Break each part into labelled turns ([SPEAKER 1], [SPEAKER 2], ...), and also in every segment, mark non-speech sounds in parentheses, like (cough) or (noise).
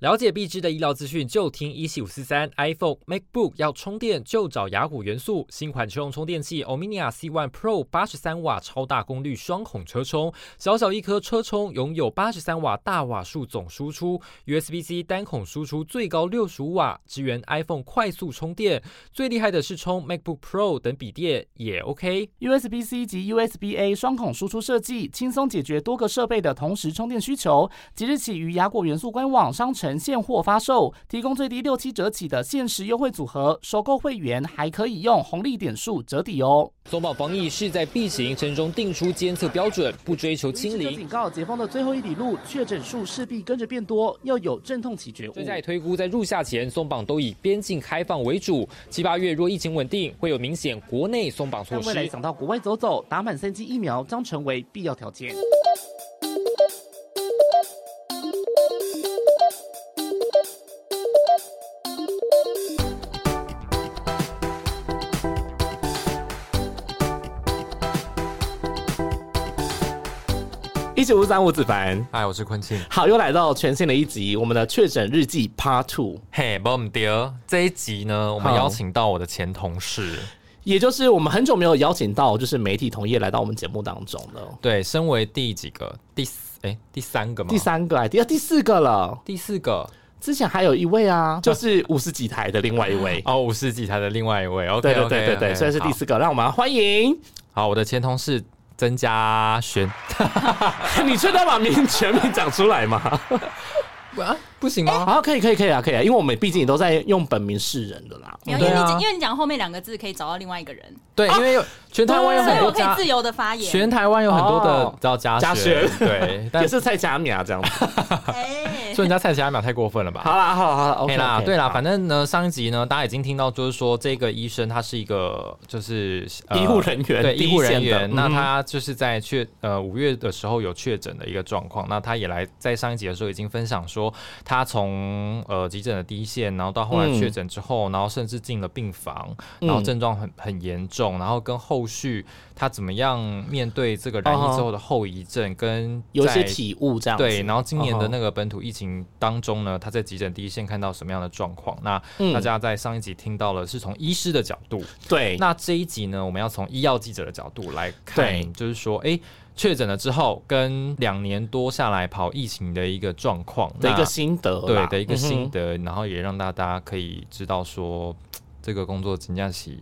[SPEAKER 1] 了解必知的医疗资讯，就听一七五四三。iPhone、MacBook 要充电就找雅虎元素，新款车用充电器 Omnia C1 Pro 八十三瓦超大功率双孔车充，小小一颗车充拥有八十三瓦大瓦数总输出，USB-C 单孔输出最高六十五瓦，支援 iPhone 快速充电。最厉害的是充 MacBook Pro 等笔电也 OK。
[SPEAKER 2] USB-C 及 USB-A 双孔输出设计，轻松解决多个设备的同时充电需求。即日起于雅果元素官网商城现货发售，提供最低六七折起的限时优惠组合，收购会员还可以用红利点数折抵哦。
[SPEAKER 1] 松绑防疫势在必行，城中定出监测标准，不追求清
[SPEAKER 2] 医师则
[SPEAKER 1] 零。
[SPEAKER 2] 警告，解封的最后一里路，确诊数势必跟着变多，要有阵痛期觉悟。
[SPEAKER 1] 专家也推估，在入夏前松绑都以边境开放为主，七八月若疫情稳定，会有明显国内松绑措
[SPEAKER 2] 但未来
[SPEAKER 1] 施。
[SPEAKER 2] 想到国外走走，打满三剂疫苗将成为必要条件。一九五三，我子凡。
[SPEAKER 1] 嗨，我是坤庆。
[SPEAKER 2] 好，又来到全新的一集，我们的确诊日记 Part Two，
[SPEAKER 1] 嘿、b o m 迪尔，这一集呢，我们
[SPEAKER 2] 好
[SPEAKER 1] 邀请到我的前同事，
[SPEAKER 2] 也就是我们很久没有邀请到就是媒体同业来到我们节目当中了。
[SPEAKER 1] 对，身为第几个？第四哎、第三个吗？
[SPEAKER 2] 第三个，哎，第二第四个了。
[SPEAKER 1] 第四个。
[SPEAKER 2] 之前还有一位啊，就是五十几台的另外一位
[SPEAKER 1] 哦，五世纪台的另外一位。OK，
[SPEAKER 2] 对对对对对，虽然是第四个，让我们欢迎。
[SPEAKER 1] 好。好，我的前同事曾家轩，
[SPEAKER 2] (laughs) 你确定要把名全名讲出来吗？
[SPEAKER 1] 啊，不行吗？
[SPEAKER 2] 好，可以可以可以啊，可以啊，因为我们毕竟也都在用本名示人的啦。
[SPEAKER 3] 没有，因
[SPEAKER 1] 对
[SPEAKER 3] 为你
[SPEAKER 1] 啊
[SPEAKER 3] 讲因为你讲后面两个字可以找到另外一个人，
[SPEAKER 1] 对，因为有全台湾有
[SPEAKER 3] 所
[SPEAKER 1] 很
[SPEAKER 3] 以
[SPEAKER 1] 多
[SPEAKER 3] 我可以
[SPEAKER 1] 家，
[SPEAKER 3] 自由的发言。
[SPEAKER 1] 全台湾有很多的
[SPEAKER 2] 哦
[SPEAKER 1] 叫家
[SPEAKER 2] 家
[SPEAKER 1] 轩
[SPEAKER 2] 轩，
[SPEAKER 1] 对， (laughs) 但
[SPEAKER 2] 也是蔡佳苗这样子。
[SPEAKER 3] 哎
[SPEAKER 1] 说人家蔡雅淼太过分了吧？
[SPEAKER 2] 好啦，好啦好啦，OK (laughs)
[SPEAKER 1] 对啦，
[SPEAKER 2] 啦，
[SPEAKER 1] 对啦，
[SPEAKER 2] 好
[SPEAKER 1] 反正呢，上一集呢，大家已经听到，就是说这个医生他是一个就是、呃
[SPEAKER 2] 医护人员
[SPEAKER 1] 对
[SPEAKER 2] 第一
[SPEAKER 1] 医护人
[SPEAKER 2] 线的
[SPEAKER 1] 员，那
[SPEAKER 2] 嗯
[SPEAKER 1] 他就是在确呃五月的时候有确诊的一个状况，那他也来在上一集的时候已经分享说，他从呃急诊的第一线，然后到后来
[SPEAKER 2] 嗯
[SPEAKER 1] 确诊之后，然后甚至进了病房，然后
[SPEAKER 2] 嗯
[SPEAKER 1] 症状很很严重，然后跟后续他怎么样面对这个染疫之后的后遗症，跟
[SPEAKER 2] 有一
[SPEAKER 1] 在
[SPEAKER 2] 些体悟这样子。
[SPEAKER 1] 对，然后今年的
[SPEAKER 2] 嗯哼
[SPEAKER 1] 那个本土疫情当中呢，他在急诊第一线看到什么样的状况？那
[SPEAKER 2] 嗯
[SPEAKER 1] 大家在上一集听到了是从医师的角度，
[SPEAKER 2] 对，
[SPEAKER 1] 那这一集呢，我们要从医药记者的角度来
[SPEAKER 2] 对
[SPEAKER 1] 看，就是说，哎、确诊了之后，跟两年多下来跑疫情的一个状况
[SPEAKER 2] 的一个
[SPEAKER 1] 那
[SPEAKER 2] 心得
[SPEAKER 1] 对
[SPEAKER 2] 啦，
[SPEAKER 1] 的一个心
[SPEAKER 2] 嗯哼。
[SPEAKER 1] 得，然后也让大家可以知道说，这个工作真正是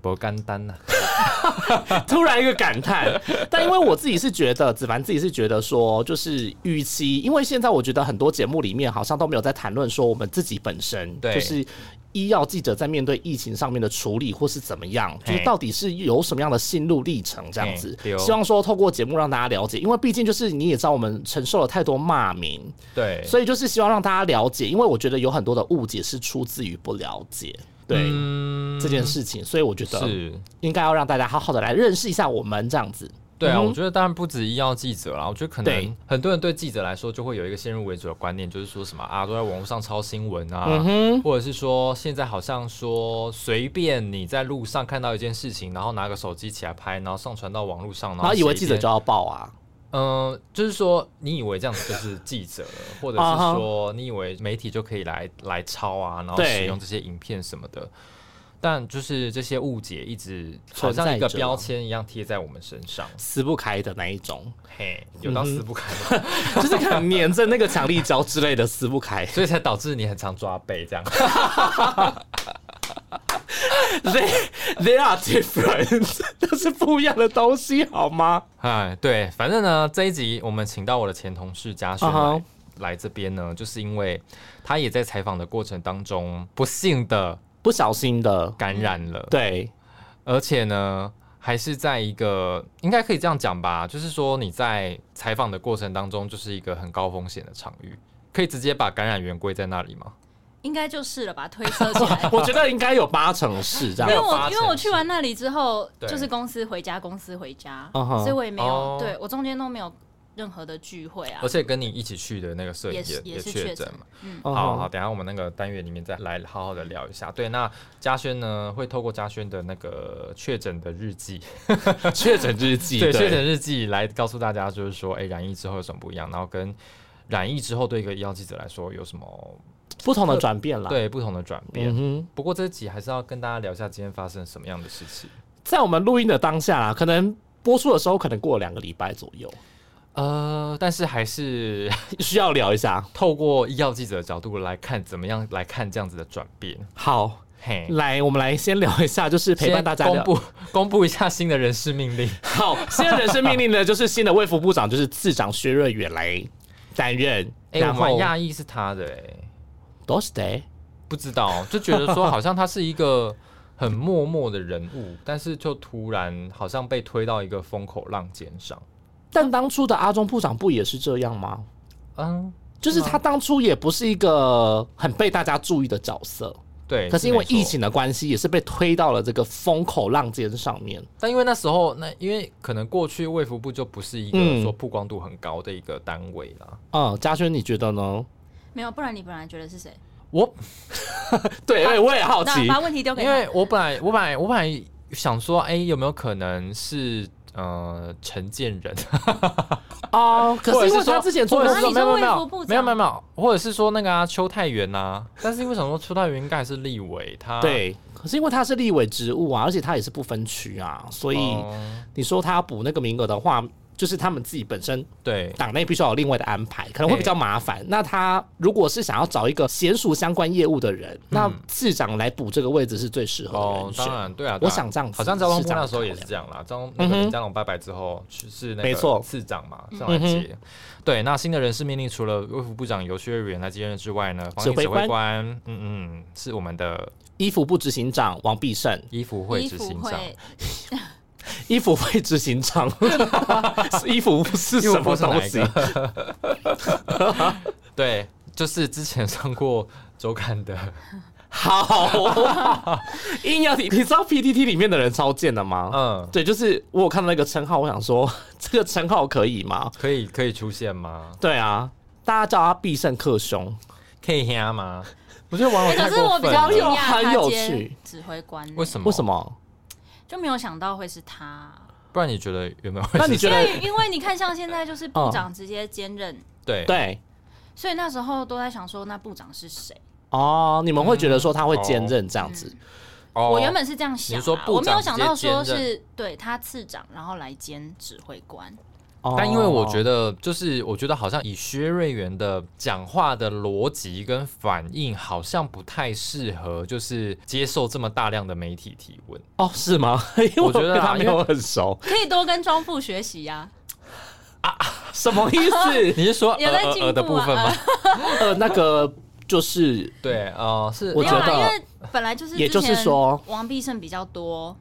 [SPEAKER 1] 不简单呐、啊
[SPEAKER 2] (laughs) 突然一个
[SPEAKER 1] (laughs)
[SPEAKER 2] 感叹，但因为我自己是觉得，子凡自己是觉得说，就是预期，因为现在我觉得很多节目里面好像都没有在谈论说我们自己本身，
[SPEAKER 1] 对
[SPEAKER 2] 就是。医药记者在面对疫情上面的处理，或是怎么样，就是
[SPEAKER 1] 嘿
[SPEAKER 2] 到底是有什么样的心路历程这样
[SPEAKER 1] 嘿
[SPEAKER 2] 子
[SPEAKER 1] 对哦。
[SPEAKER 2] 希望说透过节目让大家了解，因为毕竟就是你也知道，我们承受了太多骂名，
[SPEAKER 1] 对，
[SPEAKER 2] 所以就是希望让大家了解，因为我觉得有很多的误解是出自于不了解对、
[SPEAKER 1] 嗯
[SPEAKER 2] 这件事情，所以我觉得
[SPEAKER 1] 是。
[SPEAKER 2] 应该要让大家好好的来认识一下我们这样子。
[SPEAKER 1] 对啊，
[SPEAKER 2] 嗯哼
[SPEAKER 1] 我觉得当然不止医药记者啦，我觉得可
[SPEAKER 2] 对
[SPEAKER 1] 能很多人对记者来说就会有一个先入为主的观念，就是说什么啊都在网络上抄新闻啊，
[SPEAKER 2] 嗯
[SPEAKER 1] 或者是说现在好像说随便你在路上看到一件事情，然后拿个手机起来拍，然后上传到网络上，然
[SPEAKER 2] 然后以为
[SPEAKER 1] 写
[SPEAKER 2] 记
[SPEAKER 1] 一
[SPEAKER 2] 者
[SPEAKER 1] 篇
[SPEAKER 2] 就要报啊，
[SPEAKER 1] 嗯、就是说你以为这样子就是记
[SPEAKER 2] (laughs)
[SPEAKER 1] 者了，或者
[SPEAKER 2] 啊哈
[SPEAKER 1] 是说你以为媒体就可以来来抄啊，然后
[SPEAKER 2] 对
[SPEAKER 1] 使用这些影片什么的。但就是这些误解一直好
[SPEAKER 2] 存在
[SPEAKER 1] 像一个
[SPEAKER 2] 着
[SPEAKER 1] 标签一样贴在我们身上，
[SPEAKER 2] 撕不开的那一种， (laughs)
[SPEAKER 1] 嘿，有到撕不开吗？，
[SPEAKER 2] 就是可能粘着那个强力胶之类的撕不开
[SPEAKER 1] 所以才导致你很常抓背 (laughs) 这样。
[SPEAKER 2] (laughs) they they are different，这 (laughs) 是不一样的东西好吗？
[SPEAKER 1] 哎，对，反正呢，这一集我们请到我的前同事嘉轩来、
[SPEAKER 2] 啊哈
[SPEAKER 1] 来这边呢，就是因为他也在采访的过程当中，不幸的
[SPEAKER 2] 不小心的，
[SPEAKER 1] 感染了，
[SPEAKER 2] 对，。
[SPEAKER 1] 而且呢。还是在一个应该可以这样讲吧，就是说你在采访的过程当中，就是一个很高风险的场域，可以直接把感染源归在那里吗？
[SPEAKER 3] 应该就是了吧，推车起来
[SPEAKER 1] (laughs)
[SPEAKER 2] 我觉得应该有八成是这
[SPEAKER 3] 因
[SPEAKER 1] 没
[SPEAKER 3] 为
[SPEAKER 1] 有
[SPEAKER 2] 样。
[SPEAKER 1] 发
[SPEAKER 3] 我
[SPEAKER 1] 生
[SPEAKER 3] 因为我去完那里之后，
[SPEAKER 1] 对
[SPEAKER 3] 就是公司回家，公司回家，
[SPEAKER 2] 嗯哼
[SPEAKER 3] 所以我也没
[SPEAKER 1] 哦
[SPEAKER 3] 有，对我中间都没有任何的聚会啊
[SPEAKER 1] 而，且跟你一起去的那个摄影
[SPEAKER 3] 也是
[SPEAKER 1] 也
[SPEAKER 3] 也是
[SPEAKER 1] 确
[SPEAKER 3] 确
[SPEAKER 1] 诊
[SPEAKER 3] 诊
[SPEAKER 1] 嘛，
[SPEAKER 2] 嗯
[SPEAKER 1] 好好，等一下我们那个单元里面再来好好的聊一下。对，那嘉轩呢会透过嘉轩的那个确诊的日记，
[SPEAKER 2] 确诊日记，
[SPEAKER 1] 对确诊日记来告诉大家，就是说，哎、染疫之后有什么不一样，然后跟染疫之后对一个医药记者来说有什么
[SPEAKER 2] 不同的转变啦。，
[SPEAKER 1] 对不同的转变？
[SPEAKER 2] 嗯哼，
[SPEAKER 1] 不过这集还是要跟大家聊一下今天发生什么样的事情。
[SPEAKER 2] 在我们录音的当下啦，可能播出的时候可能过了两个礼拜左右，
[SPEAKER 1] 呃，但是还是 (laughs)
[SPEAKER 2] 需要聊一下。
[SPEAKER 1] 透过医药记者的角度来看，怎么样来看这样子的转变？
[SPEAKER 2] 好，
[SPEAKER 1] 嘿，
[SPEAKER 2] 来，我们来先聊一下，就是陪伴大家
[SPEAKER 1] 先
[SPEAKER 2] 的
[SPEAKER 1] 公。布 (laughs) 公布一下新的人事命令。
[SPEAKER 2] 好，现在人事命令呢，就是新的卫福部长就是次长薛瑞远来担任，
[SPEAKER 1] 哎、
[SPEAKER 2] 然
[SPEAKER 1] 我蛮
[SPEAKER 2] 后
[SPEAKER 1] 讶异是他的、哎，
[SPEAKER 2] 都是得
[SPEAKER 1] 不知道，就觉得说好像他是一个
[SPEAKER 2] (laughs)
[SPEAKER 1] 很默默的人物，但是就突然好像被推到一个风口浪尖上。
[SPEAKER 2] 但当初的阿中部长不也是这样吗？
[SPEAKER 1] 嗯，
[SPEAKER 2] 就是他当初也不是一个很被大家注意的角色，
[SPEAKER 1] 对。
[SPEAKER 2] 可是因为
[SPEAKER 1] 没错
[SPEAKER 2] 疫，情的关系，也是被推到了这个风口浪尖上面。
[SPEAKER 1] 但因为那时候那因为可能过去卫福部就不是一
[SPEAKER 2] 嗯
[SPEAKER 1] 个说曝光度很高的一个单位啦。
[SPEAKER 2] 嗯，嘉轩，你觉得呢？
[SPEAKER 3] 没有，不然你本来觉得是谁？
[SPEAKER 1] 我
[SPEAKER 2] 对，
[SPEAKER 1] 啊
[SPEAKER 2] 哎我也好
[SPEAKER 3] 那把问题丢给
[SPEAKER 1] 因
[SPEAKER 3] 他。
[SPEAKER 1] 为我本来我本来我本来想说，哎、有没有可能是呃陈建仁？
[SPEAKER 2] 哦。可
[SPEAKER 1] 或
[SPEAKER 2] 是
[SPEAKER 1] 者
[SPEAKER 2] 因为
[SPEAKER 1] 是说
[SPEAKER 2] 他之前做
[SPEAKER 1] 或
[SPEAKER 2] 的
[SPEAKER 1] 者
[SPEAKER 3] 啊
[SPEAKER 1] 是说
[SPEAKER 2] 是
[SPEAKER 3] 你
[SPEAKER 1] 没有
[SPEAKER 3] 是
[SPEAKER 1] 没有
[SPEAKER 3] 卫福部
[SPEAKER 1] 没有
[SPEAKER 3] 长
[SPEAKER 1] 没有没有，或者是说那个啊邱泰源呐、但是因为想说邱泰源应该还是立委，他
[SPEAKER 2] 啊对，可是因为他是立委职务啊，而且他也是不分区啊，所以
[SPEAKER 1] 哦
[SPEAKER 2] 你说他要补那个名额的话，就是他们自己本身
[SPEAKER 1] 对
[SPEAKER 2] 党内必须要有另外的安排，可能会比较麻烦。那他如果是想要找一个娴熟相关业务的人，那市长来补这个位置是最适合的
[SPEAKER 1] 嗯哦
[SPEAKER 2] 人，选。
[SPEAKER 1] 当然对啊，
[SPEAKER 2] 我
[SPEAKER 1] 对啊
[SPEAKER 2] 想这样子
[SPEAKER 1] 好像交通
[SPEAKER 2] 是
[SPEAKER 1] 部
[SPEAKER 2] 这样
[SPEAKER 1] 那时候也
[SPEAKER 2] 考
[SPEAKER 1] 是
[SPEAKER 2] 量
[SPEAKER 1] 这样啦，张那个
[SPEAKER 2] 嗯哼
[SPEAKER 1] 林佳龙拜拜之后是那
[SPEAKER 2] 没
[SPEAKER 1] 个
[SPEAKER 2] 错嗯
[SPEAKER 1] 次长嘛
[SPEAKER 3] 嗯
[SPEAKER 1] 上来接。对，那新的人事命令除了卫福部长游学员来接任之外呢，防疫
[SPEAKER 2] 指挥
[SPEAKER 1] 指挥
[SPEAKER 2] 官
[SPEAKER 1] 官，嗯嗯，是我们的
[SPEAKER 2] 衣服部执行长王必胜，
[SPEAKER 1] 衣服会
[SPEAKER 3] 衣
[SPEAKER 1] 执
[SPEAKER 3] 服
[SPEAKER 1] 行长。
[SPEAKER 3] 会
[SPEAKER 2] 衣服会执
[SPEAKER 1] (laughs)
[SPEAKER 2] 行长，衣服是
[SPEAKER 1] 因为
[SPEAKER 2] 什
[SPEAKER 1] 我不
[SPEAKER 2] 么
[SPEAKER 1] 知道
[SPEAKER 2] 东
[SPEAKER 1] 是
[SPEAKER 2] 西
[SPEAKER 1] 哪？一个？对，就是之前上过周刊的，
[SPEAKER 2] (laughs) 好，硬要提，你知道 PTT 里面的人超贱的吗？
[SPEAKER 1] 嗯，
[SPEAKER 2] 对，就是我有看到那个称号，我想说 (laughs) 这个称号可以吗？
[SPEAKER 1] 可以可以出现吗？
[SPEAKER 2] 对啊，大家叫他必胜克兄，
[SPEAKER 1] 可以黑吗？我觉得网友 (laughs)
[SPEAKER 3] 哎
[SPEAKER 1] 太
[SPEAKER 3] 可是
[SPEAKER 1] 过
[SPEAKER 3] 我比
[SPEAKER 1] 分
[SPEAKER 2] 有
[SPEAKER 3] 较惊
[SPEAKER 1] (laughs) 了，
[SPEAKER 3] 讶
[SPEAKER 2] 很有
[SPEAKER 3] 他接
[SPEAKER 2] 趣
[SPEAKER 3] 指挥官呢，
[SPEAKER 1] 为什么？
[SPEAKER 2] 为什？么？
[SPEAKER 3] 就没有想到会是他？
[SPEAKER 1] 不然你 (laughs) 觉得有没有？
[SPEAKER 2] 那你觉
[SPEAKER 3] 因
[SPEAKER 2] 得
[SPEAKER 3] 为因为你看，像现在就是
[SPEAKER 1] 嗯
[SPEAKER 3] 部长直接兼任，
[SPEAKER 1] 对
[SPEAKER 2] 对？
[SPEAKER 3] 所以那时候都在想说，那部长是谁？
[SPEAKER 2] 哦，你们会觉得说他会
[SPEAKER 1] 嗯
[SPEAKER 2] 兼任这样子，
[SPEAKER 1] 哦
[SPEAKER 3] 我原本是这样想
[SPEAKER 1] 你
[SPEAKER 3] 啊
[SPEAKER 1] 是说，部长
[SPEAKER 3] 我没有想到说
[SPEAKER 1] 直接兼
[SPEAKER 3] 是对他次长，然后来兼指挥官。
[SPEAKER 2] 哦
[SPEAKER 1] 但因为我觉得，就是我觉得好像以薛瑞元的讲话的逻辑跟反应，好像不太适合，就是接受这么大量的媒体提问。
[SPEAKER 2] 哦是吗？ (laughs) 因为
[SPEAKER 1] 我觉得啊
[SPEAKER 2] 跟他没
[SPEAKER 1] 因
[SPEAKER 2] 有
[SPEAKER 1] (laughs)
[SPEAKER 2] 很熟，
[SPEAKER 3] 可以多跟庄副学习啊呀、
[SPEAKER 2] 什么意 (laughs) 思？
[SPEAKER 1] 你是说
[SPEAKER 3] 有
[SPEAKER 1] 呃
[SPEAKER 3] 在
[SPEAKER 1] 呃
[SPEAKER 3] 进步啊
[SPEAKER 1] 呃的部分吗？
[SPEAKER 2] 呃，那个就是
[SPEAKER 1] 对，呃，是
[SPEAKER 2] 我
[SPEAKER 3] 没有啦，
[SPEAKER 2] 觉得
[SPEAKER 3] 因为本来就是之前
[SPEAKER 2] 也就是说
[SPEAKER 3] 王必胜比较多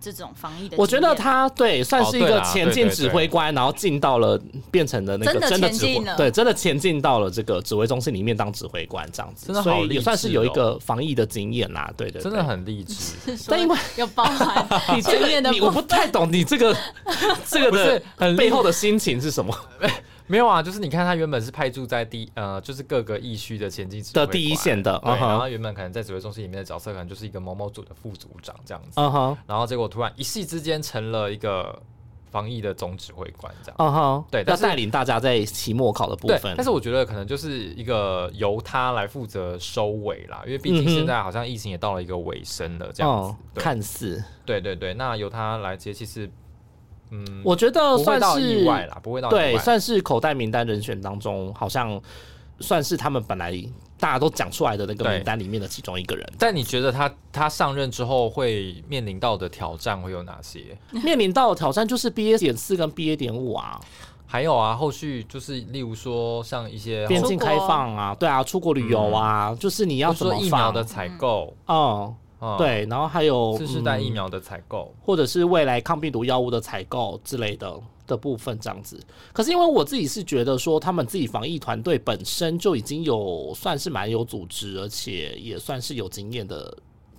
[SPEAKER 3] 这种防疫的经验，
[SPEAKER 2] 我觉得他对算是一
[SPEAKER 1] 对
[SPEAKER 2] 个
[SPEAKER 1] 啦
[SPEAKER 2] 前
[SPEAKER 1] 对
[SPEAKER 2] 进
[SPEAKER 1] 对
[SPEAKER 2] 指挥官，然后进到了变成了那个
[SPEAKER 3] 真的
[SPEAKER 2] 真的
[SPEAKER 3] 前
[SPEAKER 2] 指挥
[SPEAKER 3] 进，了
[SPEAKER 2] 对，真的前进到了这个指挥中心里面当指挥官这样子，
[SPEAKER 1] 真的好
[SPEAKER 2] 所以
[SPEAKER 1] 励志
[SPEAKER 2] 也算是有一
[SPEAKER 1] 哦
[SPEAKER 2] 个防疫的经验啦，对对对
[SPEAKER 1] 真的很励志。
[SPEAKER 3] 是说
[SPEAKER 2] 但因为
[SPEAKER 3] (laughs) 有包含
[SPEAKER 2] 你这
[SPEAKER 3] 前面
[SPEAKER 2] 个
[SPEAKER 3] 的
[SPEAKER 2] 你我
[SPEAKER 3] 部
[SPEAKER 2] 不
[SPEAKER 3] 分，
[SPEAKER 2] 太懂你这个这
[SPEAKER 1] (laughs) 不
[SPEAKER 2] 个
[SPEAKER 1] 是
[SPEAKER 2] 的背后的心情是什么
[SPEAKER 1] 没有啊，就是你看他原本是派驻在第呃，就是各个疫区的前进指挥
[SPEAKER 2] 的
[SPEAKER 1] 官
[SPEAKER 2] 第一线的，
[SPEAKER 1] 对，
[SPEAKER 2] 嗯
[SPEAKER 1] 然后
[SPEAKER 2] 哼，
[SPEAKER 1] 他原本可能在指挥中心里面的角色，可能就是一个某某组的副组长这样子，
[SPEAKER 2] 嗯哼，
[SPEAKER 1] 然后结果突然一夕之间成了一个防疫的总指挥官这样。
[SPEAKER 2] 嗯哼，
[SPEAKER 1] 对
[SPEAKER 2] 要
[SPEAKER 1] 但是
[SPEAKER 2] 带领大家在期末考的部
[SPEAKER 1] 对，
[SPEAKER 2] 分，
[SPEAKER 1] 但是我觉得可能就是一个由他来负责收尾啦，因为毕
[SPEAKER 2] 嗯
[SPEAKER 1] 竟
[SPEAKER 2] 哼
[SPEAKER 1] 现在好像疫情也到了一个尾声了，这样子
[SPEAKER 2] 哦。，
[SPEAKER 1] 对
[SPEAKER 2] 看似
[SPEAKER 1] 对对对，那由他来接，其实嗯，
[SPEAKER 2] 我觉得
[SPEAKER 1] 不会
[SPEAKER 2] 哦算
[SPEAKER 1] 到
[SPEAKER 2] 是
[SPEAKER 1] 意外啦，不会到意
[SPEAKER 2] 对，
[SPEAKER 1] 外。
[SPEAKER 2] 算是口袋名单人选当中，好像算是他们本来大家都讲出来的那个
[SPEAKER 1] 对
[SPEAKER 2] 名单里面的其中一个人。
[SPEAKER 1] 但你觉得他他上任之后会面临到的挑战会有哪些？
[SPEAKER 2] 面临到的挑战就是 B A 点四跟 B A 点五啊，
[SPEAKER 1] 还有啊，后续就是例如说像一些
[SPEAKER 2] 边
[SPEAKER 1] 后
[SPEAKER 2] 境开放啊，对啊，出国旅游啊，就是你要
[SPEAKER 1] 就
[SPEAKER 2] 怎
[SPEAKER 1] 是嗯
[SPEAKER 2] 么
[SPEAKER 1] 说
[SPEAKER 2] 放
[SPEAKER 1] 疫苗的采购，
[SPEAKER 2] 嗯，
[SPEAKER 1] 嗯，
[SPEAKER 2] 对，然后还有
[SPEAKER 1] 次世代疫、
[SPEAKER 2] 嗯
[SPEAKER 1] 苗的采购，
[SPEAKER 2] 或者是未来抗病毒药物的采购之类的。的部分这样子，可是因为我自己是觉得说，他们自己防疫团队本身就已经有算是蛮有组织，而且也算是有经验的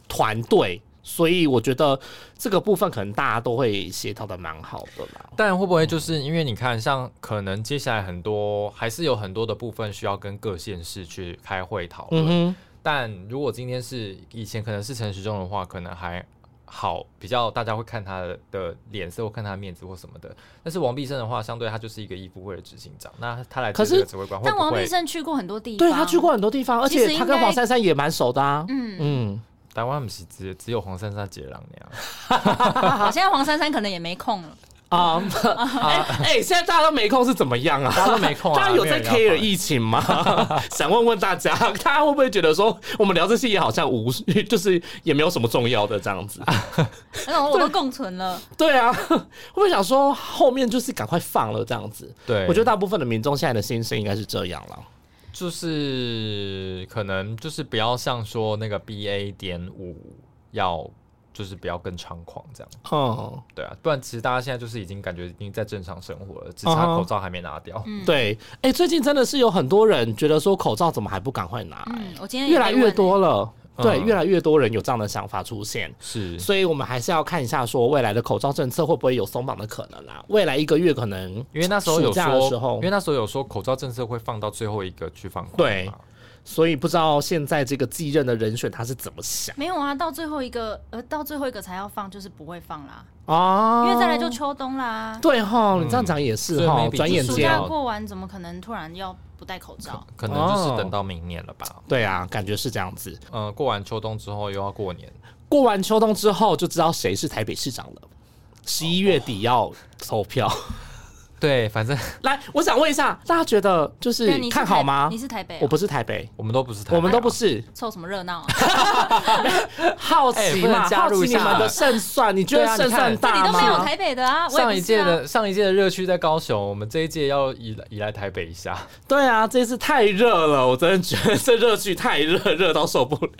[SPEAKER 2] 团队，所以我觉得这个部分可能大家都会协调的蛮好的啦。
[SPEAKER 1] 但会不会就是因为你看，像可能接下来很多还是有很多的部分需要跟各县市去开会讨论。
[SPEAKER 2] 嗯哼，
[SPEAKER 1] 但如果今天是以前可能是陈时中的话，可能还好，比较大家会看他的的脸色或看他的面子或什么的。但是王必胜的话，相对他就是一个医副会的执行长，那他来
[SPEAKER 2] 可
[SPEAKER 1] 接
[SPEAKER 2] 是
[SPEAKER 1] 这个指挥官会
[SPEAKER 3] 但
[SPEAKER 1] 不
[SPEAKER 3] 王
[SPEAKER 1] 会
[SPEAKER 3] 必？胜去过很多地方，
[SPEAKER 2] 对他去过，很多地方，而
[SPEAKER 3] 其实
[SPEAKER 2] 且他跟
[SPEAKER 3] 应该
[SPEAKER 2] 黄珊珊也蛮熟的啊。
[SPEAKER 3] 嗯，
[SPEAKER 2] 嗯，
[SPEAKER 1] 台湾不是只只有黄珊珊杰郎那
[SPEAKER 2] (laughs)
[SPEAKER 1] 样，
[SPEAKER 3] 好，现在黄珊珊可能也没空了，
[SPEAKER 2] 啊， (laughs) 哎哎，现在大家都没空是怎么样啊？
[SPEAKER 1] 大家都没空啊。
[SPEAKER 2] 大家有
[SPEAKER 1] 没人
[SPEAKER 2] 在
[SPEAKER 1] 要
[SPEAKER 2] care
[SPEAKER 1] 管
[SPEAKER 2] 疫情吗？ (laughs) 想问问大家，大家会不会觉得说我们聊这些也好像无，就是也没有什么重要的这样子？
[SPEAKER 3] 那种我都共存了，
[SPEAKER 2] 啊对啊，会不会想说后面就是赶快放了这样子？
[SPEAKER 1] 对，
[SPEAKER 2] 我觉得大部分的民众现在的心声应该是这样了。
[SPEAKER 1] 就是可能就是不要像说那个 BA 点五要就是不要更猖狂这样，
[SPEAKER 2] 嗯，
[SPEAKER 1] 对啊，不然其实大家现在就是已经感觉已经在正常生活了，只差
[SPEAKER 2] 嗯哼
[SPEAKER 1] 口罩还没拿掉。
[SPEAKER 3] 嗯，，
[SPEAKER 2] 对，哎、最近真的是有很多人觉得说口罩怎么还不赶快拿、
[SPEAKER 3] 嗯，我今天也
[SPEAKER 2] 越来
[SPEAKER 3] 被问
[SPEAKER 2] 越多了。
[SPEAKER 1] 嗯
[SPEAKER 2] 对，越来越多人有这样的想法出现，
[SPEAKER 1] (laughs) 是，
[SPEAKER 2] 所以我们还是要看一下，说未来的口罩政策会不会有松绑的可能啊？未来一个月可能
[SPEAKER 1] 因为那时候有
[SPEAKER 2] 暑假的
[SPEAKER 1] 说，
[SPEAKER 2] 时候
[SPEAKER 1] 因为那时候有说口罩政策会放到最后一个去放宽
[SPEAKER 2] 对
[SPEAKER 1] 嘛
[SPEAKER 2] 所以不知道现在这个继任的人选他是怎么想
[SPEAKER 3] 没有啊，到最后一个呃，到最后一个才要放，就是不会放啦，
[SPEAKER 2] 啊
[SPEAKER 3] 因为再来就秋冬啦。
[SPEAKER 2] 对哈，
[SPEAKER 1] 嗯
[SPEAKER 2] 你这样讲也是
[SPEAKER 1] 所以
[SPEAKER 2] 哈，
[SPEAKER 1] maybe
[SPEAKER 2] 转眼
[SPEAKER 1] 就
[SPEAKER 3] 暑
[SPEAKER 1] 是
[SPEAKER 2] 间
[SPEAKER 3] 假，过完，怎么可能突然要不戴口罩？
[SPEAKER 1] 可能就是
[SPEAKER 2] 哦
[SPEAKER 1] 等到明年了吧。
[SPEAKER 2] 对啊，感觉是这样子。
[SPEAKER 1] 嗯、过完秋冬之后又要过年，
[SPEAKER 2] 过完秋冬之后就知道谁是台北市长了。十一月底要投票，
[SPEAKER 1] 哦对，反正 (laughs)
[SPEAKER 2] 来，我想问一下，大家觉得就是
[SPEAKER 3] 对你是
[SPEAKER 2] 看
[SPEAKER 3] 台
[SPEAKER 2] 好吗
[SPEAKER 3] 你？是台北啊、
[SPEAKER 2] 我不是台北，
[SPEAKER 1] 我们都不是台北啊，
[SPEAKER 2] 我们都不是
[SPEAKER 3] 凑什么热闹啊？
[SPEAKER 2] 好
[SPEAKER 1] 哎
[SPEAKER 2] 奇
[SPEAKER 1] 不能
[SPEAKER 2] 嘛，
[SPEAKER 1] 加
[SPEAKER 2] 好
[SPEAKER 1] 入
[SPEAKER 2] 奇
[SPEAKER 1] 一
[SPEAKER 2] 你
[SPEAKER 1] 下
[SPEAKER 2] 们的胜算，你觉
[SPEAKER 1] 对啊
[SPEAKER 2] 得
[SPEAKER 1] 你
[SPEAKER 2] 胜算
[SPEAKER 1] 看
[SPEAKER 3] 你
[SPEAKER 2] 大
[SPEAKER 3] 都没有
[SPEAKER 2] 吗？
[SPEAKER 3] 台北的啊，我也不
[SPEAKER 1] 上
[SPEAKER 3] 是
[SPEAKER 1] 一届
[SPEAKER 3] 啊
[SPEAKER 1] 的上一届的热区在高雄，我们这一届要移来移来台北一下。
[SPEAKER 2] 对啊，这次太热了，我真的觉得这热剧太热，热到受不了。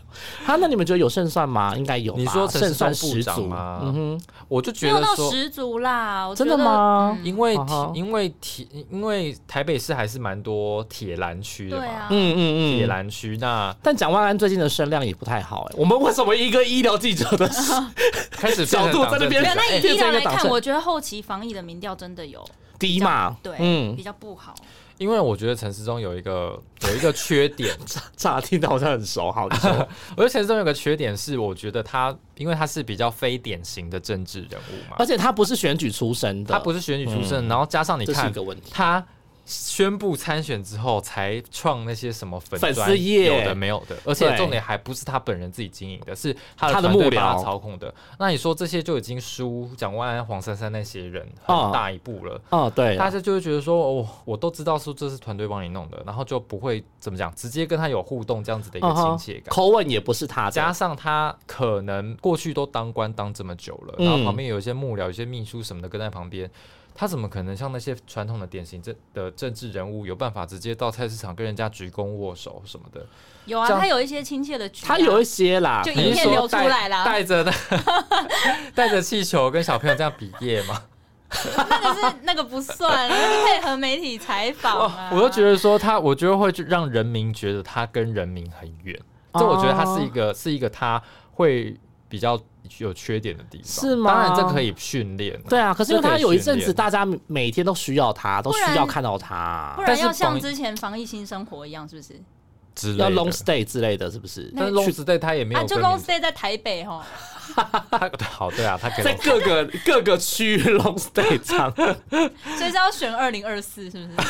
[SPEAKER 2] 好，那你们觉得有胜算吗？应该有吧，
[SPEAKER 1] 你说陈
[SPEAKER 2] 胜
[SPEAKER 1] 时中
[SPEAKER 2] 算
[SPEAKER 1] 部
[SPEAKER 2] 十
[SPEAKER 1] 长
[SPEAKER 2] 足
[SPEAKER 1] 吗？
[SPEAKER 2] 嗯哼，
[SPEAKER 1] 我就
[SPEAKER 3] 没
[SPEAKER 1] 觉
[SPEAKER 3] 有
[SPEAKER 1] 得
[SPEAKER 3] 到
[SPEAKER 1] 说，
[SPEAKER 3] 十足啦。我觉
[SPEAKER 2] 真
[SPEAKER 3] 得
[SPEAKER 2] 的吗
[SPEAKER 3] 嗯
[SPEAKER 1] 因为
[SPEAKER 2] 啊哈
[SPEAKER 1] 提因为提因为台北市还是蛮多铁栏区的
[SPEAKER 3] 对
[SPEAKER 1] 嘛
[SPEAKER 3] 啊，，
[SPEAKER 2] 嗯嗯
[SPEAKER 1] 铁
[SPEAKER 2] 嗯。
[SPEAKER 1] 栏区那
[SPEAKER 2] 但蒋万安最近的声量也不太好哎、我们为什么一个医疗记者的 (laughs)
[SPEAKER 1] 开始
[SPEAKER 2] 角
[SPEAKER 1] 变成
[SPEAKER 2] 度
[SPEAKER 1] 党
[SPEAKER 2] 在那
[SPEAKER 1] 政
[SPEAKER 2] 边
[SPEAKER 3] 没
[SPEAKER 1] 党
[SPEAKER 3] 有。那以
[SPEAKER 2] 变
[SPEAKER 3] 医
[SPEAKER 2] 成
[SPEAKER 3] 疗
[SPEAKER 2] 一个
[SPEAKER 3] 来
[SPEAKER 2] 党
[SPEAKER 3] 看，
[SPEAKER 2] 政
[SPEAKER 3] 我觉得后期防疫的民调真的有
[SPEAKER 2] 低嘛？
[SPEAKER 3] 对，
[SPEAKER 2] 嗯 (laughs)
[SPEAKER 3] 比，较不好。
[SPEAKER 1] 因为我觉得陈时中有一个有一个缺
[SPEAKER 3] (laughs)
[SPEAKER 1] 点，
[SPEAKER 2] 乍听到好像很熟，啊
[SPEAKER 1] (laughs)
[SPEAKER 2] 好，你说
[SPEAKER 1] 我觉得陈时中有个缺点是，我觉得他因为他是比较非典型的政治人物嘛
[SPEAKER 2] 而，且他不是选举出身的，
[SPEAKER 1] 他不是选举出身，然后加上你
[SPEAKER 2] 嗯这是一
[SPEAKER 1] 看
[SPEAKER 2] 个问题。
[SPEAKER 1] 他宣布参选之后才创那些什么粉
[SPEAKER 2] 粉丝
[SPEAKER 1] 专
[SPEAKER 2] 页
[SPEAKER 1] 有的没有的，而且
[SPEAKER 2] 对
[SPEAKER 1] 重点还不是他本人自己经营的，是他
[SPEAKER 2] 他的
[SPEAKER 1] 团队
[SPEAKER 2] 幕僚
[SPEAKER 1] 帮他操控的。那你说这些就已经输蒋万安、黄珊珊那些人
[SPEAKER 2] 哦
[SPEAKER 1] 很大一步了。
[SPEAKER 2] 哦，对
[SPEAKER 1] 大
[SPEAKER 2] 啊，
[SPEAKER 1] 家就会觉得说，哦，我都知道说这是团队帮你弄的，然后就不会怎么讲，直接跟他有互动这样子的一个
[SPEAKER 2] 嗯
[SPEAKER 1] 亲
[SPEAKER 2] 哼
[SPEAKER 1] 切感。
[SPEAKER 2] 口吻也不是他
[SPEAKER 1] 加
[SPEAKER 2] 的，
[SPEAKER 1] 上他可能过去都当官当这么久了，
[SPEAKER 2] 嗯
[SPEAKER 1] 然后旁边有一些幕僚、有一些秘书什么的跟在旁边，他怎么可能像那些传统的典型政的政治人物有办法直接到菜市场跟人家鞠躬握手什么的？
[SPEAKER 3] 有啊，
[SPEAKER 1] 这样
[SPEAKER 3] 他有一些亲切的举啊，
[SPEAKER 2] 他有一些啦，嗯
[SPEAKER 3] 就
[SPEAKER 2] 比如
[SPEAKER 3] 影片
[SPEAKER 2] 说
[SPEAKER 3] 流出来啦
[SPEAKER 1] 带着那 (laughs) 带着气球跟小朋友这样比耶嘛？
[SPEAKER 3] 那个是那个不算，啊那是配合媒体采访啊。
[SPEAKER 1] 哦我就觉得说他，我觉得会去让人民觉得他跟人民很远，
[SPEAKER 2] 哦
[SPEAKER 1] 这我觉得他是一个是一个他会比较有缺点的地方。
[SPEAKER 2] 是吗
[SPEAKER 1] 当然这可以训练啊、
[SPEAKER 2] 对啊，可是因为
[SPEAKER 1] 这可
[SPEAKER 2] 他
[SPEAKER 1] 以
[SPEAKER 2] 有一
[SPEAKER 1] 训
[SPEAKER 2] 阵子，
[SPEAKER 1] 练
[SPEAKER 2] 大家每天都需要他，都需
[SPEAKER 3] 不
[SPEAKER 2] 要
[SPEAKER 3] 然
[SPEAKER 2] 看到他
[SPEAKER 3] 不，
[SPEAKER 1] 但
[SPEAKER 3] 然
[SPEAKER 1] 是
[SPEAKER 3] 要
[SPEAKER 1] 防
[SPEAKER 3] 像
[SPEAKER 1] 疫
[SPEAKER 3] 之前防疫新生活一样，是不是？
[SPEAKER 1] 之类
[SPEAKER 2] 要
[SPEAKER 1] 的。
[SPEAKER 2] long stay 之类的，是不是？
[SPEAKER 1] 但是 long stay 他也没有
[SPEAKER 3] 啊，
[SPEAKER 1] 跟
[SPEAKER 3] 就
[SPEAKER 1] 你
[SPEAKER 3] long stay 在台北哦哈，
[SPEAKER 1] 他 (laughs) 对好对啊，他可
[SPEAKER 2] 在
[SPEAKER 1] 能
[SPEAKER 2] 各个 (laughs) 各个区域 long stay 这样，
[SPEAKER 3] 所以是要选二零二四，是不是？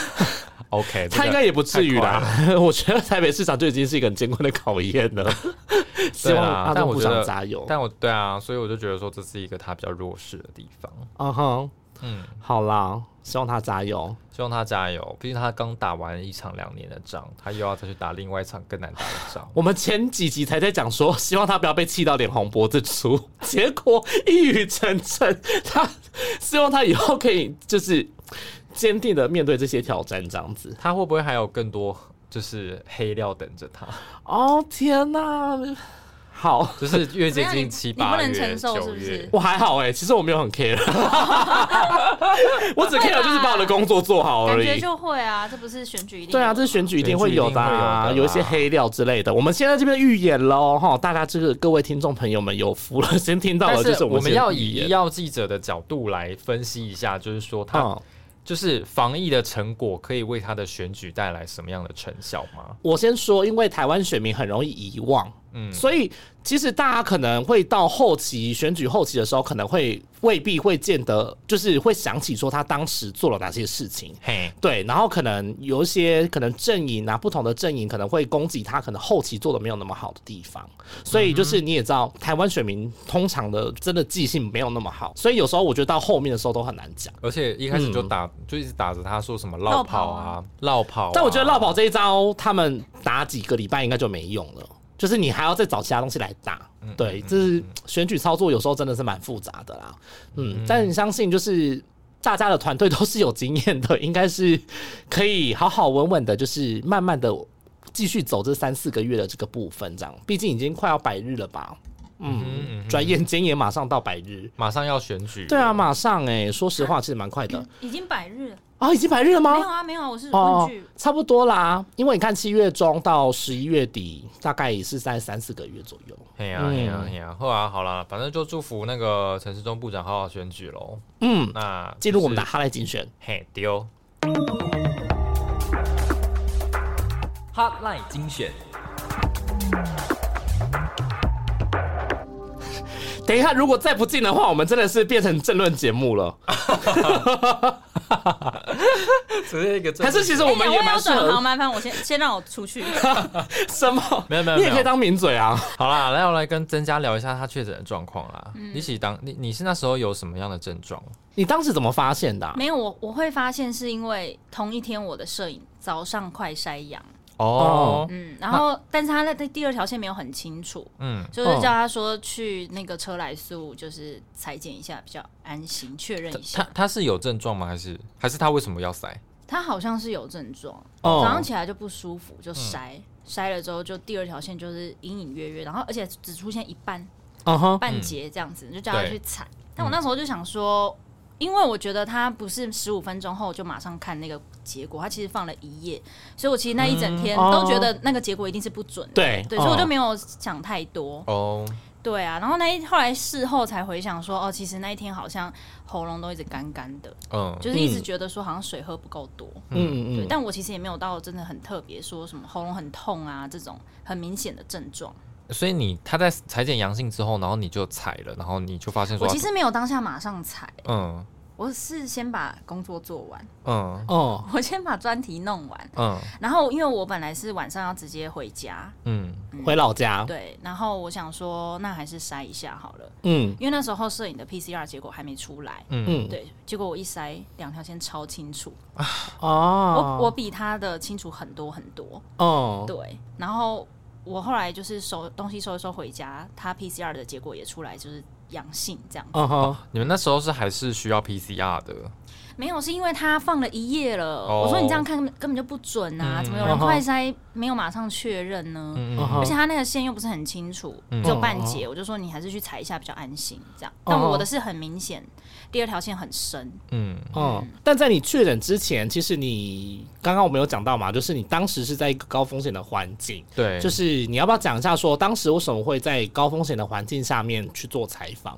[SPEAKER 1] OK，这
[SPEAKER 2] (laughs) 他
[SPEAKER 1] 个
[SPEAKER 2] 应该也不至于啦
[SPEAKER 1] 太。
[SPEAKER 2] (laughs) 我觉得台北市长就已经是一个很艰困的考验 (laughs) 了，希望他
[SPEAKER 1] 但
[SPEAKER 2] 当
[SPEAKER 1] 我
[SPEAKER 2] 部
[SPEAKER 1] 觉
[SPEAKER 2] 长
[SPEAKER 1] 得
[SPEAKER 2] 加油。
[SPEAKER 1] 但我对啊，所以我就觉得说这是一个他比较弱势的地方。
[SPEAKER 2] 嗯哼，
[SPEAKER 1] 嗯，
[SPEAKER 2] 好啦，希望他加油。。
[SPEAKER 1] 希望他加油，毕竟他刚打完一场两年的仗，他又要再去打另外一场更难打的
[SPEAKER 3] (laughs)
[SPEAKER 1] 仗
[SPEAKER 2] 我们前几集才在讲说， (laughs) 希望他不要被气到脸红脖子粗， (laughs) 结果一语成谶。他 (laughs) 希望他以后可以就是坚定的面对这些挑战，这样子。
[SPEAKER 1] 他会不会还有更多就是黑料等着他？ (laughs)
[SPEAKER 2] 哦天哪、好，
[SPEAKER 1] 就是越接近七
[SPEAKER 3] 怎
[SPEAKER 1] 八
[SPEAKER 3] 么样你
[SPEAKER 1] 月、
[SPEAKER 3] 你不能承受是
[SPEAKER 1] 九
[SPEAKER 3] 不是
[SPEAKER 1] 月，
[SPEAKER 2] 我还好哎、其实我没有很 care，我只 care 就是把我的工作做好
[SPEAKER 3] 感
[SPEAKER 2] 而
[SPEAKER 3] 觉
[SPEAKER 2] 已。
[SPEAKER 3] 就会啊，这不是选举一定
[SPEAKER 2] 对啊，
[SPEAKER 3] 有的
[SPEAKER 2] 这选举一定
[SPEAKER 1] 选举
[SPEAKER 2] 会
[SPEAKER 1] 一
[SPEAKER 2] 有
[SPEAKER 1] 定
[SPEAKER 2] 的、
[SPEAKER 1] 会有
[SPEAKER 2] 啊，
[SPEAKER 1] 的
[SPEAKER 2] 有一些
[SPEAKER 1] 啦
[SPEAKER 2] 黑料之类的。我们现在这边预演喽，哈，大家这个各位听众朋友们有福了，先听到
[SPEAKER 1] 但
[SPEAKER 2] 了，就是
[SPEAKER 1] 我们
[SPEAKER 2] 们
[SPEAKER 1] 要
[SPEAKER 2] 先预
[SPEAKER 1] 以医
[SPEAKER 2] 演
[SPEAKER 1] 药记者的角度来分析一下，就是说他、
[SPEAKER 2] 嗯
[SPEAKER 1] 就是防疫的成果可以为他的选举带来什么样的成效吗？
[SPEAKER 2] 我先说，因为台湾选民很容易遗忘，
[SPEAKER 4] 嗯，
[SPEAKER 2] 所以其实大家可能会到后期选举后期的时候，可能会未必会见得，就是会想起说他当时做了哪些事情。
[SPEAKER 4] 嘿，
[SPEAKER 2] 对，然后可能有一些可能阵营啊，不同的阵营可能会攻击他，可能后期做的没有那么好的地方，所以就是你也知道，台湾选民通常的真的记性没有那么好，所以有时候我觉得到后面的时候都很难讲。
[SPEAKER 4] 而且一开始
[SPEAKER 2] 嗯
[SPEAKER 4] 就打，就一直打着他说什么
[SPEAKER 3] 绕
[SPEAKER 4] 绕跑
[SPEAKER 3] 跑
[SPEAKER 4] 啊
[SPEAKER 3] 啊，
[SPEAKER 4] 绕跑啊。
[SPEAKER 2] 但我觉得绕跑这一招，他们打几个礼拜应该就没用了，就是你还要再找其他东西来打。对，这是选举操作，有时候真的是蛮复杂的啦。嗯，但你相信就是。大家的团队都是有经验的，应该是可以好好稳稳的，就是慢慢的继续走这三四个月的这个部分，这样。毕竟已经快要百日了吧？
[SPEAKER 4] 嗯嗯
[SPEAKER 2] 嗯
[SPEAKER 4] 嗯，
[SPEAKER 2] 转眼间也马上到百日。
[SPEAKER 4] 马上要选举，
[SPEAKER 2] 对啊，，马上哎、说实话，其实蛮快的。
[SPEAKER 3] 已经百日了，
[SPEAKER 2] 啊，已经百日了吗？哦
[SPEAKER 3] 没有啊，没有啊，我是问句，
[SPEAKER 2] 差不多啦，因为你看七月中到十一月底，大概也是在三四个月左右。
[SPEAKER 4] 嘿呀嘿呀
[SPEAKER 2] 嗯
[SPEAKER 4] 嘿呀，后来啊好了，反正就祝福那个陈时中部长好好选举喽。
[SPEAKER 2] 嗯，
[SPEAKER 4] 那
[SPEAKER 2] 进入我们的
[SPEAKER 4] 的
[SPEAKER 2] 哈赖竞选，
[SPEAKER 4] 嘿丢，
[SPEAKER 5] 哈赖
[SPEAKER 4] (laughs)
[SPEAKER 5] 精选，
[SPEAKER 2] 等一下如果再不进的话，我们真的是变成政论节目了。
[SPEAKER 4] 只是一个政
[SPEAKER 2] 还是其实我
[SPEAKER 3] 哎
[SPEAKER 2] 们
[SPEAKER 3] 我
[SPEAKER 2] 也
[SPEAKER 3] 也
[SPEAKER 2] 蛮
[SPEAKER 3] 要
[SPEAKER 2] 适
[SPEAKER 3] 转行，
[SPEAKER 2] 合
[SPEAKER 3] 麻烦我先先让我出
[SPEAKER 2] (laughs)
[SPEAKER 3] 去。
[SPEAKER 2] 什么？
[SPEAKER 4] 没有没有
[SPEAKER 2] 你也可
[SPEAKER 4] 没有
[SPEAKER 2] 以当名嘴啊。
[SPEAKER 4] 好啦，来我来跟曾家聊一下他确诊的状况啦。
[SPEAKER 3] 嗯
[SPEAKER 4] 你起当你你是那时候有什么样的症状？
[SPEAKER 2] 你当时怎么发现的啊、
[SPEAKER 3] 没有，我我会发现是因为同一天我的摄影早上快筛阳，
[SPEAKER 4] 哦，
[SPEAKER 3] 嗯，然后但是他在第二条线没有很清楚，
[SPEAKER 1] 哦
[SPEAKER 4] 嗯，
[SPEAKER 3] 就是叫他说去那个车来速就是裁剪一下比较安心，确认一
[SPEAKER 4] 他
[SPEAKER 3] 下。
[SPEAKER 4] 他是有症状吗？还是还是他为什么要塞？
[SPEAKER 3] 他好像是有症状，
[SPEAKER 2] 哦
[SPEAKER 3] 早上起来就不舒服，就筛。筛了之后，就第二条线就是隐隐约约，然后而且只出现一半
[SPEAKER 2] 嗯哼，
[SPEAKER 3] 半截这样子，就叫他
[SPEAKER 4] 对
[SPEAKER 3] 去踩。但我那时候就想说，因为我觉得他不是十五分钟后就马上看那个结果，他其实放了一夜，所以我其实那一整天
[SPEAKER 2] 嗯哦
[SPEAKER 3] 都觉得那个结果一定是不准的。
[SPEAKER 2] 对
[SPEAKER 3] 对，所以我就
[SPEAKER 2] 嗯
[SPEAKER 3] 没有想太多。
[SPEAKER 4] 哦，
[SPEAKER 3] 对啊，然后那一后来事后才回想说，哦，其实那一天好像喉咙都一直干干的，
[SPEAKER 4] 嗯，
[SPEAKER 3] 就是一直
[SPEAKER 2] 嗯
[SPEAKER 3] 觉得说好像水喝不够多。
[SPEAKER 2] 嗯
[SPEAKER 3] 对，
[SPEAKER 2] 嗯嗯，
[SPEAKER 3] 但我其实也没有到真的很特别，说什么喉咙很痛啊这种很明显的症状。
[SPEAKER 4] 所以你他在裁剪阳性之后，然后你就采了，然后你就发现说，
[SPEAKER 3] 我其实没有当下马上踩，
[SPEAKER 4] 嗯
[SPEAKER 3] 我是先把工作做完，
[SPEAKER 4] 嗯
[SPEAKER 2] 哦，
[SPEAKER 3] 我先把专题弄完，
[SPEAKER 4] 嗯
[SPEAKER 3] 然后因为我本来是晚上要直接回家，
[SPEAKER 4] 嗯，
[SPEAKER 2] 回老家，
[SPEAKER 3] 对，然后我想说那还是筛一下好了，
[SPEAKER 2] 嗯
[SPEAKER 3] 因为那时候摄影的 PCR 结果还没出来，
[SPEAKER 2] 嗯，
[SPEAKER 3] 对，结果我一筛两条线超清楚，
[SPEAKER 2] 哦，
[SPEAKER 3] 我我比他的清楚很多很多，
[SPEAKER 2] 我哦，
[SPEAKER 3] 对，然后我后来就是收东西收一收回家，他 PCR 的结果也出来就是阳性这样，
[SPEAKER 2] 嗯哼，
[SPEAKER 4] 你们那时候是还是需要 PCR 的，
[SPEAKER 3] 没有是因为他放了一夜了，
[SPEAKER 4] 哦
[SPEAKER 3] 我说你这样看根本根本就不准啊，怎么有人快筛没有马上确认呢？
[SPEAKER 4] 嗯
[SPEAKER 2] 嗯
[SPEAKER 3] 而
[SPEAKER 2] 哼
[SPEAKER 3] 且他那个线又不是很清楚，只有半截，我就说你还是去踩一下比较安心，这样。但我的是很明显，第二条线很深，
[SPEAKER 4] 嗯
[SPEAKER 2] 嗯，但在你确诊之前，其实你刚刚我们有讲到嘛，就是你当时是在一个高风险的环境，
[SPEAKER 4] 对，
[SPEAKER 2] 就是你要不要讲一下说，当时为什么会在高风险的环境下面去做采访？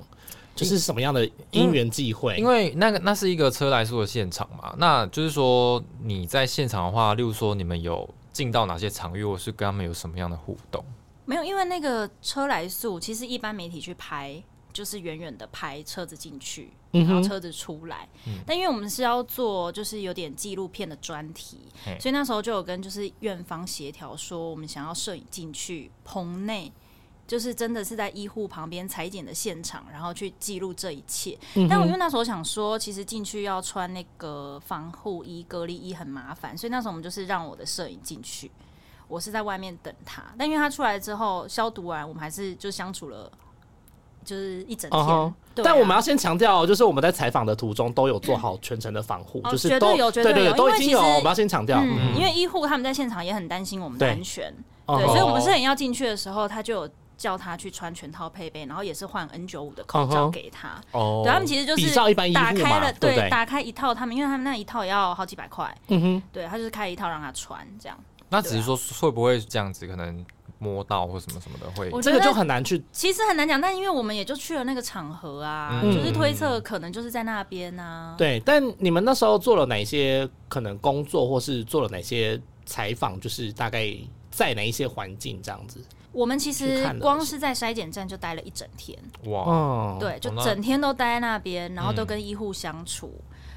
[SPEAKER 2] 就是什么样的因缘际会？
[SPEAKER 4] 因为那个那是一个车来说的现场嘛，那就是说你在现场的话，例如说你们有进到哪些场域，或是跟他们有什么样的互动？
[SPEAKER 3] 没有，因为那个车来速，其实一般媒体去拍就是远远的拍车子进去，然后车子出来。
[SPEAKER 2] 嗯
[SPEAKER 3] 但因为我们是要做就是有点纪录片的专题
[SPEAKER 4] 嘿，
[SPEAKER 3] 所以那时候就有跟就是院方协调说，我们想要摄影进去棚内。就是真的是在医护旁边裁剪的现场，然后去记录这一切。
[SPEAKER 2] 嗯
[SPEAKER 3] 但我因为那时候想说，其实进去要穿那个防护衣、隔离衣很麻烦，所以那时候我们就是让我的摄影进去。我是在外面等他，但因为他出来之后消毒完，我们还是就相处了，就是一整天。
[SPEAKER 2] 嗯哼
[SPEAKER 3] 对啊
[SPEAKER 2] 但我们要先强调，就是我们在采访的途中都有做好全程的防护，
[SPEAKER 3] 哦
[SPEAKER 2] 就是
[SPEAKER 3] 绝
[SPEAKER 2] 都
[SPEAKER 3] 对有绝
[SPEAKER 2] 对
[SPEAKER 3] 对
[SPEAKER 2] 对
[SPEAKER 3] 有
[SPEAKER 2] 都已
[SPEAKER 3] 因为
[SPEAKER 2] 经
[SPEAKER 3] 其
[SPEAKER 2] 有。
[SPEAKER 3] 实
[SPEAKER 2] 我们要先强调，嗯
[SPEAKER 3] 嗯，因为医护他们在现场也很担心我们的
[SPEAKER 2] 对
[SPEAKER 3] 安全，
[SPEAKER 2] 哦
[SPEAKER 3] 对，所以我们摄影要进去的时候，他就有叫他去穿全套配备，然后也是换 N 九五的口
[SPEAKER 2] 嗯哼
[SPEAKER 3] 罩给他。
[SPEAKER 4] 哦
[SPEAKER 3] 对，他们其实就
[SPEAKER 2] 比
[SPEAKER 3] 是
[SPEAKER 2] 照一般医护嘛
[SPEAKER 3] 打开了，
[SPEAKER 2] 对不对
[SPEAKER 3] 打开一套他们，因为他们那一套也要好几百块，
[SPEAKER 2] 嗯哼，
[SPEAKER 3] 对他就是开一套让他穿这样。
[SPEAKER 4] 那只是说会不会这样子，可能摸到或什么什么的会，
[SPEAKER 3] 我
[SPEAKER 2] 这
[SPEAKER 3] 觉
[SPEAKER 2] 个
[SPEAKER 3] 得嗯
[SPEAKER 2] 就很难去
[SPEAKER 3] 其实很难讲，但因为我们也就去了那个场合啊，
[SPEAKER 4] 嗯
[SPEAKER 3] 就是推测可能就是在那边啊。
[SPEAKER 2] 对。但你们那时候做了哪些可能工作，或是做了哪些采访？就是大概在哪一些环境这样子。
[SPEAKER 3] 我们其
[SPEAKER 2] 去
[SPEAKER 3] 实
[SPEAKER 2] 看了
[SPEAKER 3] 光是在筛检站就待了一整天，
[SPEAKER 1] 哇，
[SPEAKER 2] 哦，
[SPEAKER 3] 对，就
[SPEAKER 1] 哦那
[SPEAKER 3] 整天都待在那边，然后都
[SPEAKER 1] 嗯
[SPEAKER 3] 跟医护相处，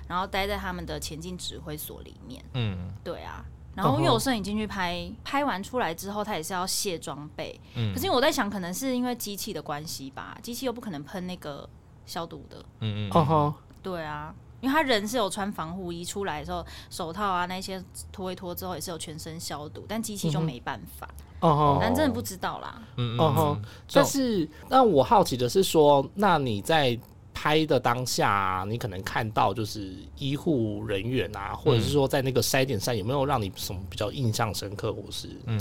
[SPEAKER 3] 然后待在他们的前进指挥所里面。
[SPEAKER 1] 嗯
[SPEAKER 3] 对啊，然后因
[SPEAKER 1] 哦
[SPEAKER 3] 为我摄影进去拍，拍完出来之后，他也是要卸装备。
[SPEAKER 1] 嗯
[SPEAKER 3] 可是因为我在想，可能是因为机器的关系吧，机器又不可能喷那个消毒的。
[SPEAKER 1] 嗯嗯
[SPEAKER 2] 哦吼，
[SPEAKER 3] 对啊，因为他人是有穿防护衣出来的时候，手套啊那些脱一脱之后也是有全身消毒，但机器就没办法，
[SPEAKER 2] 哦吼，
[SPEAKER 3] 咱真的不知道啦。
[SPEAKER 1] 嗯
[SPEAKER 2] 哦吼，但是让我好奇的是说，那你在拍的当下、你可能看到就是医护人员啊，或者是说在那个筛点上，有没有让你什么比较印象深刻，或是
[SPEAKER 1] 嗯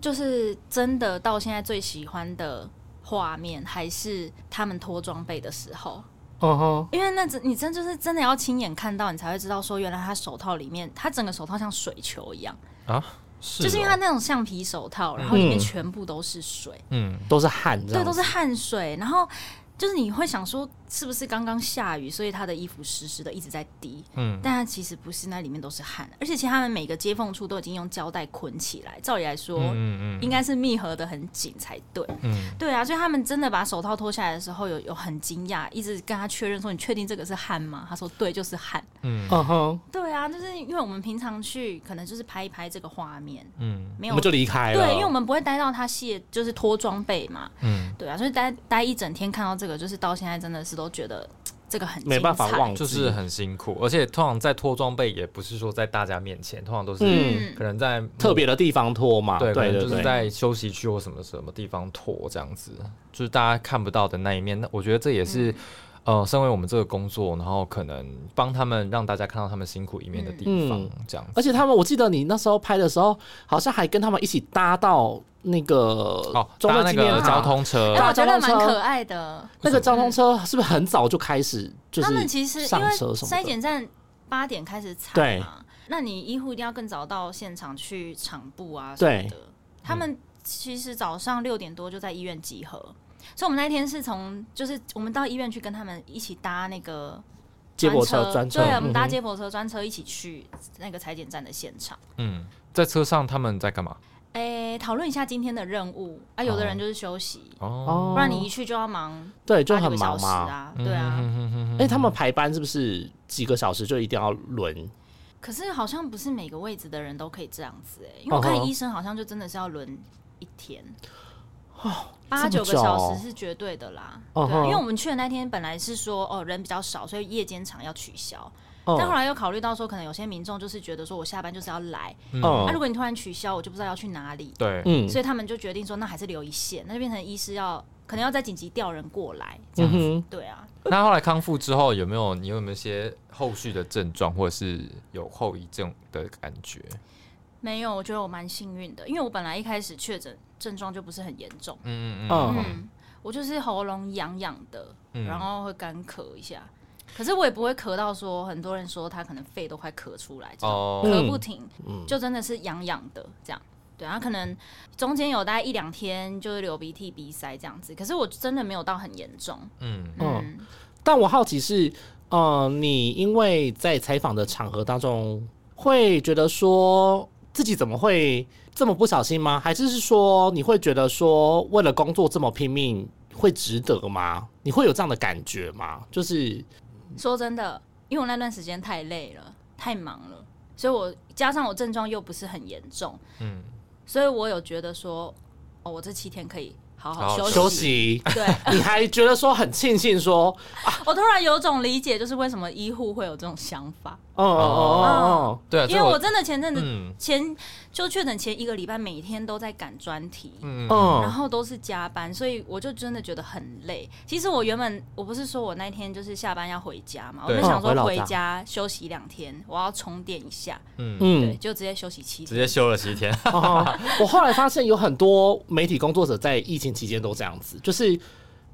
[SPEAKER 3] 就是真的到现在最喜欢的画面，还是他们脱装备的时候。
[SPEAKER 2] 嗯哼，
[SPEAKER 3] 因为那真你真就是真的要亲眼看到，你才会知道说，原来他手套里面，他整个手套像水球一样，
[SPEAKER 1] 啊，是
[SPEAKER 3] 就是因为他
[SPEAKER 1] 哦
[SPEAKER 3] 那种橡皮手套，然后里面全部都是水，
[SPEAKER 1] 嗯
[SPEAKER 2] 都是汗这
[SPEAKER 3] 对，
[SPEAKER 2] 样
[SPEAKER 3] 都
[SPEAKER 2] 子，
[SPEAKER 3] 是汗水，然后就是你会想说，是不是刚刚下雨，所以他的衣服湿湿的一直在滴，
[SPEAKER 1] 嗯
[SPEAKER 3] 但其实不是，那里面都是汗，而且其实他们每个接缝处都已经用胶带捆起来，照理来说。
[SPEAKER 1] 嗯嗯
[SPEAKER 3] 应该是密合的很紧才对，
[SPEAKER 1] 嗯
[SPEAKER 3] 对啊，所以他们真的把手套脱下来的时候有，有很惊讶，一直跟他确认说：“你确定这个是汗吗？”他说：“对，就是汗。”
[SPEAKER 1] 嗯
[SPEAKER 2] 嗯哼，
[SPEAKER 3] 对啊，就是因为我们平常去可能就是拍一拍这个画面，
[SPEAKER 1] 嗯
[SPEAKER 2] 我
[SPEAKER 3] 没有
[SPEAKER 2] 们就离开了，
[SPEAKER 3] 对，因为我们不会待到他卸就是脱装备嘛，
[SPEAKER 1] 嗯，
[SPEAKER 3] 对啊，所以待待一整天看到这个，就是到现在真的是都觉得嘖这个很
[SPEAKER 2] 没办法
[SPEAKER 3] 精彩
[SPEAKER 2] 忘记，
[SPEAKER 1] 就是很辛苦，而且通常在脱装备也不是说在大家面前，通常都是
[SPEAKER 2] 嗯
[SPEAKER 3] 嗯
[SPEAKER 1] 可，能在
[SPEAKER 2] 特别的地方脱嘛，
[SPEAKER 1] 对，可
[SPEAKER 2] 对
[SPEAKER 1] 能
[SPEAKER 2] 对
[SPEAKER 1] 就是
[SPEAKER 2] 对，
[SPEAKER 1] 在休息区或什么什么地方脱这样子，就是大家看不到的那一面。那我觉得这也
[SPEAKER 3] 嗯
[SPEAKER 1] 是，呃，身为我们这个工作，然后可能帮他们让大家看到他们辛苦一面的地方
[SPEAKER 2] 嗯，
[SPEAKER 1] 这样子。
[SPEAKER 2] 而且他们，我记得你那时候拍的时候，好像还跟他们一起搭到那个
[SPEAKER 1] 哦，
[SPEAKER 2] 中
[SPEAKER 1] 搭
[SPEAKER 2] 正
[SPEAKER 1] 那
[SPEAKER 2] 纪念
[SPEAKER 1] 个
[SPEAKER 2] 堂
[SPEAKER 1] 啊交通车
[SPEAKER 3] 哎，
[SPEAKER 2] 大
[SPEAKER 3] 我觉
[SPEAKER 2] 家
[SPEAKER 3] 得
[SPEAKER 2] 都
[SPEAKER 3] 蛮
[SPEAKER 2] 说
[SPEAKER 3] 可爱的。
[SPEAKER 2] 那个交通车是不是很早就开始？就是
[SPEAKER 3] 他们其实因
[SPEAKER 2] 上
[SPEAKER 3] 为
[SPEAKER 2] 车什么的
[SPEAKER 3] 筛检站八点开始采
[SPEAKER 2] 对
[SPEAKER 3] 嘛，那你医护一定要更早到现场去场部啊什
[SPEAKER 2] 对
[SPEAKER 3] 么的。他们其实早上六点多就在医院集合，所以我们那天是从就是我们到医院去跟他们一起搭那个
[SPEAKER 2] 接驳
[SPEAKER 3] 专
[SPEAKER 2] 车专车，
[SPEAKER 3] 对，我们搭
[SPEAKER 2] 嗯哼
[SPEAKER 3] 接驳车专车一起去那个裁剪站的现场，
[SPEAKER 1] 嗯，在车上他们在干嘛？
[SPEAKER 3] 哎、讨论一下今天的任务啊。有的人就是休息，
[SPEAKER 1] 哦，
[SPEAKER 3] 不然你一去就要忙
[SPEAKER 2] 对就
[SPEAKER 3] 八九
[SPEAKER 2] 很
[SPEAKER 3] 个小
[SPEAKER 2] 忙
[SPEAKER 3] 时
[SPEAKER 2] 嘛。
[SPEAKER 3] 啊，对啊。
[SPEAKER 1] 嗯，
[SPEAKER 2] 哎，他们排班是不是几个小时就一定要轮？
[SPEAKER 3] 可是好像不是每个位置的人都可以这样子哎、因为我
[SPEAKER 2] 哦吼
[SPEAKER 3] 看医生好像就真的是要轮一天，八
[SPEAKER 2] 这
[SPEAKER 3] 九
[SPEAKER 2] 么
[SPEAKER 3] 个
[SPEAKER 2] 久
[SPEAKER 3] 小
[SPEAKER 2] 哦
[SPEAKER 3] 时是绝对的啦。
[SPEAKER 2] 哦
[SPEAKER 3] 对啊、
[SPEAKER 2] 吼
[SPEAKER 3] 因为我们去的那天本来是说哦人比较少，所以夜间场要取消，
[SPEAKER 1] 哦
[SPEAKER 3] 但后
[SPEAKER 2] 嗯
[SPEAKER 3] 来又考虑到说可能有些民众就是觉得说我下班就是要来，那、
[SPEAKER 2] 嗯
[SPEAKER 3] 如果你突然取消，我就不知道要去哪里，
[SPEAKER 1] 对，
[SPEAKER 2] 嗯
[SPEAKER 3] 所以他们就决定说那还是留一线，那就变成医师要可能要再紧急调人过来这
[SPEAKER 2] 嗯
[SPEAKER 3] 样子。
[SPEAKER 2] 哼，
[SPEAKER 3] 对啊，
[SPEAKER 1] (laughs) 那后来康复之后有没有你有没有一些后续的症状，或者是有后遗症的感觉？
[SPEAKER 3] 没有，我觉得我蛮幸运的，因为我本来一开始确诊症状就不是很严重，
[SPEAKER 1] 嗯嗯
[SPEAKER 2] 嗯
[SPEAKER 3] 嗯，我就是喉咙痒痒的，
[SPEAKER 1] 嗯
[SPEAKER 3] 然后会干咳一下，可是我也不会咳到说很多人说他可能肺都快咳出来，这样
[SPEAKER 1] 哦，
[SPEAKER 3] 咳不停，
[SPEAKER 2] 嗯
[SPEAKER 3] 就真的是痒痒的这样。对，然后可能中间有大概一两天就是流鼻涕、鼻塞这样子，可是我真的没有到很严重。
[SPEAKER 1] 嗯
[SPEAKER 2] 哦
[SPEAKER 3] 嗯，
[SPEAKER 2] 但我好奇是，呃，你因为在采访的场合当中，会觉得说自己怎么会这么不小心吗？还是是说你会觉得说为了工作这么拼命会值得吗？你会有这样的感觉吗？就是
[SPEAKER 3] 说真的，因为我那段时间太累了，太忙了，所以我加上我症状又不是很严重，
[SPEAKER 1] 嗯，
[SPEAKER 3] 所以我有觉得说，哦，我这七天可以好
[SPEAKER 1] 好好
[SPEAKER 3] 好休息。
[SPEAKER 1] (laughs)
[SPEAKER 2] 休息，
[SPEAKER 3] 对，
[SPEAKER 2] 你还觉得说很庆幸说，
[SPEAKER 3] 我突然有种理解，就是为什么医护会有这种想法，
[SPEAKER 2] 哦哦哦
[SPEAKER 1] 对啊，
[SPEAKER 3] 因
[SPEAKER 1] 这
[SPEAKER 3] 为我真的前阵子、
[SPEAKER 1] 嗯
[SPEAKER 3] 前就确诊前一个礼拜，每天都在赶专题。
[SPEAKER 1] 嗯
[SPEAKER 2] 哦
[SPEAKER 1] 嗯
[SPEAKER 2] 哦，
[SPEAKER 3] 然后都是加班，所以我就真的觉得很累。其实我原本我不是说我那天就是下班要回家嘛，我
[SPEAKER 1] 对
[SPEAKER 3] 就想
[SPEAKER 2] 哦回
[SPEAKER 3] 说
[SPEAKER 2] 老
[SPEAKER 3] 回
[SPEAKER 2] 家
[SPEAKER 3] 家休息两天，我要充电一下，
[SPEAKER 1] 嗯，
[SPEAKER 3] 对，
[SPEAKER 2] 嗯，
[SPEAKER 3] 就直接休息七
[SPEAKER 1] 直
[SPEAKER 3] 天。
[SPEAKER 1] 接休了七天。
[SPEAKER 2] 哦， (laughs) 我后来发现有很多媒体工作者在疫情期间都这样子，就是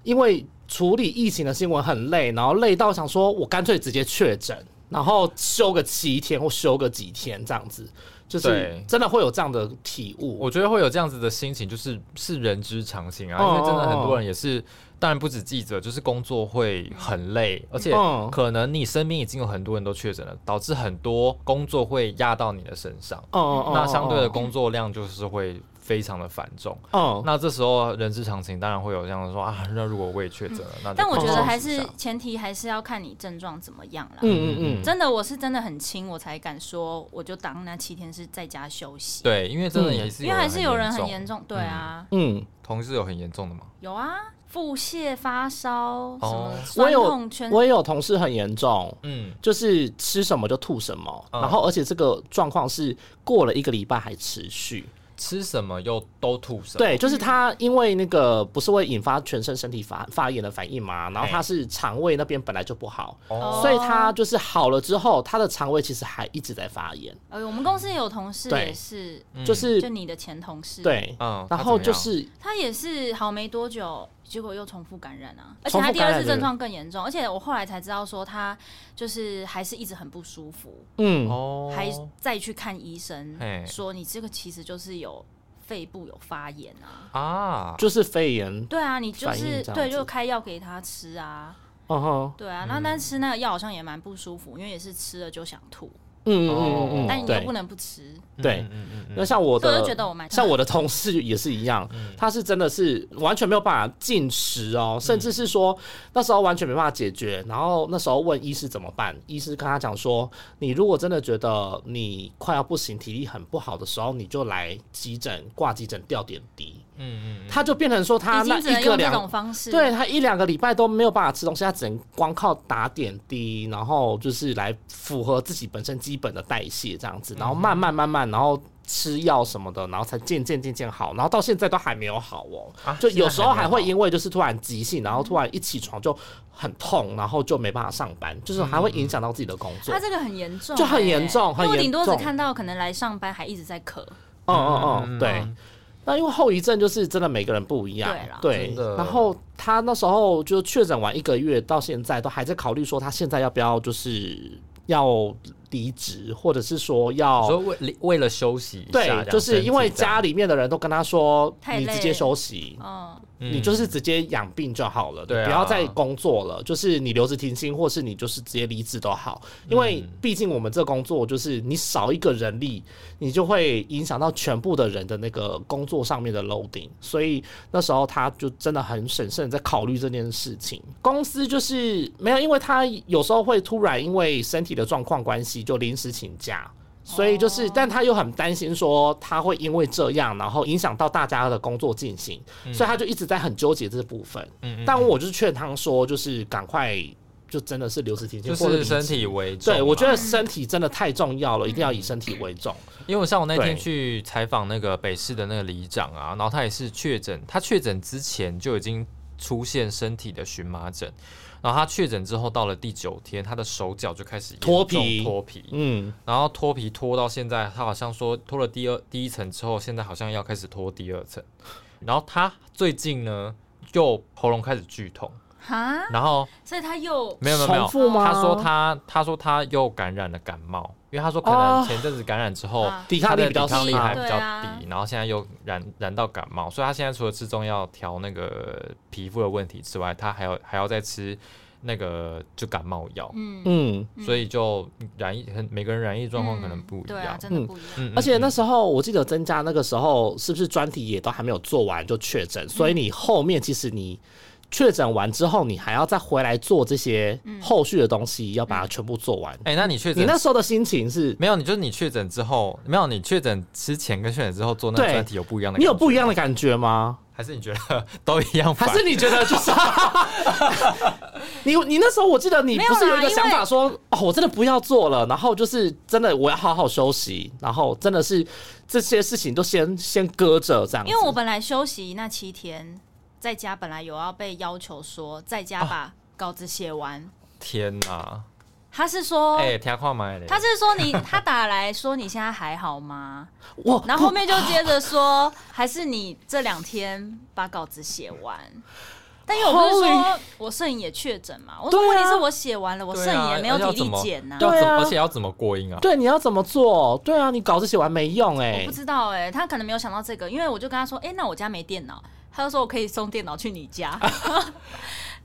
[SPEAKER 2] 因为处理疫情的新闻很累，然后累到想说我干脆直接确诊，然后休个七天或休个几天这样子，就是
[SPEAKER 1] 对
[SPEAKER 2] 真的会有这样的体悟。
[SPEAKER 1] (laughs) 我觉得会有这样子的心情，就是是人之常情啊，
[SPEAKER 2] 哦
[SPEAKER 1] 因为真的很多人也是，当然不止记者，就是工作会很累，而且
[SPEAKER 2] 嗯
[SPEAKER 1] 可能你身边已经有很多人都确诊了，导致很多工作会压到你的身上，
[SPEAKER 2] 哦哦
[SPEAKER 1] 那相对的工作量就是会非常的繁重。
[SPEAKER 2] 嗯，
[SPEAKER 1] 那这时候人之常情，当然会有这样说啊， (laughs) 那如果我也确诊了，那就
[SPEAKER 3] 但我觉得
[SPEAKER 1] 控制
[SPEAKER 3] 还
[SPEAKER 1] 一
[SPEAKER 3] 是
[SPEAKER 1] 下
[SPEAKER 3] 前提还是要看你症状怎么样啦。
[SPEAKER 2] 嗯嗯嗯，
[SPEAKER 3] 真的，我是真的很轻，我才敢说，我就当那七天是在家休息。，
[SPEAKER 1] 对，因为真的也是
[SPEAKER 3] 因为还是有人很
[SPEAKER 1] 重
[SPEAKER 3] 严，重，对啊，
[SPEAKER 2] 嗯，
[SPEAKER 1] 同事有很严重的嘛，
[SPEAKER 3] 有啊，腹泻、发烧，什么
[SPEAKER 2] 哦我
[SPEAKER 3] 酸
[SPEAKER 2] 有
[SPEAKER 3] 痛圈，
[SPEAKER 2] 我也有同事很严重，
[SPEAKER 1] 嗯，
[SPEAKER 2] 就是吃什么就吐什么，
[SPEAKER 1] 嗯
[SPEAKER 2] 然后而且这个状况是过了一个礼拜还持续。
[SPEAKER 1] 吃什么又都吐什么，
[SPEAKER 2] 对，就是他因为那个不是会引发全身身体发发炎的反应嘛，然后他是肠胃那边本来就不好，
[SPEAKER 1] 哦
[SPEAKER 2] 所以他就是好了之后，他的肠胃其实还一直在发炎，
[SPEAKER 3] 哎呦，我们公司有同事
[SPEAKER 2] 对
[SPEAKER 3] 也是，
[SPEAKER 2] 就是
[SPEAKER 3] 就你的前同事，，
[SPEAKER 2] 对，
[SPEAKER 1] 嗯，
[SPEAKER 2] 然
[SPEAKER 1] 他怎么
[SPEAKER 2] 后就
[SPEAKER 1] 样
[SPEAKER 2] 是
[SPEAKER 3] 他也是好没多久，结果又重复感染啊，而且
[SPEAKER 2] 重复
[SPEAKER 3] 他第二
[SPEAKER 2] 感染
[SPEAKER 3] 次
[SPEAKER 2] 的
[SPEAKER 3] 症状更严重，而且我后来才知道说他就是还是一直很不舒服，
[SPEAKER 2] 嗯，
[SPEAKER 1] 哦，
[SPEAKER 3] 还再去看医生
[SPEAKER 1] 嘿，
[SPEAKER 3] 说你这个其实就是有肺部有发炎啊。
[SPEAKER 1] 啊，
[SPEAKER 2] 就是肺炎，
[SPEAKER 3] 对啊，你就
[SPEAKER 2] 反应
[SPEAKER 3] 是
[SPEAKER 2] 这样
[SPEAKER 3] 对，
[SPEAKER 2] 子
[SPEAKER 3] 就开药给他吃啊，
[SPEAKER 2] 嗯哼，
[SPEAKER 3] 对啊，那但吃那个药好像也蛮不舒服，因为也是吃了就想吐，
[SPEAKER 2] 嗯嗯嗯嗯
[SPEAKER 3] 但
[SPEAKER 2] 嗯，
[SPEAKER 3] 你又
[SPEAKER 2] 对
[SPEAKER 3] 不能不吃，
[SPEAKER 2] 对。
[SPEAKER 1] 哦嗯嗯嗯
[SPEAKER 2] 那像我
[SPEAKER 3] 所以我
[SPEAKER 2] 的，
[SPEAKER 3] 就觉得我蛮
[SPEAKER 2] 像我的同事也是一样，他是真的是完全没有办法进食哦，甚至是说那时候完全没办法解决。然后那时候问医师怎么办，医师跟他讲说，你如果真的觉得你快要不行、体力很不好的时候，你就来急诊挂急诊吊点滴。
[SPEAKER 1] 嗯嗯嗯，
[SPEAKER 2] 他就变成说他
[SPEAKER 3] 已
[SPEAKER 2] 那
[SPEAKER 3] 经只能
[SPEAKER 2] 一个
[SPEAKER 3] 用这种
[SPEAKER 2] 两。
[SPEAKER 3] 方式。
[SPEAKER 2] 对，他一两个礼拜都没有办法吃东西，他只能光靠打点滴，然后就是来符合自己本身基本的代谢这样子，然后慢慢慢慢，然后吃药什么的，然后才渐渐渐渐好，然后到现在都还没有好哦。
[SPEAKER 1] 啊
[SPEAKER 2] 就
[SPEAKER 1] 现在
[SPEAKER 2] 有时候
[SPEAKER 1] 还没
[SPEAKER 2] 还
[SPEAKER 1] 有
[SPEAKER 2] 会
[SPEAKER 1] 好
[SPEAKER 2] 因为就是突然急性，然后突然一起床就很痛，然后就没办法上班，就是还会影响到自己的工作
[SPEAKER 3] 他。这个很严重欸、
[SPEAKER 2] 就很严重很
[SPEAKER 3] 因为
[SPEAKER 2] 严
[SPEAKER 3] 我顶多只
[SPEAKER 2] 重
[SPEAKER 3] 看到可能来上班还一直在咳，
[SPEAKER 2] 嗯嗯嗯，对
[SPEAKER 1] 嗯。
[SPEAKER 2] 那因为后遗症就是真的每个人不一样
[SPEAKER 3] 对啦，
[SPEAKER 2] 对
[SPEAKER 1] 真。的
[SPEAKER 2] 然后他那时候就确诊完一个月到现在，都还在考虑说他现在要不要就是要离职，或者是说
[SPEAKER 1] 所
[SPEAKER 2] 要
[SPEAKER 1] 以为为了休息一下
[SPEAKER 2] 对
[SPEAKER 1] 这样，
[SPEAKER 2] 就是因为
[SPEAKER 1] 身体这样
[SPEAKER 2] 家里面的人都跟他说，
[SPEAKER 3] 太
[SPEAKER 2] 你
[SPEAKER 3] 累
[SPEAKER 2] 直接休息，
[SPEAKER 3] 嗯，
[SPEAKER 2] 你就是直接养病就好了，
[SPEAKER 1] 对啊
[SPEAKER 2] 你不要再工作了，就是你留职停薪，或是你就是直接离职都好，因为
[SPEAKER 1] 嗯
[SPEAKER 2] 毕竟我们这工作就是你少一个人力，你就会影响到全部的人的那个工作上面的 loading，所以那时候他就真的很审慎在考虑这件事情。公司就是没有，因为他有时候会突然因为身体的状况关系就临时请假。所以
[SPEAKER 1] 哦
[SPEAKER 2] 就是，但他又很担心说他会因为这样，然后影响到大家的工作进行，
[SPEAKER 1] 嗯
[SPEAKER 2] 所以他就一直在很纠结这部分。但我就是劝他说，就是赶快，就真的是留职停薪，
[SPEAKER 1] 就
[SPEAKER 2] 或者
[SPEAKER 1] 是
[SPEAKER 2] 离职
[SPEAKER 1] 身体为重嘛。啊嗯
[SPEAKER 2] 对，我觉得身体真的太重要了，一定要以身体为重。
[SPEAKER 1] 因为像我那
[SPEAKER 2] 对
[SPEAKER 1] 天去采访那个北市的那个里长啊，然后他也是确诊，他确诊之前就已经出现身体的荨麻疹，然后他确诊之后到了第九天，他的手脚就开始严重
[SPEAKER 2] 脱皮
[SPEAKER 1] 脱皮，
[SPEAKER 2] 嗯，
[SPEAKER 1] 然后脱皮脱到现在，他好像说脱了第二第一层之后，现在好像要开始脱第二层，然后他最近呢又喉咙开始剧痛，
[SPEAKER 3] 哈，
[SPEAKER 1] 然后
[SPEAKER 3] 所以他又
[SPEAKER 1] 没有没有没有
[SPEAKER 2] 重，复吗？
[SPEAKER 1] 他说他他说他又感染了感冒，因为他说可
[SPEAKER 2] 哦
[SPEAKER 1] 能前阵子感染之后。
[SPEAKER 3] 啊
[SPEAKER 2] 抵
[SPEAKER 1] 他
[SPEAKER 2] 抗力
[SPEAKER 1] 的
[SPEAKER 2] 比较
[SPEAKER 1] 抵抗力
[SPEAKER 2] 差
[SPEAKER 1] 还比较
[SPEAKER 3] 对
[SPEAKER 1] 低，
[SPEAKER 3] 啊
[SPEAKER 1] 然后现在又染染到感冒，所以他现在除了吃中药调那个皮肤的问题之外，他还要还要再吃那个就感冒药，
[SPEAKER 3] 嗯，
[SPEAKER 2] 嗯，
[SPEAKER 3] 嗯
[SPEAKER 1] 所以就染疫，很每个人染疫状况可能不
[SPEAKER 3] 嗯
[SPEAKER 1] 一
[SPEAKER 3] 对啊，
[SPEAKER 1] 样。
[SPEAKER 3] 真的不一样。
[SPEAKER 1] 嗯，嗯
[SPEAKER 2] 而且那
[SPEAKER 1] 嗯
[SPEAKER 2] 时候我记得增加那个时候是不是专题也都还没有做完就确
[SPEAKER 1] 嗯
[SPEAKER 2] 诊，所以你后面其实你。确诊完之后，你还要再回来做这些后续的东西，要把它全部做完。
[SPEAKER 1] 哎、那你确
[SPEAKER 2] 你
[SPEAKER 1] 诊
[SPEAKER 2] 那时候的心情是，
[SPEAKER 1] 没有？你就是你确诊之后没有？你确诊之前跟确诊之后做那个
[SPEAKER 2] 对
[SPEAKER 1] 专题有不一样的？
[SPEAKER 2] 你有不一样的？感觉吗？
[SPEAKER 1] 还是你觉得 (laughs) 都一样
[SPEAKER 2] 还
[SPEAKER 1] 烦？
[SPEAKER 2] 是你觉得就是 (laughs) 你你那时候我记得你不是
[SPEAKER 3] 没有
[SPEAKER 2] 有
[SPEAKER 3] 啦
[SPEAKER 2] 一个想法说哦，我真的不要做了，然后就是真的我要好好休息，然后真的是这些事情都先先搁着这样子。
[SPEAKER 3] 因为我本来休息那七天，在家本来有要被要求说在家
[SPEAKER 1] 啊
[SPEAKER 3] 把稿子写完，
[SPEAKER 1] 天哪！
[SPEAKER 3] 他是说。
[SPEAKER 1] 哎、听话买嘞，
[SPEAKER 3] 他是说你，他打来说你现在还好
[SPEAKER 1] (laughs)
[SPEAKER 3] 吗？
[SPEAKER 2] 我
[SPEAKER 3] 然后后面就接着说，还是你这两天把稿子写完。但因为我不是说我摄影也确诊嘛，我
[SPEAKER 2] 对啊
[SPEAKER 3] 说问题是我写完了，我摄
[SPEAKER 1] 对啊
[SPEAKER 3] 影也没有
[SPEAKER 1] 要
[SPEAKER 3] 体
[SPEAKER 1] 怎
[SPEAKER 3] 力
[SPEAKER 1] 么
[SPEAKER 3] 剪呐、
[SPEAKER 1] 要
[SPEAKER 2] 对
[SPEAKER 1] 怎么
[SPEAKER 2] 啊
[SPEAKER 1] 而且要怎么过音啊？
[SPEAKER 2] 对你要怎么做？对啊，你稿子写完没用哎、
[SPEAKER 3] 我不知道哎、他可能没有想到这个，因为我就跟他说，哎、那我家没电脑，他就说我可以送电脑去你家，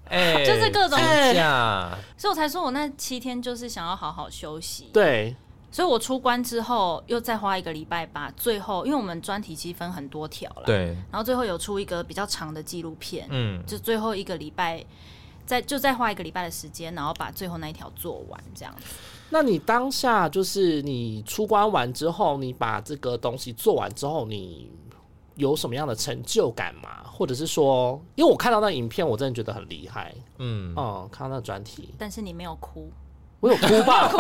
[SPEAKER 1] 哎、
[SPEAKER 3] 就是各种
[SPEAKER 1] 等一下
[SPEAKER 2] 哎
[SPEAKER 3] 所以我才说我那七天就是想要好好休息。，
[SPEAKER 2] 对，
[SPEAKER 3] 所以我出关之后又再花一个礼拜吧，最后因为我们专题其实分很多条了，，
[SPEAKER 1] 对，
[SPEAKER 3] 然后最后有出一个比较长的纪录片，
[SPEAKER 1] 嗯，
[SPEAKER 3] 就最后一个礼拜。再就再花一个礼拜的时间，然后把最后那一条做完，这样子。
[SPEAKER 2] 那你当下就是你出关完之后，你把这个东西做完之后，你有什么样的成就感吗？或者是说，因为我看到那影片，我真的觉得很厉害。
[SPEAKER 1] 嗯，
[SPEAKER 3] 哦
[SPEAKER 2] 嗯，看到那专题，
[SPEAKER 3] 但是你没有哭，
[SPEAKER 2] 我有哭吧？
[SPEAKER 3] (laughs)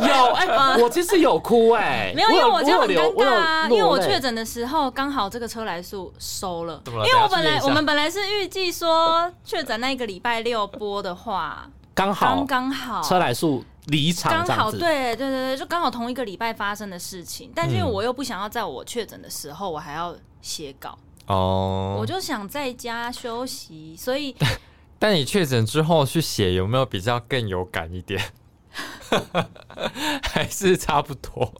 [SPEAKER 2] 有哎、我其实有哭哎、
[SPEAKER 3] 没有，因为
[SPEAKER 2] 我
[SPEAKER 3] 我就很
[SPEAKER 2] 流
[SPEAKER 3] 尴
[SPEAKER 2] 我
[SPEAKER 3] 尬
[SPEAKER 2] 有
[SPEAKER 3] 啊，因为
[SPEAKER 2] 落
[SPEAKER 3] 我
[SPEAKER 2] 泪
[SPEAKER 3] 确诊的时候刚好这个车来速收了，
[SPEAKER 1] 怎
[SPEAKER 3] 因
[SPEAKER 1] 么了
[SPEAKER 3] 为我本
[SPEAKER 1] 等一下去念一
[SPEAKER 3] 来
[SPEAKER 1] 下
[SPEAKER 3] 我们本来是预计说确诊那个礼拜六播的话，
[SPEAKER 2] 刚好
[SPEAKER 3] 刚刚好。
[SPEAKER 2] 车来速离场
[SPEAKER 3] 刚
[SPEAKER 2] 这样
[SPEAKER 3] 好
[SPEAKER 2] 子，
[SPEAKER 3] 对对对对，就刚好同一个礼拜发生的事情，但是因为
[SPEAKER 2] 嗯
[SPEAKER 3] 我又不想要在我确诊的时候我还要写稿，
[SPEAKER 1] 哦，
[SPEAKER 3] 我就想在家休息，所以
[SPEAKER 1] 但你确诊之后去写，有没有比较更有感一点？ (laughs) 还是差不多。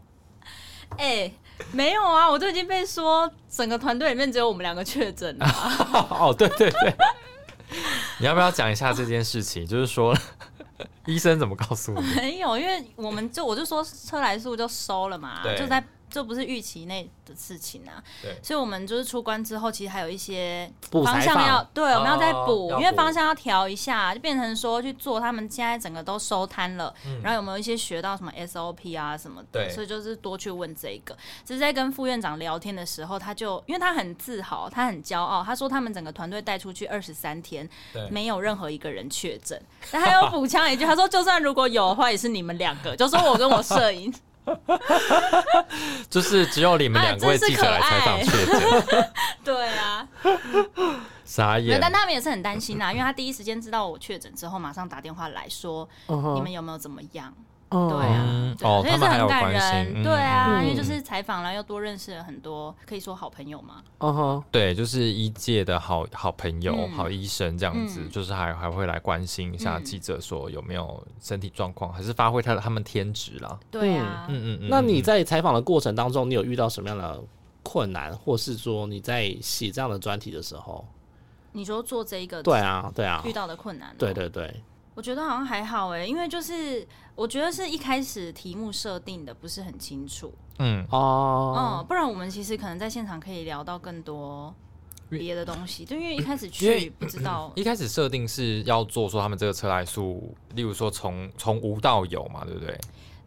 [SPEAKER 1] (laughs)
[SPEAKER 3] 哎、没有啊，我都已经被说整个团队里面只有我们两个确诊了，
[SPEAKER 1] 哦，对对对，你要不要讲一下这件事情？就是说， (laughs) 医生怎么告诉你？
[SPEAKER 3] 没有，因为我们就我就说车来速就收了嘛
[SPEAKER 1] 对，
[SPEAKER 3] 就在这不是预期内的事情啊
[SPEAKER 1] 对，
[SPEAKER 3] 所以我们就是出关之后，其实还有一些
[SPEAKER 2] 补
[SPEAKER 3] 方
[SPEAKER 2] 采
[SPEAKER 3] 向
[SPEAKER 2] 访
[SPEAKER 3] 要对，我们要再
[SPEAKER 1] 哦
[SPEAKER 3] 补，
[SPEAKER 1] 要
[SPEAKER 3] 因为
[SPEAKER 1] 补
[SPEAKER 3] 方向要调一下，就变成说去做他们现在整个都收摊了，然后有没有一些学到什么 SOP 啊什么
[SPEAKER 1] 嗯对
[SPEAKER 3] 的，所以就是多去问这个。只是在跟副院长聊天的时候，他就因为他很自豪，他很骄傲，他说他们整个团队带出去二十三天
[SPEAKER 1] 对，
[SPEAKER 3] 没有任何一个人确诊， (laughs) 但他又补枪
[SPEAKER 1] (laughs)
[SPEAKER 3] 一句，他说就算如果有的话，也是你们两个，就说我跟我
[SPEAKER 1] (laughs)
[SPEAKER 3] 摄影，
[SPEAKER 1] 就是只有你们
[SPEAKER 3] 啊
[SPEAKER 1] 两位记者来采访确诊，
[SPEAKER 3] 对啊，
[SPEAKER 1] 傻
[SPEAKER 3] (laughs) 没有
[SPEAKER 1] 眼。
[SPEAKER 3] 但他们也是很担心啊啦，因为他第一时间知道我确诊之后，马上打电话来说、
[SPEAKER 2] 嗯
[SPEAKER 3] 你们有没有怎么样？对啊
[SPEAKER 1] 嗯，
[SPEAKER 3] 对啊
[SPEAKER 1] 哦
[SPEAKER 3] 所以
[SPEAKER 1] 他们
[SPEAKER 3] 是
[SPEAKER 1] 还有
[SPEAKER 3] 很感
[SPEAKER 1] 关心
[SPEAKER 3] 人，
[SPEAKER 1] 嗯
[SPEAKER 3] 对啊，因为就是采访了，又多认识了很多，可以说好朋友嘛。
[SPEAKER 2] 嗯哼，
[SPEAKER 1] 对，就是医界的好好朋友、
[SPEAKER 3] 嗯
[SPEAKER 1] 好医生这样子，
[SPEAKER 3] 嗯
[SPEAKER 1] 就是还还会来关心一下
[SPEAKER 3] 嗯
[SPEAKER 1] 记者说有没有身体状况，还是发挥他他们天职啦。
[SPEAKER 3] 对啊，
[SPEAKER 1] 嗯嗯嗯。
[SPEAKER 2] 那
[SPEAKER 1] 嗯
[SPEAKER 2] 你
[SPEAKER 1] 嗯
[SPEAKER 2] 在采访的过程当中，你有遇到什么样的困难，或是说你在写这样的专题的时候？
[SPEAKER 3] 你说做这一个
[SPEAKER 2] 对啊，对啊
[SPEAKER 3] 遇，到的困难哦，
[SPEAKER 2] 对对对，
[SPEAKER 3] 我觉得好像还好哎、因为就是我觉得是一开始题目设定的不是很清楚，
[SPEAKER 1] 嗯
[SPEAKER 2] 哦，
[SPEAKER 3] 嗯，不然我们其实可能在现场可以聊到更多
[SPEAKER 1] 因为
[SPEAKER 3] 别的东西，就因为一开始
[SPEAKER 1] 因
[SPEAKER 3] 去
[SPEAKER 1] 为
[SPEAKER 3] 不知道
[SPEAKER 1] (laughs) ，一开始设定是要做说他们这个车来速，例如说从从无到有嘛，对不对？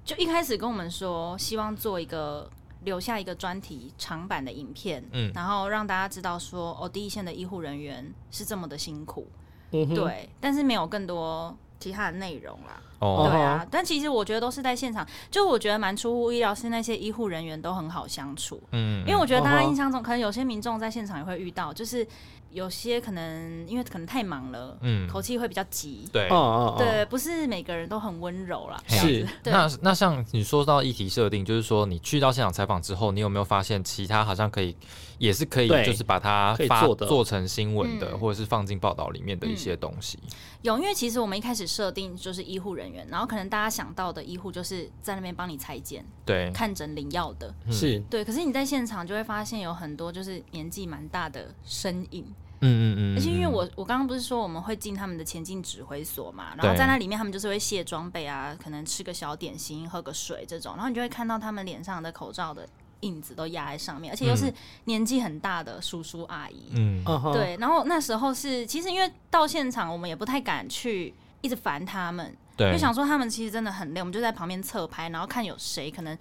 [SPEAKER 3] 就一开始跟我们说希望做一个留下一个专题长版的影片，
[SPEAKER 1] 嗯
[SPEAKER 3] 然后让大家知道说哦，第一线的医护人员是这么的辛苦，
[SPEAKER 2] 嗯哼，
[SPEAKER 3] 对，但是没有更多其他的内容啦。
[SPEAKER 1] 哦，
[SPEAKER 3] 对啊，但其实我觉得都是在现场，就我觉得蛮出乎意料，是那些医护人员都很好相处。
[SPEAKER 1] 嗯，
[SPEAKER 3] 因为我觉得大家
[SPEAKER 2] 嗯哼
[SPEAKER 3] 印象中，可能有些民众在现场也会遇到，就是有些可能因为可能太忙了，
[SPEAKER 1] 嗯
[SPEAKER 3] 口气会比较急。
[SPEAKER 1] 对
[SPEAKER 2] 嗯，嗯嗯，
[SPEAKER 3] 对，不是每个人都很温柔啦。
[SPEAKER 1] 嘿
[SPEAKER 2] 是
[SPEAKER 3] 对
[SPEAKER 1] 那那像你说到议题设定，就是说你去到现场采访之后，你有没有发现其他好像可以，也是可以，
[SPEAKER 2] 对
[SPEAKER 1] 就是把它
[SPEAKER 2] 可以
[SPEAKER 1] 发
[SPEAKER 2] 做的
[SPEAKER 1] 成新闻的，
[SPEAKER 3] 嗯
[SPEAKER 1] 或者是放进报道里面的一些东西。
[SPEAKER 3] 有，因为其实我们一开始设定就是医护人员，然后可能大家想到的医护就是在那边帮你裁剪、
[SPEAKER 1] 对，
[SPEAKER 3] 看诊、领药的。
[SPEAKER 2] 是，
[SPEAKER 3] 对，可是你在现场就会发现有很多就是年纪蛮大的身影，
[SPEAKER 1] 嗯嗯嗯，
[SPEAKER 3] 而且因为
[SPEAKER 1] 嗯
[SPEAKER 3] 我我刚刚不是说我们会进他们的前进指挥所嘛，然后在那里面他们就是会卸装备啊，可能吃个小点心、喝个水这种，然后你就会看到他们脸上的口罩的印子都压在上面，而且又是年纪很大的叔叔阿姨。
[SPEAKER 1] 嗯
[SPEAKER 2] 嗯哼，
[SPEAKER 3] 对，然后那时候是其实因为到现场我们也不太敢去一直烦他们，
[SPEAKER 1] 嗯对，
[SPEAKER 3] 哦就想说他们其实真的很累，我们就在旁边侧拍，然后看有谁可能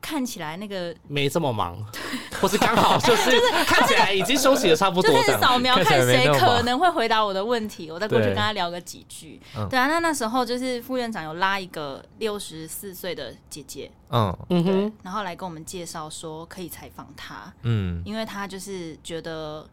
[SPEAKER 3] 看起来那个
[SPEAKER 2] 没这么忙，或是刚好就是看起来已经休息的差不多
[SPEAKER 3] 就
[SPEAKER 2] 这
[SPEAKER 3] 是
[SPEAKER 2] 样子。
[SPEAKER 3] 扫描
[SPEAKER 1] 看起来
[SPEAKER 3] 看
[SPEAKER 1] 没
[SPEAKER 3] 谁
[SPEAKER 1] 那么忙
[SPEAKER 3] 可能会回答我的问题，我再过去
[SPEAKER 1] 对
[SPEAKER 3] 跟他聊个几句
[SPEAKER 1] 嗯。
[SPEAKER 3] 对啊，那那时候就是副院长有拉一个六十四岁的姐姐，
[SPEAKER 1] 嗯
[SPEAKER 2] 嗯
[SPEAKER 3] 对
[SPEAKER 2] 哼，，
[SPEAKER 3] 然后来跟我们介绍说可以采访她，
[SPEAKER 1] 嗯
[SPEAKER 3] 因为她就是觉得。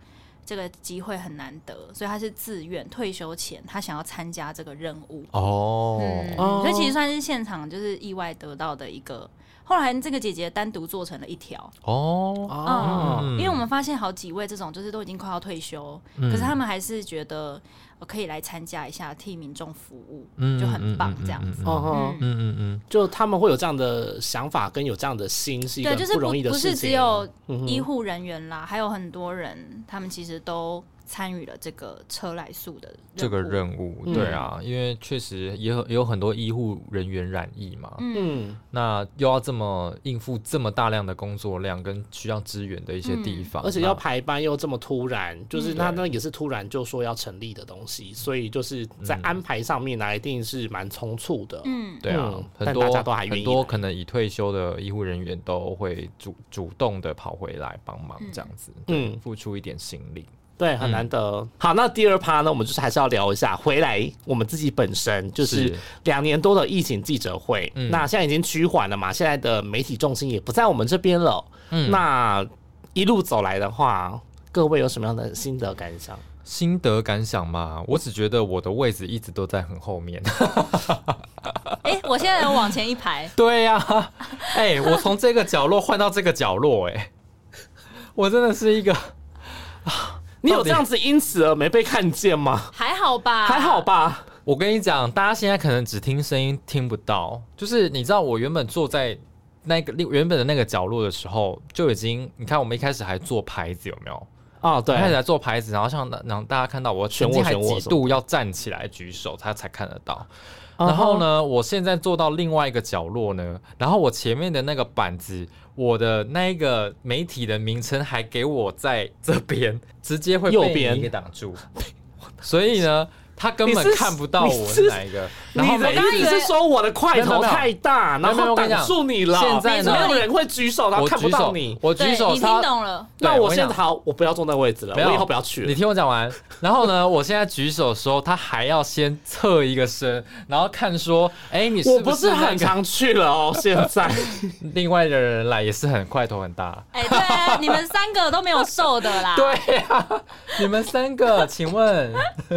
[SPEAKER 3] 这个机会很难得，所以她是自愿退休前，她想要参加这个任务。
[SPEAKER 1] 哦，
[SPEAKER 3] 嗯，
[SPEAKER 2] 哦
[SPEAKER 3] 所以其实算是现场就是意外得到的一个。后来这个姐姐单独做成了一条，嗯
[SPEAKER 1] 哦，
[SPEAKER 2] 哦，嗯
[SPEAKER 3] 因为我们发现好几位这种就是都已经快要退休，可是他们还是觉得呃可以来参加一下，替民众服务，
[SPEAKER 1] 嗯
[SPEAKER 3] 就很棒这样子。
[SPEAKER 1] 嗯
[SPEAKER 2] 哦吼，
[SPEAKER 3] 嗯，
[SPEAKER 1] 嗯嗯
[SPEAKER 2] 就他们会有这样的想法跟有这样的心，是一个
[SPEAKER 3] 对，就是
[SPEAKER 2] 不容易的
[SPEAKER 3] 不
[SPEAKER 2] 事
[SPEAKER 3] 是
[SPEAKER 2] 情。
[SPEAKER 3] 只有
[SPEAKER 2] 嗯哼
[SPEAKER 3] 医护人员啦，还有很多人，他们其实都参与了这个车来素的
[SPEAKER 1] 这个
[SPEAKER 3] 任务。
[SPEAKER 1] 任务，
[SPEAKER 2] 嗯
[SPEAKER 1] 对啊，因为确实也有也有很多医护人员染疫嘛，
[SPEAKER 3] 嗯，
[SPEAKER 2] 嗯，
[SPEAKER 1] 那又要这么应付这么大量的工作量跟需要支援的一些地方，
[SPEAKER 2] 而且
[SPEAKER 1] 那
[SPEAKER 2] 要排班又这么突然，就是
[SPEAKER 3] 嗯
[SPEAKER 2] 他那也是突然就说要成立的东西，所以就是在安排上面呢，一定是蛮匆促的。
[SPEAKER 3] 嗯，
[SPEAKER 1] 对啊
[SPEAKER 2] 嗯，
[SPEAKER 1] 很
[SPEAKER 2] 但
[SPEAKER 1] 多
[SPEAKER 2] 大家都还愿意
[SPEAKER 1] 很多
[SPEAKER 2] 来
[SPEAKER 1] 可能已退休的医护人员都会主主动的跑回来帮忙这样子，
[SPEAKER 2] 嗯
[SPEAKER 1] 嗯，付出一点心力。
[SPEAKER 2] 对，
[SPEAKER 1] 嗯
[SPEAKER 2] 很难得。好，那第二趴呢，我们就是还是要聊一下回来我们自己本身，就是
[SPEAKER 1] 是
[SPEAKER 2] 两年多的疫情记者会，
[SPEAKER 1] 嗯
[SPEAKER 2] 那现在已经趋缓了嘛，现在的媒体重心也不在我们这边了。
[SPEAKER 1] 嗯
[SPEAKER 2] 那一路走来的话，各位有什么样的心得感想？
[SPEAKER 1] 心得感想嘛，我只觉得我的位置一直都在很后面。，
[SPEAKER 3] 哎、我现在有往前一排
[SPEAKER 1] 对呀、哎、我从这个角落换到这个角落、哎， (laughs) 我真的是一个
[SPEAKER 2] 你有
[SPEAKER 1] 到底
[SPEAKER 2] 这样子因此而没被看见吗？
[SPEAKER 3] 还好吧？
[SPEAKER 2] 还好吧，
[SPEAKER 1] 我跟你讲，大家现在可能只听声音听不到，就是你知道我原本坐在那个原本的那个角落的时候，就已经你看我们一开始还做牌子有没有？
[SPEAKER 2] 哦，对
[SPEAKER 1] 一，开始还做牌子，然后像让大家看到我
[SPEAKER 2] 漩
[SPEAKER 1] 曾
[SPEAKER 2] 涡
[SPEAKER 1] 经还
[SPEAKER 2] 漩涡
[SPEAKER 1] 几
[SPEAKER 2] 什么
[SPEAKER 1] 度要站起来举手，他才看得到。然后呢，我现在坐到另外一个角落呢，然后我前面的那个板子，我的那一个媒体的名称还给我在这边，直接会被
[SPEAKER 2] 右边
[SPEAKER 1] 你给挡住，所以呢，他根
[SPEAKER 2] 你
[SPEAKER 1] 本
[SPEAKER 2] 是
[SPEAKER 1] 看不到
[SPEAKER 2] 你
[SPEAKER 1] 我
[SPEAKER 2] 是
[SPEAKER 1] 是哪一个。然后
[SPEAKER 2] 你的
[SPEAKER 1] 每
[SPEAKER 2] 意思是说我的块头太大，
[SPEAKER 1] 没有
[SPEAKER 2] 然
[SPEAKER 1] 没有
[SPEAKER 2] 后
[SPEAKER 1] 我跟你
[SPEAKER 2] 挡
[SPEAKER 1] 讲
[SPEAKER 2] 住你了？
[SPEAKER 1] 现在
[SPEAKER 3] 呢
[SPEAKER 2] 没有人会举手，然后
[SPEAKER 1] 我
[SPEAKER 2] 看不
[SPEAKER 1] 举
[SPEAKER 2] 到
[SPEAKER 1] 手
[SPEAKER 2] 你，。
[SPEAKER 1] 我
[SPEAKER 3] 对
[SPEAKER 1] 举手，
[SPEAKER 3] 你
[SPEAKER 1] 他
[SPEAKER 3] 听懂了，
[SPEAKER 1] 对
[SPEAKER 2] 那
[SPEAKER 1] 我
[SPEAKER 2] 我
[SPEAKER 1] 跟你
[SPEAKER 2] 现
[SPEAKER 1] 讲
[SPEAKER 2] 在好，我不要坐那位置了，
[SPEAKER 1] 不要
[SPEAKER 2] 我以后不要去
[SPEAKER 1] 你
[SPEAKER 2] 了。
[SPEAKER 1] 听我讲完，然后呢，我现在举手的时候，他还要先侧一个身，然后看说，哎、你
[SPEAKER 2] 我
[SPEAKER 1] 是
[SPEAKER 2] 不
[SPEAKER 1] 是
[SPEAKER 2] 是
[SPEAKER 1] 那个
[SPEAKER 2] 很常去了哦，现在
[SPEAKER 1] (laughs) 另外的人来也是很块头很
[SPEAKER 2] 啊
[SPEAKER 1] 大。
[SPEAKER 3] 哎、对，你们三个都没有瘦的
[SPEAKER 2] (laughs)
[SPEAKER 3] 啦。
[SPEAKER 1] 对呀、你们三个，请问 (laughs)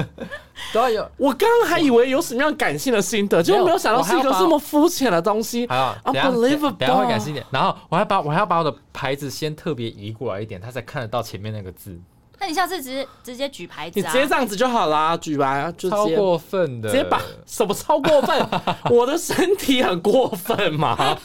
[SPEAKER 1] 都要有？
[SPEAKER 2] 我刚刚还以为有什么样感性的心得，结果没有想到是一个这么肤浅的东西
[SPEAKER 1] 还有，等一下
[SPEAKER 2] ，unbelievable。
[SPEAKER 1] 等一下会感性一点。然后我还把我还要把我的牌子先特别移过来一点，他才看得到前面那个字，
[SPEAKER 3] 那你下次直接直接举牌子
[SPEAKER 2] 你
[SPEAKER 3] 啊
[SPEAKER 2] 直？接这样子就好啦，举吧，就
[SPEAKER 1] 超
[SPEAKER 2] 直接
[SPEAKER 1] 过分的。
[SPEAKER 2] 直接把什么超过
[SPEAKER 1] (laughs)
[SPEAKER 2] 分？我的身体很过分吗？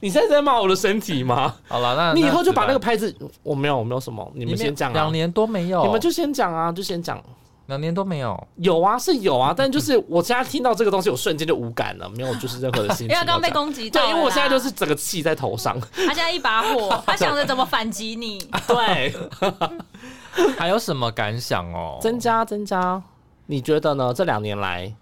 [SPEAKER 2] 你现在在骂我的身体吗？
[SPEAKER 1] 好了，那
[SPEAKER 2] 你以后就把那个
[SPEAKER 1] 子
[SPEAKER 2] 牌子，我没有，我没有什么，你
[SPEAKER 1] 弹
[SPEAKER 2] 们先讲啊
[SPEAKER 1] 两，年多没有，
[SPEAKER 2] 你们就先讲啊，就先讲。
[SPEAKER 1] 两年多没有。
[SPEAKER 2] 有啊，是
[SPEAKER 1] (laughs)
[SPEAKER 2] 有啊，但就是我现在听到这个东西，我瞬间就无感了，没有就是任何的心情。
[SPEAKER 3] 因为他刚被攻击到
[SPEAKER 2] 对，
[SPEAKER 3] 了啦
[SPEAKER 2] 因为我现在就是整个气在头上。
[SPEAKER 3] (laughs) 他现在一把
[SPEAKER 2] (laughs)
[SPEAKER 3] 火，他想着怎么反击你。
[SPEAKER 2] 对，
[SPEAKER 1] 还有什么感想哦？
[SPEAKER 2] 增加增加，你觉得呢？这两年来，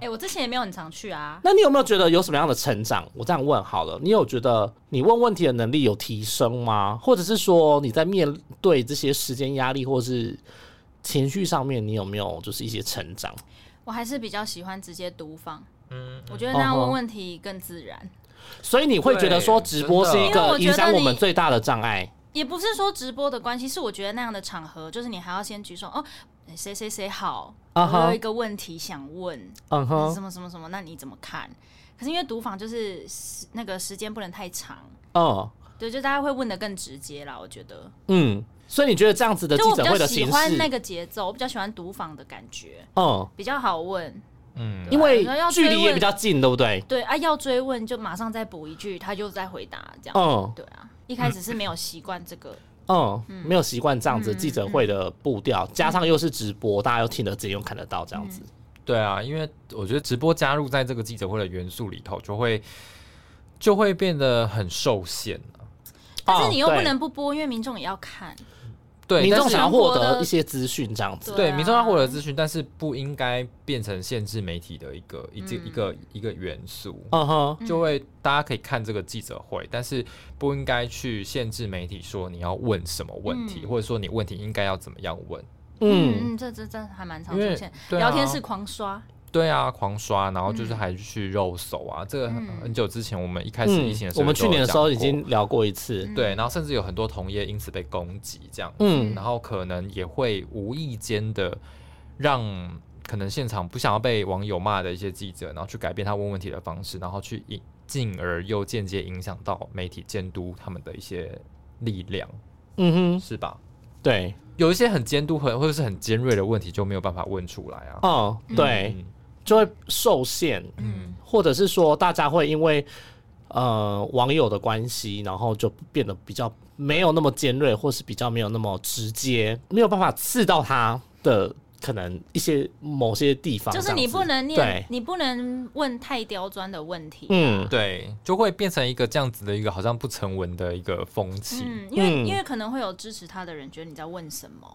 [SPEAKER 3] 哎、我之前也没有很常去啊。
[SPEAKER 2] 那你有没有觉得有什么样的成长？我这样问好了，你有觉得你问问题的能力有提升吗？或者是说你在面对这些时间压力或是情绪上面，你有没有就是一些成长？
[SPEAKER 3] 我还是比较喜欢直接读访。嗯，我觉得那样
[SPEAKER 2] 哦吼
[SPEAKER 3] 问问题更自然，
[SPEAKER 2] 所以你会觉得说
[SPEAKER 1] 对
[SPEAKER 2] 直播是
[SPEAKER 1] 真的
[SPEAKER 2] 一
[SPEAKER 3] 因为
[SPEAKER 2] 个
[SPEAKER 3] 我觉
[SPEAKER 2] 影
[SPEAKER 3] 得
[SPEAKER 2] 响我们
[SPEAKER 3] 你
[SPEAKER 2] 最大的障碍？
[SPEAKER 3] 也不是说直播的关系，是我觉得那样的场合，就是你还要先举手哦，谁谁谁好，
[SPEAKER 2] 啊哈
[SPEAKER 3] 我有一个问题想问，
[SPEAKER 2] 嗯哼
[SPEAKER 3] 什，么什么什么，那你怎么看？可是因为读访就是时那个时间不能太长，
[SPEAKER 2] 嗯。
[SPEAKER 3] 对，就大家会问的更直接啦。我觉得，
[SPEAKER 2] 嗯，所以你觉得这样子的
[SPEAKER 3] 就
[SPEAKER 2] 记
[SPEAKER 3] 我比
[SPEAKER 2] 者会
[SPEAKER 3] 较
[SPEAKER 2] 的
[SPEAKER 3] 喜
[SPEAKER 2] 形
[SPEAKER 3] 欢
[SPEAKER 2] 式，
[SPEAKER 3] 那个节奏，我比较喜欢读访的感觉，
[SPEAKER 2] 嗯，
[SPEAKER 3] 比较好问。
[SPEAKER 1] 嗯，
[SPEAKER 2] 因为
[SPEAKER 3] 啊然后要
[SPEAKER 2] 距离
[SPEAKER 3] 追
[SPEAKER 2] 也
[SPEAKER 3] 问
[SPEAKER 2] 比较近，对不对？
[SPEAKER 3] 对啊，要追问就马上再补一句，他就再回答这样。
[SPEAKER 2] 嗯
[SPEAKER 3] 对啊，一开始是没有习惯这个，
[SPEAKER 2] 嗯，没有习惯这
[SPEAKER 3] 嗯
[SPEAKER 2] 样子记者会的步调，加上又是直播，大家又听得见又看得到这样子。
[SPEAKER 1] 对啊，因为我觉得直播加入在这个记者会的元素里头，就会就会变得很受限啊
[SPEAKER 3] 嗯但是你又
[SPEAKER 2] 对
[SPEAKER 3] 不能不播，因为民众也要看。
[SPEAKER 1] 对，
[SPEAKER 2] 哦民
[SPEAKER 1] 但
[SPEAKER 2] 众
[SPEAKER 1] 是
[SPEAKER 2] 想要获
[SPEAKER 3] 全国
[SPEAKER 2] 得
[SPEAKER 3] 的
[SPEAKER 2] 一些资讯这样子。
[SPEAKER 1] 对
[SPEAKER 3] 啊
[SPEAKER 1] 民众要获得资讯，但是不应该变成限制媒体的一个一个、一
[SPEAKER 3] 嗯
[SPEAKER 1] 个一个元素。
[SPEAKER 2] 嗯哼，
[SPEAKER 1] 就会大家可以看这个记者会，但是不应该去限制媒体说你要问什么问题，
[SPEAKER 3] 嗯
[SPEAKER 1] 或者说你问题应该要怎么样问。
[SPEAKER 2] 嗯，
[SPEAKER 3] 嗯，这这这还蛮常
[SPEAKER 1] 因为
[SPEAKER 3] 出现。
[SPEAKER 1] 对啊
[SPEAKER 3] 聊天室狂刷，
[SPEAKER 1] 对啊，狂刷，然后就是还去肉搜啊，这个很
[SPEAKER 3] 嗯
[SPEAKER 1] 很久之前我们一开始疫
[SPEAKER 2] 嗯
[SPEAKER 1] 情的时候、
[SPEAKER 2] 我们去年的时候已经聊过一次。
[SPEAKER 3] 嗯
[SPEAKER 1] 对，然后甚至有很多同业因此被攻击这样子，
[SPEAKER 2] 嗯
[SPEAKER 1] 然后可能也会无意间的让可能现场不想要被网友骂的一些记者，然后去改变他问问题的方式，然后去引进而又间接影响到媒体监督他们的一些力量，
[SPEAKER 2] 嗯哼，
[SPEAKER 1] 是吧？
[SPEAKER 2] 对，
[SPEAKER 1] 有一些很监督很或者是很尖锐的问题就没有办法问出来啊。
[SPEAKER 2] 嗯，对，
[SPEAKER 1] 嗯
[SPEAKER 2] 就会受限，
[SPEAKER 1] 嗯，
[SPEAKER 2] 或者是说大家会因为呃网友的关系，然后就变得比较没有那么尖锐，或是比较没有那么直接，没有办法刺到他的可能一些某些地方，
[SPEAKER 3] 就是
[SPEAKER 2] 这样
[SPEAKER 3] 你
[SPEAKER 2] 子
[SPEAKER 3] 不能念
[SPEAKER 2] 对，
[SPEAKER 3] 你不能问太刁钻的问题。
[SPEAKER 2] 嗯，
[SPEAKER 1] 对，就会变成一个这样子的一个好像不成文的一个风气。
[SPEAKER 3] 嗯，因为、
[SPEAKER 2] 嗯
[SPEAKER 3] 因为可能会有支持他的人觉得你在问什么，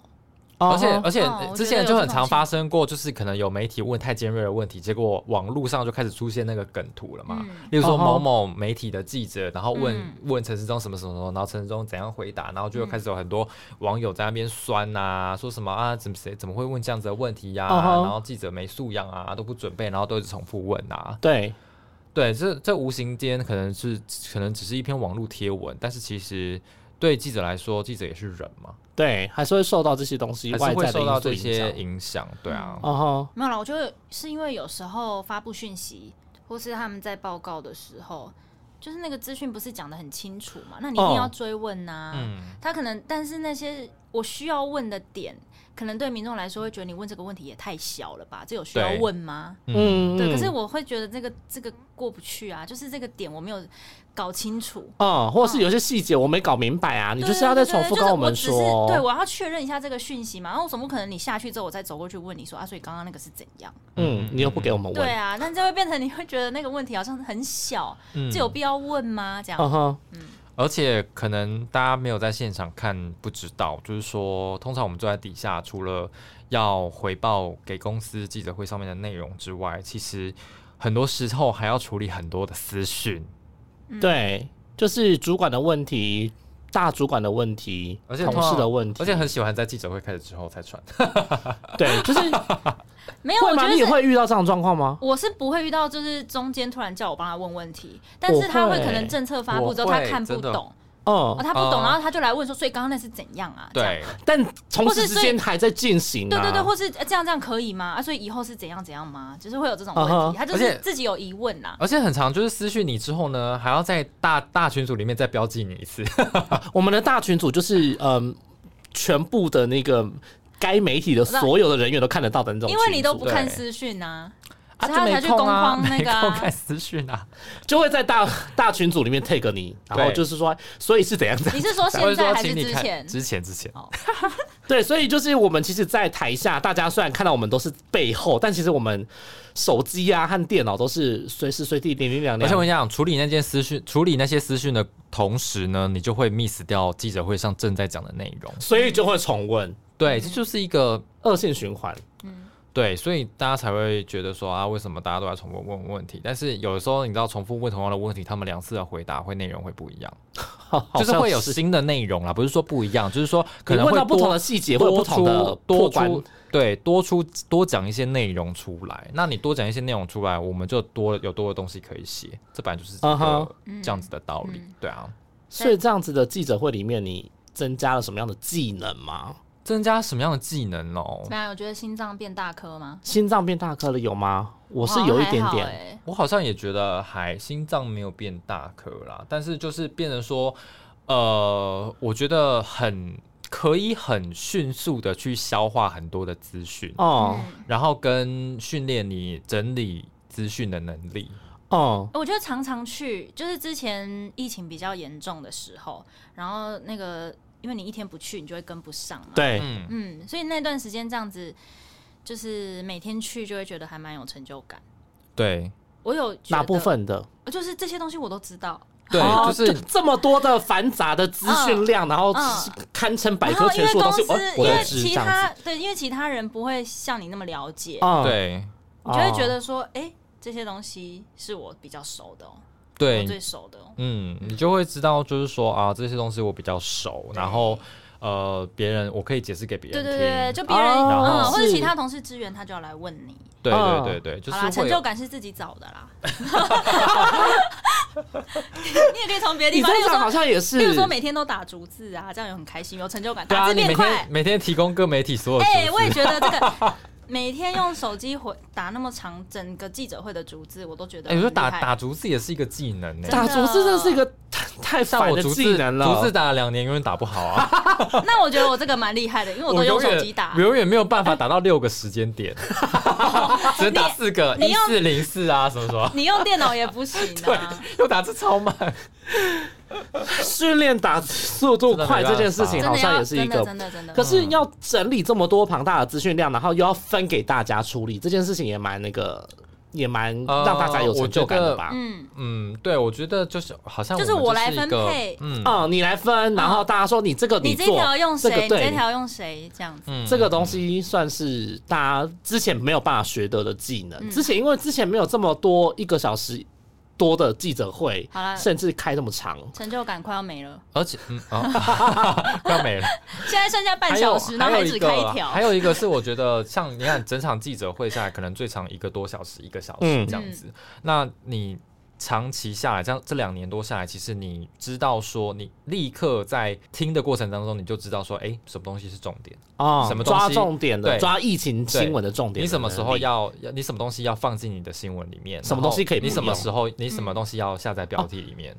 [SPEAKER 1] 而且
[SPEAKER 2] 哦
[SPEAKER 1] 而且
[SPEAKER 3] 哦我
[SPEAKER 1] 之
[SPEAKER 3] 觉
[SPEAKER 1] 前
[SPEAKER 3] 得有
[SPEAKER 1] 就
[SPEAKER 3] 这
[SPEAKER 1] 很
[SPEAKER 3] 种
[SPEAKER 1] 常
[SPEAKER 3] 情
[SPEAKER 1] 发生过，就是可能有媒体问太尖锐的问题，结果网络上就开始出现那个梗图了嘛。
[SPEAKER 3] 嗯
[SPEAKER 1] 例如说
[SPEAKER 2] 哦吼
[SPEAKER 1] 某某媒体的记者，然后问、
[SPEAKER 3] 嗯
[SPEAKER 1] 问陈时中什么什么什么，然后陈时中怎样回答，然后就又开始有很多网友在那边酸呐、说什么啊，怎么谁怎么会问这样子的问题呀、
[SPEAKER 2] 哦吼
[SPEAKER 1] 然后记者没素养啊，都不准备，然后都一直重复问啊。
[SPEAKER 2] 对，
[SPEAKER 1] 对，这这无形间可能是可能只是一篇网络贴文，但是其实对记者来说，记者也是人嘛，
[SPEAKER 2] 对，还是会受到这些东西
[SPEAKER 1] 还
[SPEAKER 2] 外
[SPEAKER 1] 是会
[SPEAKER 2] 在的
[SPEAKER 1] 受
[SPEAKER 2] 因
[SPEAKER 1] 到
[SPEAKER 2] 素
[SPEAKER 1] 这
[SPEAKER 2] 影
[SPEAKER 1] 些
[SPEAKER 2] 响。
[SPEAKER 1] 影响。对啊，
[SPEAKER 2] 哦吼，
[SPEAKER 3] 没有啦，我觉得是因为有时候发布讯息或是他们在报告的时候，就是那个资讯不是讲的很清楚嘛，那你一定
[SPEAKER 2] 哦
[SPEAKER 3] 要追问啊呐、
[SPEAKER 1] 嗯，
[SPEAKER 3] 他可能，但是那些我需要问的点，可能对民众来说会觉得你问这个问题也太小了吧？这有需要
[SPEAKER 1] 对
[SPEAKER 3] 问吗？
[SPEAKER 2] 嗯，
[SPEAKER 3] 对，可是我会觉得这个这个过不去啊，就是这个点我没有搞清楚。
[SPEAKER 2] 嗯，或者是有些细节我没搞明白啊，你
[SPEAKER 3] 对
[SPEAKER 2] 就是要再重复
[SPEAKER 3] 对对对
[SPEAKER 2] 跟我们
[SPEAKER 3] 就是
[SPEAKER 2] 说
[SPEAKER 3] 只是对
[SPEAKER 2] 哦。
[SPEAKER 3] 我要确认一下这个讯息嘛，然后我总不可能你下去之后我再走过去问你说啊，所以刚刚那个是怎样？
[SPEAKER 2] 嗯，你又不给我们
[SPEAKER 3] 对
[SPEAKER 2] 问。
[SPEAKER 3] 啊，但这会变成你会觉得那个问题好像很小，
[SPEAKER 1] 嗯
[SPEAKER 3] 这有必要问吗？这样，
[SPEAKER 2] 嗯哼，
[SPEAKER 1] 而且可能大家没有在现场看，不知道，就是说，通常我们坐在底下，除了要回报给公司记者会上面的内容之外，其实很多时候还要处理很多的私讯，
[SPEAKER 3] 嗯
[SPEAKER 2] 对，就是主管的问题，大主管的问题，
[SPEAKER 1] 而且
[SPEAKER 2] 同
[SPEAKER 1] 通
[SPEAKER 2] 事
[SPEAKER 1] 常
[SPEAKER 2] 的问题，
[SPEAKER 1] 而且很喜欢在记者会开始之后才传。 (laughs)
[SPEAKER 2] 对，就是
[SPEAKER 3] 没有，
[SPEAKER 2] 会
[SPEAKER 3] 我觉
[SPEAKER 2] 吗？
[SPEAKER 3] 得
[SPEAKER 2] 你也
[SPEAKER 3] 是
[SPEAKER 2] 会遇到这种状况吗？
[SPEAKER 3] 我是不会遇到，就是中间突然叫我帮他问问题，但
[SPEAKER 2] 我
[SPEAKER 3] 是他会
[SPEAKER 2] 会
[SPEAKER 3] 可能政策发布之后
[SPEAKER 1] 我
[SPEAKER 3] 他
[SPEAKER 1] 会
[SPEAKER 3] 看不
[SPEAKER 1] 真的
[SPEAKER 3] 懂，
[SPEAKER 2] 嗯
[SPEAKER 3] 哦，，他不懂，
[SPEAKER 1] 哦
[SPEAKER 3] 然后他就来问说，所以刚刚那是怎样啊？这样 (laughs)
[SPEAKER 1] 对，
[SPEAKER 2] 但同
[SPEAKER 3] 或
[SPEAKER 2] 时
[SPEAKER 3] 是
[SPEAKER 2] 之
[SPEAKER 3] 所以
[SPEAKER 2] 间还在进行啊。
[SPEAKER 3] 对对对，或是呃这样这样可以吗？啊，所以以后是怎样怎样吗？就是会有这种问题
[SPEAKER 2] 嗯哼
[SPEAKER 3] 他就
[SPEAKER 1] 而且
[SPEAKER 3] 是自己有疑问啦。
[SPEAKER 1] 而且很长，就是私讯你之后呢，还要在大大群组里面再标记你一次。
[SPEAKER 2] 我们的大群组就是嗯，全部的那个该媒体的所有的人员都看得到的那种群
[SPEAKER 3] 因
[SPEAKER 2] 组，
[SPEAKER 3] 为你都不看
[SPEAKER 1] 对
[SPEAKER 3] 私讯啊，
[SPEAKER 2] 啊
[SPEAKER 3] 所以他
[SPEAKER 2] 就没
[SPEAKER 3] 才去
[SPEAKER 2] 空
[SPEAKER 3] 攻
[SPEAKER 2] 啊
[SPEAKER 3] 框那个、
[SPEAKER 1] 没空
[SPEAKER 3] 啊
[SPEAKER 1] 看。私讯啊，
[SPEAKER 2] 就会在大大群组里面 take 你，然后
[SPEAKER 1] 对
[SPEAKER 2] 就是说，所以是怎样怎样
[SPEAKER 3] 你是说
[SPEAKER 1] 我
[SPEAKER 3] 现
[SPEAKER 1] 就
[SPEAKER 3] 在
[SPEAKER 1] 说
[SPEAKER 3] 还是
[SPEAKER 1] 请你
[SPEAKER 3] 之
[SPEAKER 1] 看
[SPEAKER 3] 前？
[SPEAKER 1] 之前之前，
[SPEAKER 2] (laughs) 对，所以就是我们其实，在台下，大家虽然看到我们都是背后，但其实我们手机啊和电脑都是随时随地零零两
[SPEAKER 1] 而且我跟你
[SPEAKER 2] 两。
[SPEAKER 1] 讲，处理那件私讯，处理那些私讯的同时呢，你就会 miss 掉记者会上正在讲的内容。
[SPEAKER 2] 所以就会重问，
[SPEAKER 1] 对，这就是一个
[SPEAKER 2] 恶性循环。
[SPEAKER 1] 对，所以大家才会觉得说啊，为什么大家都在重复问问题？但是有的时候你知道，重复问同样的问题，他们两次的回答会内容会不一样，
[SPEAKER 2] (laughs) 好
[SPEAKER 1] 就是会有
[SPEAKER 2] 像
[SPEAKER 1] 新的内容啦，不是说不一样，就是说可
[SPEAKER 2] 你
[SPEAKER 1] 能
[SPEAKER 2] 问
[SPEAKER 1] 会
[SPEAKER 2] 到不同
[SPEAKER 1] 多
[SPEAKER 2] 的细节，会有
[SPEAKER 1] 多
[SPEAKER 2] 不同的
[SPEAKER 1] 出多
[SPEAKER 2] 破关
[SPEAKER 1] 出对多出多讲一些内容出来。那你多讲一些内容出来，我们就多有多的东西可以写，这本来就是一
[SPEAKER 2] 嗯哼
[SPEAKER 1] 个这样子的道理，对啊。
[SPEAKER 2] 所以这样子的记者会里面，你增加了什么样的技能吗？
[SPEAKER 1] 增加什么样的技能哦？
[SPEAKER 3] 没有，我觉得心脏变大颗吗？
[SPEAKER 2] 心脏变大颗了有吗？我
[SPEAKER 3] 我
[SPEAKER 2] 是有一
[SPEAKER 3] 哦
[SPEAKER 2] 点点，
[SPEAKER 3] 欸
[SPEAKER 1] 我好像也觉得还心脏没有变大颗啦，但是就是变成说，呃，我觉得很可以很迅速的去消化很多的资讯，
[SPEAKER 3] 欸
[SPEAKER 2] 哦
[SPEAKER 3] 嗯
[SPEAKER 1] 然后跟训练你整理资讯的能力。
[SPEAKER 2] 哦
[SPEAKER 3] 我觉得常常去，就是之前疫情比较严重的时候，然后那个因为你一天不去，你就会跟不上嘛。，
[SPEAKER 2] 对，
[SPEAKER 1] 嗯，
[SPEAKER 3] 嗯，所以那段时间这样子，就是每天去就会觉得还蛮有成就感。
[SPEAKER 1] 对
[SPEAKER 3] 我有觉
[SPEAKER 2] 哪
[SPEAKER 3] 得
[SPEAKER 2] 部？分的？
[SPEAKER 3] 就是这些东西我都知道，
[SPEAKER 1] 对，
[SPEAKER 2] 哦
[SPEAKER 1] 就是
[SPEAKER 2] 这么多的繁杂的资讯量，然后
[SPEAKER 3] 嗯
[SPEAKER 2] 堪称百
[SPEAKER 3] (laughs) 然
[SPEAKER 2] 科
[SPEAKER 3] 后因
[SPEAKER 2] 全
[SPEAKER 3] 为
[SPEAKER 2] 书的
[SPEAKER 3] 公
[SPEAKER 2] 东西
[SPEAKER 3] 司，，
[SPEAKER 2] 我
[SPEAKER 3] 因
[SPEAKER 2] 我都
[SPEAKER 3] 为
[SPEAKER 2] 知
[SPEAKER 3] 其
[SPEAKER 2] 这样子。
[SPEAKER 3] 他对，因为其他人不会像你那么了解，
[SPEAKER 2] 哦，
[SPEAKER 1] 对
[SPEAKER 3] 你就会觉得说，哎、这些东西是我比较熟的、哦，我
[SPEAKER 1] 对，
[SPEAKER 3] 最熟的、哦。
[SPEAKER 1] 嗯，你就会知道，就是说啊，这些东西我比较熟，然后呃，别人我可以解释给别
[SPEAKER 3] 对
[SPEAKER 1] 人听。
[SPEAKER 3] 对对，就别人、
[SPEAKER 2] 哦
[SPEAKER 1] 然
[SPEAKER 3] 嗯，
[SPEAKER 1] 后
[SPEAKER 3] 或者
[SPEAKER 2] 是
[SPEAKER 3] 其他同事支援，他就要来问你。
[SPEAKER 1] 对
[SPEAKER 2] 嗯
[SPEAKER 1] 对对对，就是
[SPEAKER 3] 好啦，
[SPEAKER 1] 会
[SPEAKER 3] 成
[SPEAKER 1] 有
[SPEAKER 3] 就感是自己找的啦。你也可以从别的地
[SPEAKER 2] 你
[SPEAKER 3] 方，例
[SPEAKER 2] 这
[SPEAKER 3] 如
[SPEAKER 2] 场好
[SPEAKER 3] 说，
[SPEAKER 2] 像也是
[SPEAKER 3] 例如说每天都打逐字啊，这样也很开心，有成就感，
[SPEAKER 1] 对
[SPEAKER 3] 打
[SPEAKER 1] 啊，
[SPEAKER 3] 字
[SPEAKER 1] 你
[SPEAKER 3] 变
[SPEAKER 1] 每
[SPEAKER 3] 快
[SPEAKER 1] 天。每天提供各媒体所有
[SPEAKER 3] 哎、
[SPEAKER 1] 资
[SPEAKER 3] 我也
[SPEAKER 1] 讯，
[SPEAKER 3] 觉得这个每天用手机回打那么长，整个记者会的逐字，我都觉得
[SPEAKER 1] 哎，
[SPEAKER 3] 很
[SPEAKER 1] 我
[SPEAKER 3] 厉害。
[SPEAKER 1] 说打打竹子也是一个技能呢。欸
[SPEAKER 2] 打竹子真的是一个太
[SPEAKER 1] 像
[SPEAKER 2] 烦
[SPEAKER 1] 我
[SPEAKER 2] 的
[SPEAKER 1] 竹
[SPEAKER 2] 技
[SPEAKER 1] 字
[SPEAKER 2] 能
[SPEAKER 1] 竹
[SPEAKER 2] 了
[SPEAKER 1] 字。打了两年，永远打不好啊！
[SPEAKER 3] (laughs) 那我觉得我这个蛮厉害的，因 (laughs) 为我都
[SPEAKER 1] 永
[SPEAKER 3] 用手
[SPEAKER 1] 远
[SPEAKER 3] 机打。
[SPEAKER 1] 永远没有办法打到六个时间
[SPEAKER 3] (laughs)
[SPEAKER 1] 点，只能打四个
[SPEAKER 3] 你
[SPEAKER 1] 一
[SPEAKER 3] 用
[SPEAKER 1] 四零四啊，什么什
[SPEAKER 3] (laughs)
[SPEAKER 1] 么， (laughs)
[SPEAKER 3] 你用电脑也不行啊，
[SPEAKER 1] 又打字超慢。
[SPEAKER 2] 训练打字速度快这件事
[SPEAKER 1] 对
[SPEAKER 2] 情，
[SPEAKER 3] 真
[SPEAKER 2] 好
[SPEAKER 3] 的
[SPEAKER 2] 像
[SPEAKER 3] 要
[SPEAKER 2] 也是一
[SPEAKER 3] 真
[SPEAKER 2] 个
[SPEAKER 3] 的真的真的
[SPEAKER 2] 可是要整理这么多庞大的资讯量，然后又要分给大家处理，这件事情也蛮那个，也蛮
[SPEAKER 1] 呃
[SPEAKER 2] 让大家有成就感的吧？
[SPEAKER 3] 嗯，
[SPEAKER 1] 嗯，对，我觉得就是好像
[SPEAKER 3] 就是
[SPEAKER 1] 我们
[SPEAKER 3] 我来
[SPEAKER 1] 一
[SPEAKER 3] 分
[SPEAKER 1] 个
[SPEAKER 3] 配
[SPEAKER 1] 嗯
[SPEAKER 2] 哦，你来分，然后大家说你这个
[SPEAKER 3] 你这
[SPEAKER 2] 做，
[SPEAKER 3] 条用
[SPEAKER 2] 这
[SPEAKER 3] 谁？
[SPEAKER 2] 个
[SPEAKER 3] 你这
[SPEAKER 2] 对，
[SPEAKER 3] 条用谁？这样子。
[SPEAKER 1] 嗯
[SPEAKER 2] 这个东西算是大家之前没有办法学得的技能。
[SPEAKER 3] 嗯
[SPEAKER 2] 之前因为之前没有这么多一个小时多的记者会
[SPEAKER 3] 好，啦
[SPEAKER 2] 甚至开这么长，
[SPEAKER 3] 成就感快要没了，
[SPEAKER 1] 而且嗯 (laughs) 啊，要没了。
[SPEAKER 3] 现在剩下半
[SPEAKER 1] 还有
[SPEAKER 3] 小时，然
[SPEAKER 1] 还有
[SPEAKER 3] 后还
[SPEAKER 1] 一
[SPEAKER 3] 只开一
[SPEAKER 2] 啊
[SPEAKER 1] 个，
[SPEAKER 3] 条
[SPEAKER 1] 还，有一个是我觉得像你看整场记者会下来，可能最长一个多小时，一个小时
[SPEAKER 2] 嗯
[SPEAKER 1] 这样子。那你长期下来，这样这两年多下来，其实你知道说，你立刻在听的过程当中，你就知道说，哎、什么东西是重点，
[SPEAKER 2] 哦，
[SPEAKER 1] 什么东西
[SPEAKER 2] 抓重点的，
[SPEAKER 1] 对
[SPEAKER 2] 抓疫情新闻的重点
[SPEAKER 1] 你
[SPEAKER 2] 的
[SPEAKER 1] 什么时候
[SPEAKER 2] 能力？
[SPEAKER 1] 要要你什么东西要放进你的新闻里面，
[SPEAKER 2] 什么东西可以
[SPEAKER 1] 然后你
[SPEAKER 2] 不
[SPEAKER 1] 什么
[SPEAKER 2] 用
[SPEAKER 1] 时候你什
[SPEAKER 3] 嗯
[SPEAKER 1] 么东西要下在标题里面，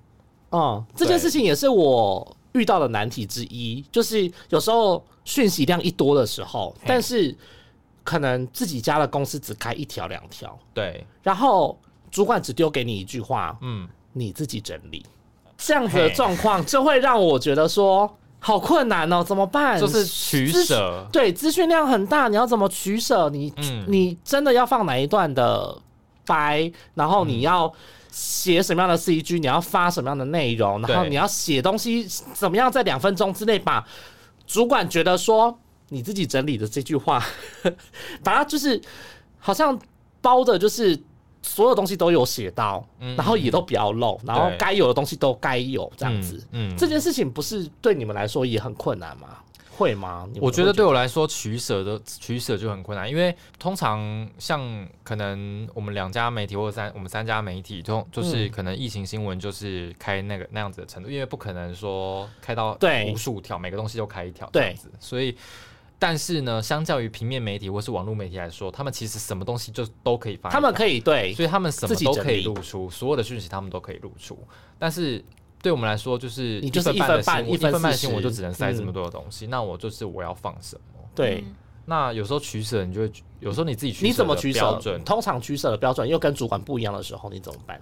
[SPEAKER 2] 哦，这件事情也是我遇到的难题之一，就是有时候讯息量一多的时候，但是可能自己家的公司只开一条两条，
[SPEAKER 1] 对，
[SPEAKER 2] 然后主管只丢给你一句话，
[SPEAKER 1] 嗯，
[SPEAKER 2] 你自己整理，这样子的状况就会让我觉得说好困难哦，怎么办？
[SPEAKER 1] 就是取
[SPEAKER 2] 资
[SPEAKER 1] 舍，
[SPEAKER 2] 对，资讯量很大，你要怎么取舍？你、
[SPEAKER 1] 嗯
[SPEAKER 2] 你真的要放哪一段的白？然后你要写什么样的 CG？你要发什么样的内容？然后
[SPEAKER 1] 对
[SPEAKER 2] 你要写东西怎么样在两分钟之内把主管觉得说你自己整理的这句话， (laughs) 把它就是好像包的，就是。所有东西都有写到，
[SPEAKER 1] 嗯
[SPEAKER 2] 然后也都不要漏，然后
[SPEAKER 1] 对
[SPEAKER 2] 该有的东西都该有，这样
[SPEAKER 1] 嗯
[SPEAKER 2] 子。
[SPEAKER 1] 嗯
[SPEAKER 2] 这件事情不是对你们来说也很困难吗？会吗？你们
[SPEAKER 1] 我
[SPEAKER 2] 会
[SPEAKER 1] 觉得对我来说，取舍的取舍就很困难，因为通常像可能我们两家媒体或者三我们三家媒体，通就是
[SPEAKER 2] 嗯
[SPEAKER 1] 可能疫情新闻就是开那个那样子的程度，因为不可能说开到
[SPEAKER 2] 对
[SPEAKER 1] 无数条，每个东西都开一条这
[SPEAKER 2] 对
[SPEAKER 1] 样子，所以。但是呢，相较于平面媒体或是网络媒体来说，他们其实什么东西就都可以发一条，
[SPEAKER 2] 他们可以对
[SPEAKER 1] 所以他们什么
[SPEAKER 2] 自己
[SPEAKER 1] 都
[SPEAKER 2] 整
[SPEAKER 1] 可以
[SPEAKER 2] 理
[SPEAKER 1] 露出，所有的讯息他们都可以露出。但是对我们来说，就是
[SPEAKER 2] 你就是
[SPEAKER 1] 一分半的
[SPEAKER 2] 一
[SPEAKER 1] 新闻一分
[SPEAKER 2] 分半
[SPEAKER 1] 半的
[SPEAKER 2] 一分四十嗯
[SPEAKER 1] 新闻就只能塞这么多的东西，那我就是我要放什么？
[SPEAKER 2] 对，
[SPEAKER 3] 嗯
[SPEAKER 1] 那有时候取舍，你就会有时候你自己取舍
[SPEAKER 2] 你怎么
[SPEAKER 1] 的
[SPEAKER 2] 取
[SPEAKER 1] 标
[SPEAKER 2] 舍
[SPEAKER 1] 准？？
[SPEAKER 2] 通常取舍的标准又跟主管不一样的时候，你怎么办？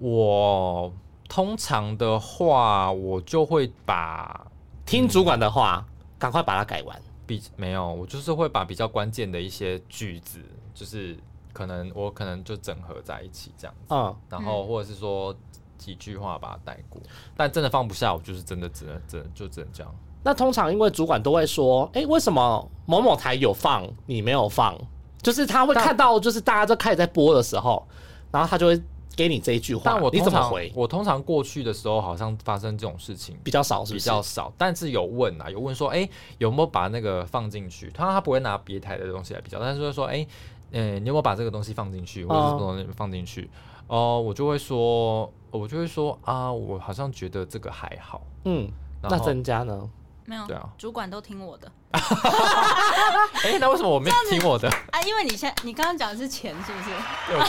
[SPEAKER 1] 我通常的话，我就会把
[SPEAKER 2] 听主管的话，赶快把它改完。
[SPEAKER 1] 比没有，我就是会把比较关键的一些句子，就是可能我可能就整合在一起这样子。
[SPEAKER 2] 嗯，
[SPEAKER 1] 然后或者是说几句话把它带过，但真的放不下，我就是真的只能只能就只能这样。
[SPEAKER 2] 那通常因为主管都会说，哎、为什么某某台有放，你没有放？就是他会看到，就是大家都开始在播的时候，然后他就会给你这一句话，
[SPEAKER 1] 但我
[SPEAKER 2] 你
[SPEAKER 1] 通
[SPEAKER 2] 怎么
[SPEAKER 1] 常
[SPEAKER 2] 回？
[SPEAKER 1] 我通常过去的时候好像发生这种事情
[SPEAKER 2] 比较少，是不
[SPEAKER 1] 比
[SPEAKER 2] 是？
[SPEAKER 1] 较少，但是有问啊，有问说，哎、有没有把那个放进去？他他不会拿别台的东西来比较，但是会说，哎、呃，你有没有把这个东西放进去，或者是
[SPEAKER 2] 哦
[SPEAKER 1] 什么东西放进去？哦、我就会说，我就会说啊，我好像觉得这个还好。
[SPEAKER 2] 嗯，
[SPEAKER 1] 然
[SPEAKER 2] 那
[SPEAKER 1] 后
[SPEAKER 2] 增加呢？
[SPEAKER 3] 没有
[SPEAKER 1] 对啊，
[SPEAKER 3] 主管都听我的
[SPEAKER 1] 哎、那为什么我没有听我
[SPEAKER 2] (laughs)
[SPEAKER 1] 的？
[SPEAKER 3] 啊，因为你现你刚刚讲的是钱是不是？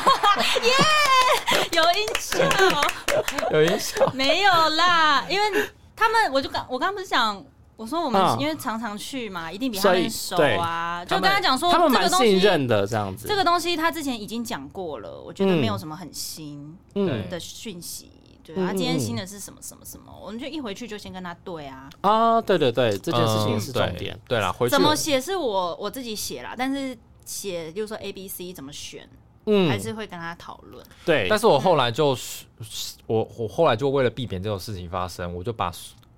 [SPEAKER 3] (laughs) 耶，有印象。
[SPEAKER 1] 有影响？
[SPEAKER 3] 没有啦，因为他们，我就刚我刚刚不是讲，我说我们、
[SPEAKER 2] 嗯
[SPEAKER 3] 因为常常去嘛，一定比他们熟啊。就
[SPEAKER 1] 所以对
[SPEAKER 3] 跟他讲说，
[SPEAKER 2] 他们
[SPEAKER 3] 这
[SPEAKER 2] 蛮
[SPEAKER 3] 个东
[SPEAKER 2] 信
[SPEAKER 3] 西，
[SPEAKER 2] 任的，这样子。
[SPEAKER 3] 这个东西他之前已经讲过了，我觉得
[SPEAKER 2] 嗯
[SPEAKER 3] 没有什么很新
[SPEAKER 2] 嗯
[SPEAKER 1] 对
[SPEAKER 3] 的讯息。对
[SPEAKER 2] 嗯
[SPEAKER 3] 啊，
[SPEAKER 2] 嗯
[SPEAKER 3] 今天新的是什么什么什么，我们就一回去就先跟他对啊。
[SPEAKER 2] 啊，对对对，这件事情也
[SPEAKER 1] 嗯
[SPEAKER 2] 是
[SPEAKER 1] 对
[SPEAKER 2] 重点。
[SPEAKER 1] 对啦，回去
[SPEAKER 3] 怎么
[SPEAKER 1] 我
[SPEAKER 3] 写是我我自己写啦，但是写就是说 A、B、C 怎么选，
[SPEAKER 2] 嗯，
[SPEAKER 3] 还是会跟他讨论。
[SPEAKER 2] 对，
[SPEAKER 1] 但是我后来就是我我后来就为了避免这种事情发生，我就把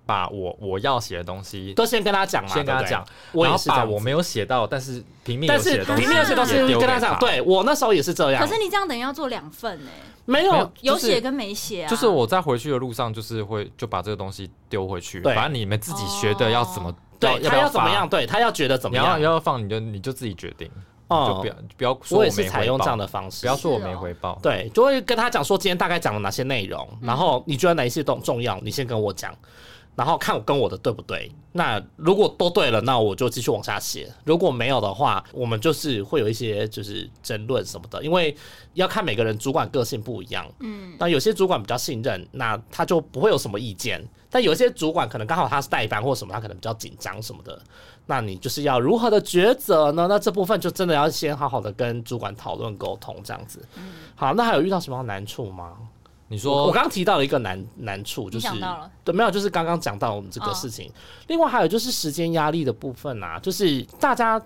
[SPEAKER 1] 把我我要写的东西
[SPEAKER 2] 都先跟他讲嘛，
[SPEAKER 1] 先跟他
[SPEAKER 2] 对不对
[SPEAKER 1] 讲，，
[SPEAKER 2] 我
[SPEAKER 1] 然
[SPEAKER 2] 也
[SPEAKER 1] 后
[SPEAKER 2] 是这
[SPEAKER 1] 把
[SPEAKER 2] 样子
[SPEAKER 1] 我没有写到，但是平面
[SPEAKER 2] 但
[SPEAKER 1] 有写
[SPEAKER 2] 是
[SPEAKER 1] 的东西
[SPEAKER 2] 里面有些东西
[SPEAKER 1] 也丢
[SPEAKER 2] 跟他
[SPEAKER 1] 给
[SPEAKER 2] 讲，
[SPEAKER 1] 他
[SPEAKER 2] 对我那时候也是这样
[SPEAKER 3] 嗯可，是你这样等于要做两份呢、
[SPEAKER 2] 没
[SPEAKER 1] 没
[SPEAKER 2] 有
[SPEAKER 1] 有
[SPEAKER 3] 有
[SPEAKER 1] 就是
[SPEAKER 3] 写跟没写啊。
[SPEAKER 1] 就是我在回去的路上，就是会就把这个东西丢回去，
[SPEAKER 2] 对哦
[SPEAKER 1] 反正你们自己学的要怎么，
[SPEAKER 2] 对
[SPEAKER 1] 要
[SPEAKER 2] 他要
[SPEAKER 1] 要
[SPEAKER 2] 怎么
[SPEAKER 1] 发
[SPEAKER 2] 样，，对他要觉得怎
[SPEAKER 1] 你
[SPEAKER 2] 么
[SPEAKER 1] 要
[SPEAKER 2] 样，
[SPEAKER 1] 要放你就你就自己决定，
[SPEAKER 2] 嗯
[SPEAKER 1] 就不要不要说
[SPEAKER 2] 我也
[SPEAKER 1] 没
[SPEAKER 2] 是采用
[SPEAKER 1] 回报
[SPEAKER 2] 这样的，方式，
[SPEAKER 1] 不要说我没
[SPEAKER 3] 是哦
[SPEAKER 1] 回报，
[SPEAKER 2] 对，就会跟他讲说今天大概讲了哪些内容，然后你觉得哪一些重重要，你先跟我讲。然后看我跟我的对不对。那如果都对了，那我就继续往下写；如果没有的话，我们就是会有一些就是争论什么的，因为要看每个人主管个性不一样。嗯，那有些主管比较信任，那他就不会有什么意见；但有一些主管可能刚好他是代班或什么，他可能比较紧张什么的。那你就是要如何的抉择呢？那这部分就真的要先好好的跟主管讨论沟通，这样子。好，那还有遇到什么难处吗？
[SPEAKER 1] 你
[SPEAKER 2] 我
[SPEAKER 1] 说
[SPEAKER 2] 我刚刚提到了一个难难处，就是
[SPEAKER 3] 想到了哦
[SPEAKER 2] 对，没有，就是刚刚讲到我们这个事情。另外还有就是时间压力的部分啊，就是大家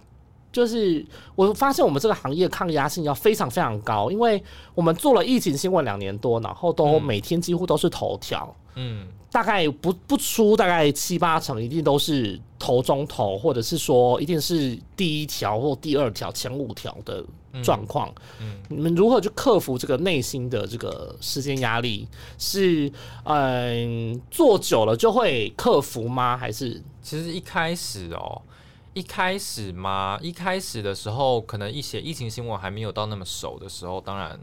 [SPEAKER 2] 就是我发现我们这个行业抗压性要非常非常高，因为我们做了疫情新闻两年多，然后都每天几乎都是头条，
[SPEAKER 1] 嗯，
[SPEAKER 2] 大概不不出大概七八成，一定都是头中头，或者是说一定是第一条或第二条、前五条的状况。
[SPEAKER 1] 嗯
[SPEAKER 2] 你们如何去克服这个内心的这个时间压力？是嗯，做久了就会克服吗？还是
[SPEAKER 1] 其实一开始哦，一开始嘛，一开始的时候，可能一些疫情新闻还没有到那么熟的时候，当然。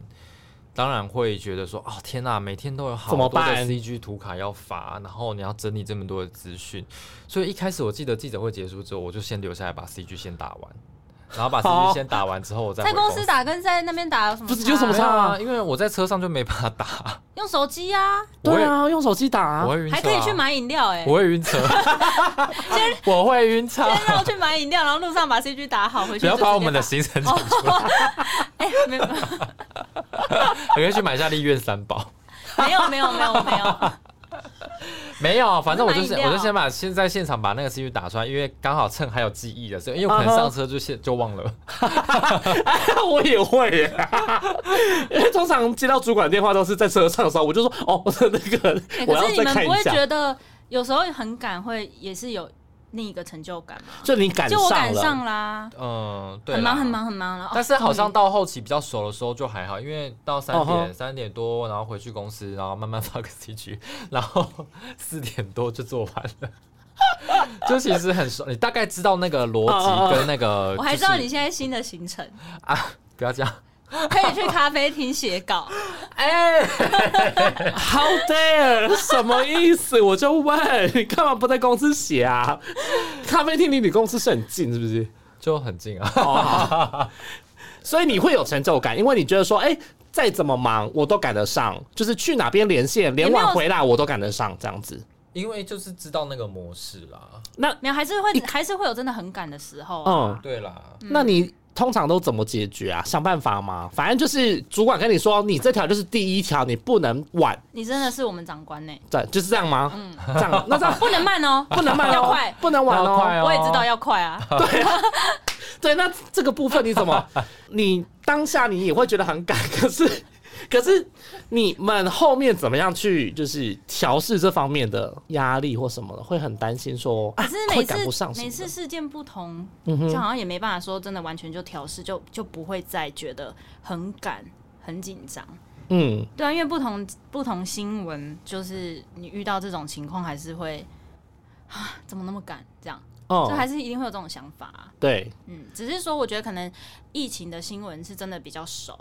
[SPEAKER 1] 当然会觉得说，哦天呐，每天都有好
[SPEAKER 2] 怎么
[SPEAKER 1] 多的
[SPEAKER 2] 办
[SPEAKER 1] CG 图卡要发，然后你要整理这么多的资讯，所以一开始我记得记者会结束之后，我就先留下来把 CG 先打完，然后把 CG
[SPEAKER 2] 好
[SPEAKER 1] 先打完之后，我再
[SPEAKER 3] 哦在
[SPEAKER 1] 回
[SPEAKER 3] 公
[SPEAKER 1] 司
[SPEAKER 3] 司打跟在那边打有什么？
[SPEAKER 2] 不是有什么
[SPEAKER 1] 没有
[SPEAKER 2] 差
[SPEAKER 1] 啊，因为我在车上就没办法
[SPEAKER 3] (laughs)
[SPEAKER 1] 打，
[SPEAKER 3] 用手机啊，
[SPEAKER 1] 我会
[SPEAKER 2] 对啊，用手机打、啊
[SPEAKER 1] 我，会晕车、啊，
[SPEAKER 3] 还可以去，买饮料哎、
[SPEAKER 1] 我会晕车， (laughs) 我会晕车，
[SPEAKER 3] 先让我去买饮料，然后路上把 CG 打好回
[SPEAKER 1] 不
[SPEAKER 3] 去。
[SPEAKER 1] 要把我们的行程
[SPEAKER 3] 哦
[SPEAKER 1] 讲出来，
[SPEAKER 3] 哎、没有
[SPEAKER 1] 我可以去买一下丽苑三宝。
[SPEAKER 3] 没有没有没有没
[SPEAKER 1] (laughs)
[SPEAKER 3] 有，
[SPEAKER 1] 没有，反正我就
[SPEAKER 3] 买
[SPEAKER 1] 是
[SPEAKER 3] 饮料
[SPEAKER 1] 我就先把现在现场把那个 CG 打出来，因为刚好趁还有记忆的时候，因为我可能
[SPEAKER 2] 啊哈
[SPEAKER 1] 上车就现就忘了。
[SPEAKER 2] (laughs) 我也会耶，因为通常接到主管电话都是在车上的时候，我就说哦， (laughs) 我的那个
[SPEAKER 3] 哎
[SPEAKER 2] 我
[SPEAKER 3] 可
[SPEAKER 2] 要
[SPEAKER 3] 是你
[SPEAKER 2] 再
[SPEAKER 3] 们
[SPEAKER 2] 看
[SPEAKER 3] 不会
[SPEAKER 2] 一下，
[SPEAKER 3] 觉得有时候很赶会也是有另一个成就感吗？
[SPEAKER 2] 就你赶
[SPEAKER 3] 就我
[SPEAKER 2] 上
[SPEAKER 3] 赶
[SPEAKER 2] 了。
[SPEAKER 3] 上啦，
[SPEAKER 1] (laughs) 嗯，对，
[SPEAKER 3] 很忙很。忙很忙了。哦嗯
[SPEAKER 1] 但是好像
[SPEAKER 3] 到
[SPEAKER 1] 到后期比较熟的时候就还好，因为到三
[SPEAKER 2] 哦吼
[SPEAKER 1] 点三点多，然后回去公司，然后慢慢发个 CG，然后四点多就做完了。 (laughs) 就其实很熟，你大概知道那个逻
[SPEAKER 2] 哦哦哦
[SPEAKER 1] 辑跟那个、
[SPEAKER 3] 我还知道
[SPEAKER 1] 就
[SPEAKER 3] 你
[SPEAKER 1] 是
[SPEAKER 3] 现在新的行程，
[SPEAKER 1] 不要这样，
[SPEAKER 3] 可以去咖啡厅写稿。
[SPEAKER 2] How dare？什 (laughs) 么意思？我就问你干嘛不在公司写啊？咖啡厅离你公司是很近，是不是？
[SPEAKER 1] 就很近啊。 (laughs)
[SPEAKER 2] 所以你会有成就感，因为你觉得说，哎、再怎么忙我都赶得上，就是去哪边连线，连
[SPEAKER 3] 也没
[SPEAKER 2] 晚
[SPEAKER 3] 有
[SPEAKER 2] 回来我都赶得上，这样子。
[SPEAKER 1] 因为就是知道那个模式啦，
[SPEAKER 2] 那
[SPEAKER 3] 没有，还是会还是会有真的很赶的时候啊、
[SPEAKER 2] 嗯，
[SPEAKER 1] 对啦，
[SPEAKER 2] 那你通常都怎么解决啊？想办法吗？反正就是主管跟你说，你这条就是第一条，你不能晚，
[SPEAKER 3] 你真的是我们长官呢、
[SPEAKER 2] 对，就是这样吗？这样，那这样
[SPEAKER 3] 不能慢哦、
[SPEAKER 2] 不能慢
[SPEAKER 3] 嗯 (laughs) 要
[SPEAKER 2] 哦
[SPEAKER 3] 快，
[SPEAKER 2] 不能晚
[SPEAKER 1] 要
[SPEAKER 2] 哦。
[SPEAKER 1] 快哦，
[SPEAKER 3] 我也知道要快
[SPEAKER 2] (laughs)
[SPEAKER 3] 啊。
[SPEAKER 2] 对，那这个部分你
[SPEAKER 1] (laughs)
[SPEAKER 2] 怎么？你当下你也会觉得很赶， (laughs) 可是可是你们后面怎么样去就是调试这方面的压力或什么的，会很担心说，啊
[SPEAKER 3] 可是
[SPEAKER 2] 会
[SPEAKER 3] 每
[SPEAKER 2] 赶不
[SPEAKER 3] 次
[SPEAKER 2] 上什
[SPEAKER 3] 每
[SPEAKER 2] 么
[SPEAKER 3] 次
[SPEAKER 2] 的。嗯
[SPEAKER 3] 事件不同，就好像也没办法说真的完全就调试，就就不会再觉得很赶、很紧张。
[SPEAKER 2] 嗯，
[SPEAKER 3] 对啊，因为不同不同新闻，就是你遇到这种情况还是会 (sighs) 啊，怎么那么赶这样，
[SPEAKER 2] 哦
[SPEAKER 3] 就，还是一定会有这种想法啊、
[SPEAKER 2] 对，
[SPEAKER 3] 嗯，只是说我觉得可能疫情的新闻是真的比较熟，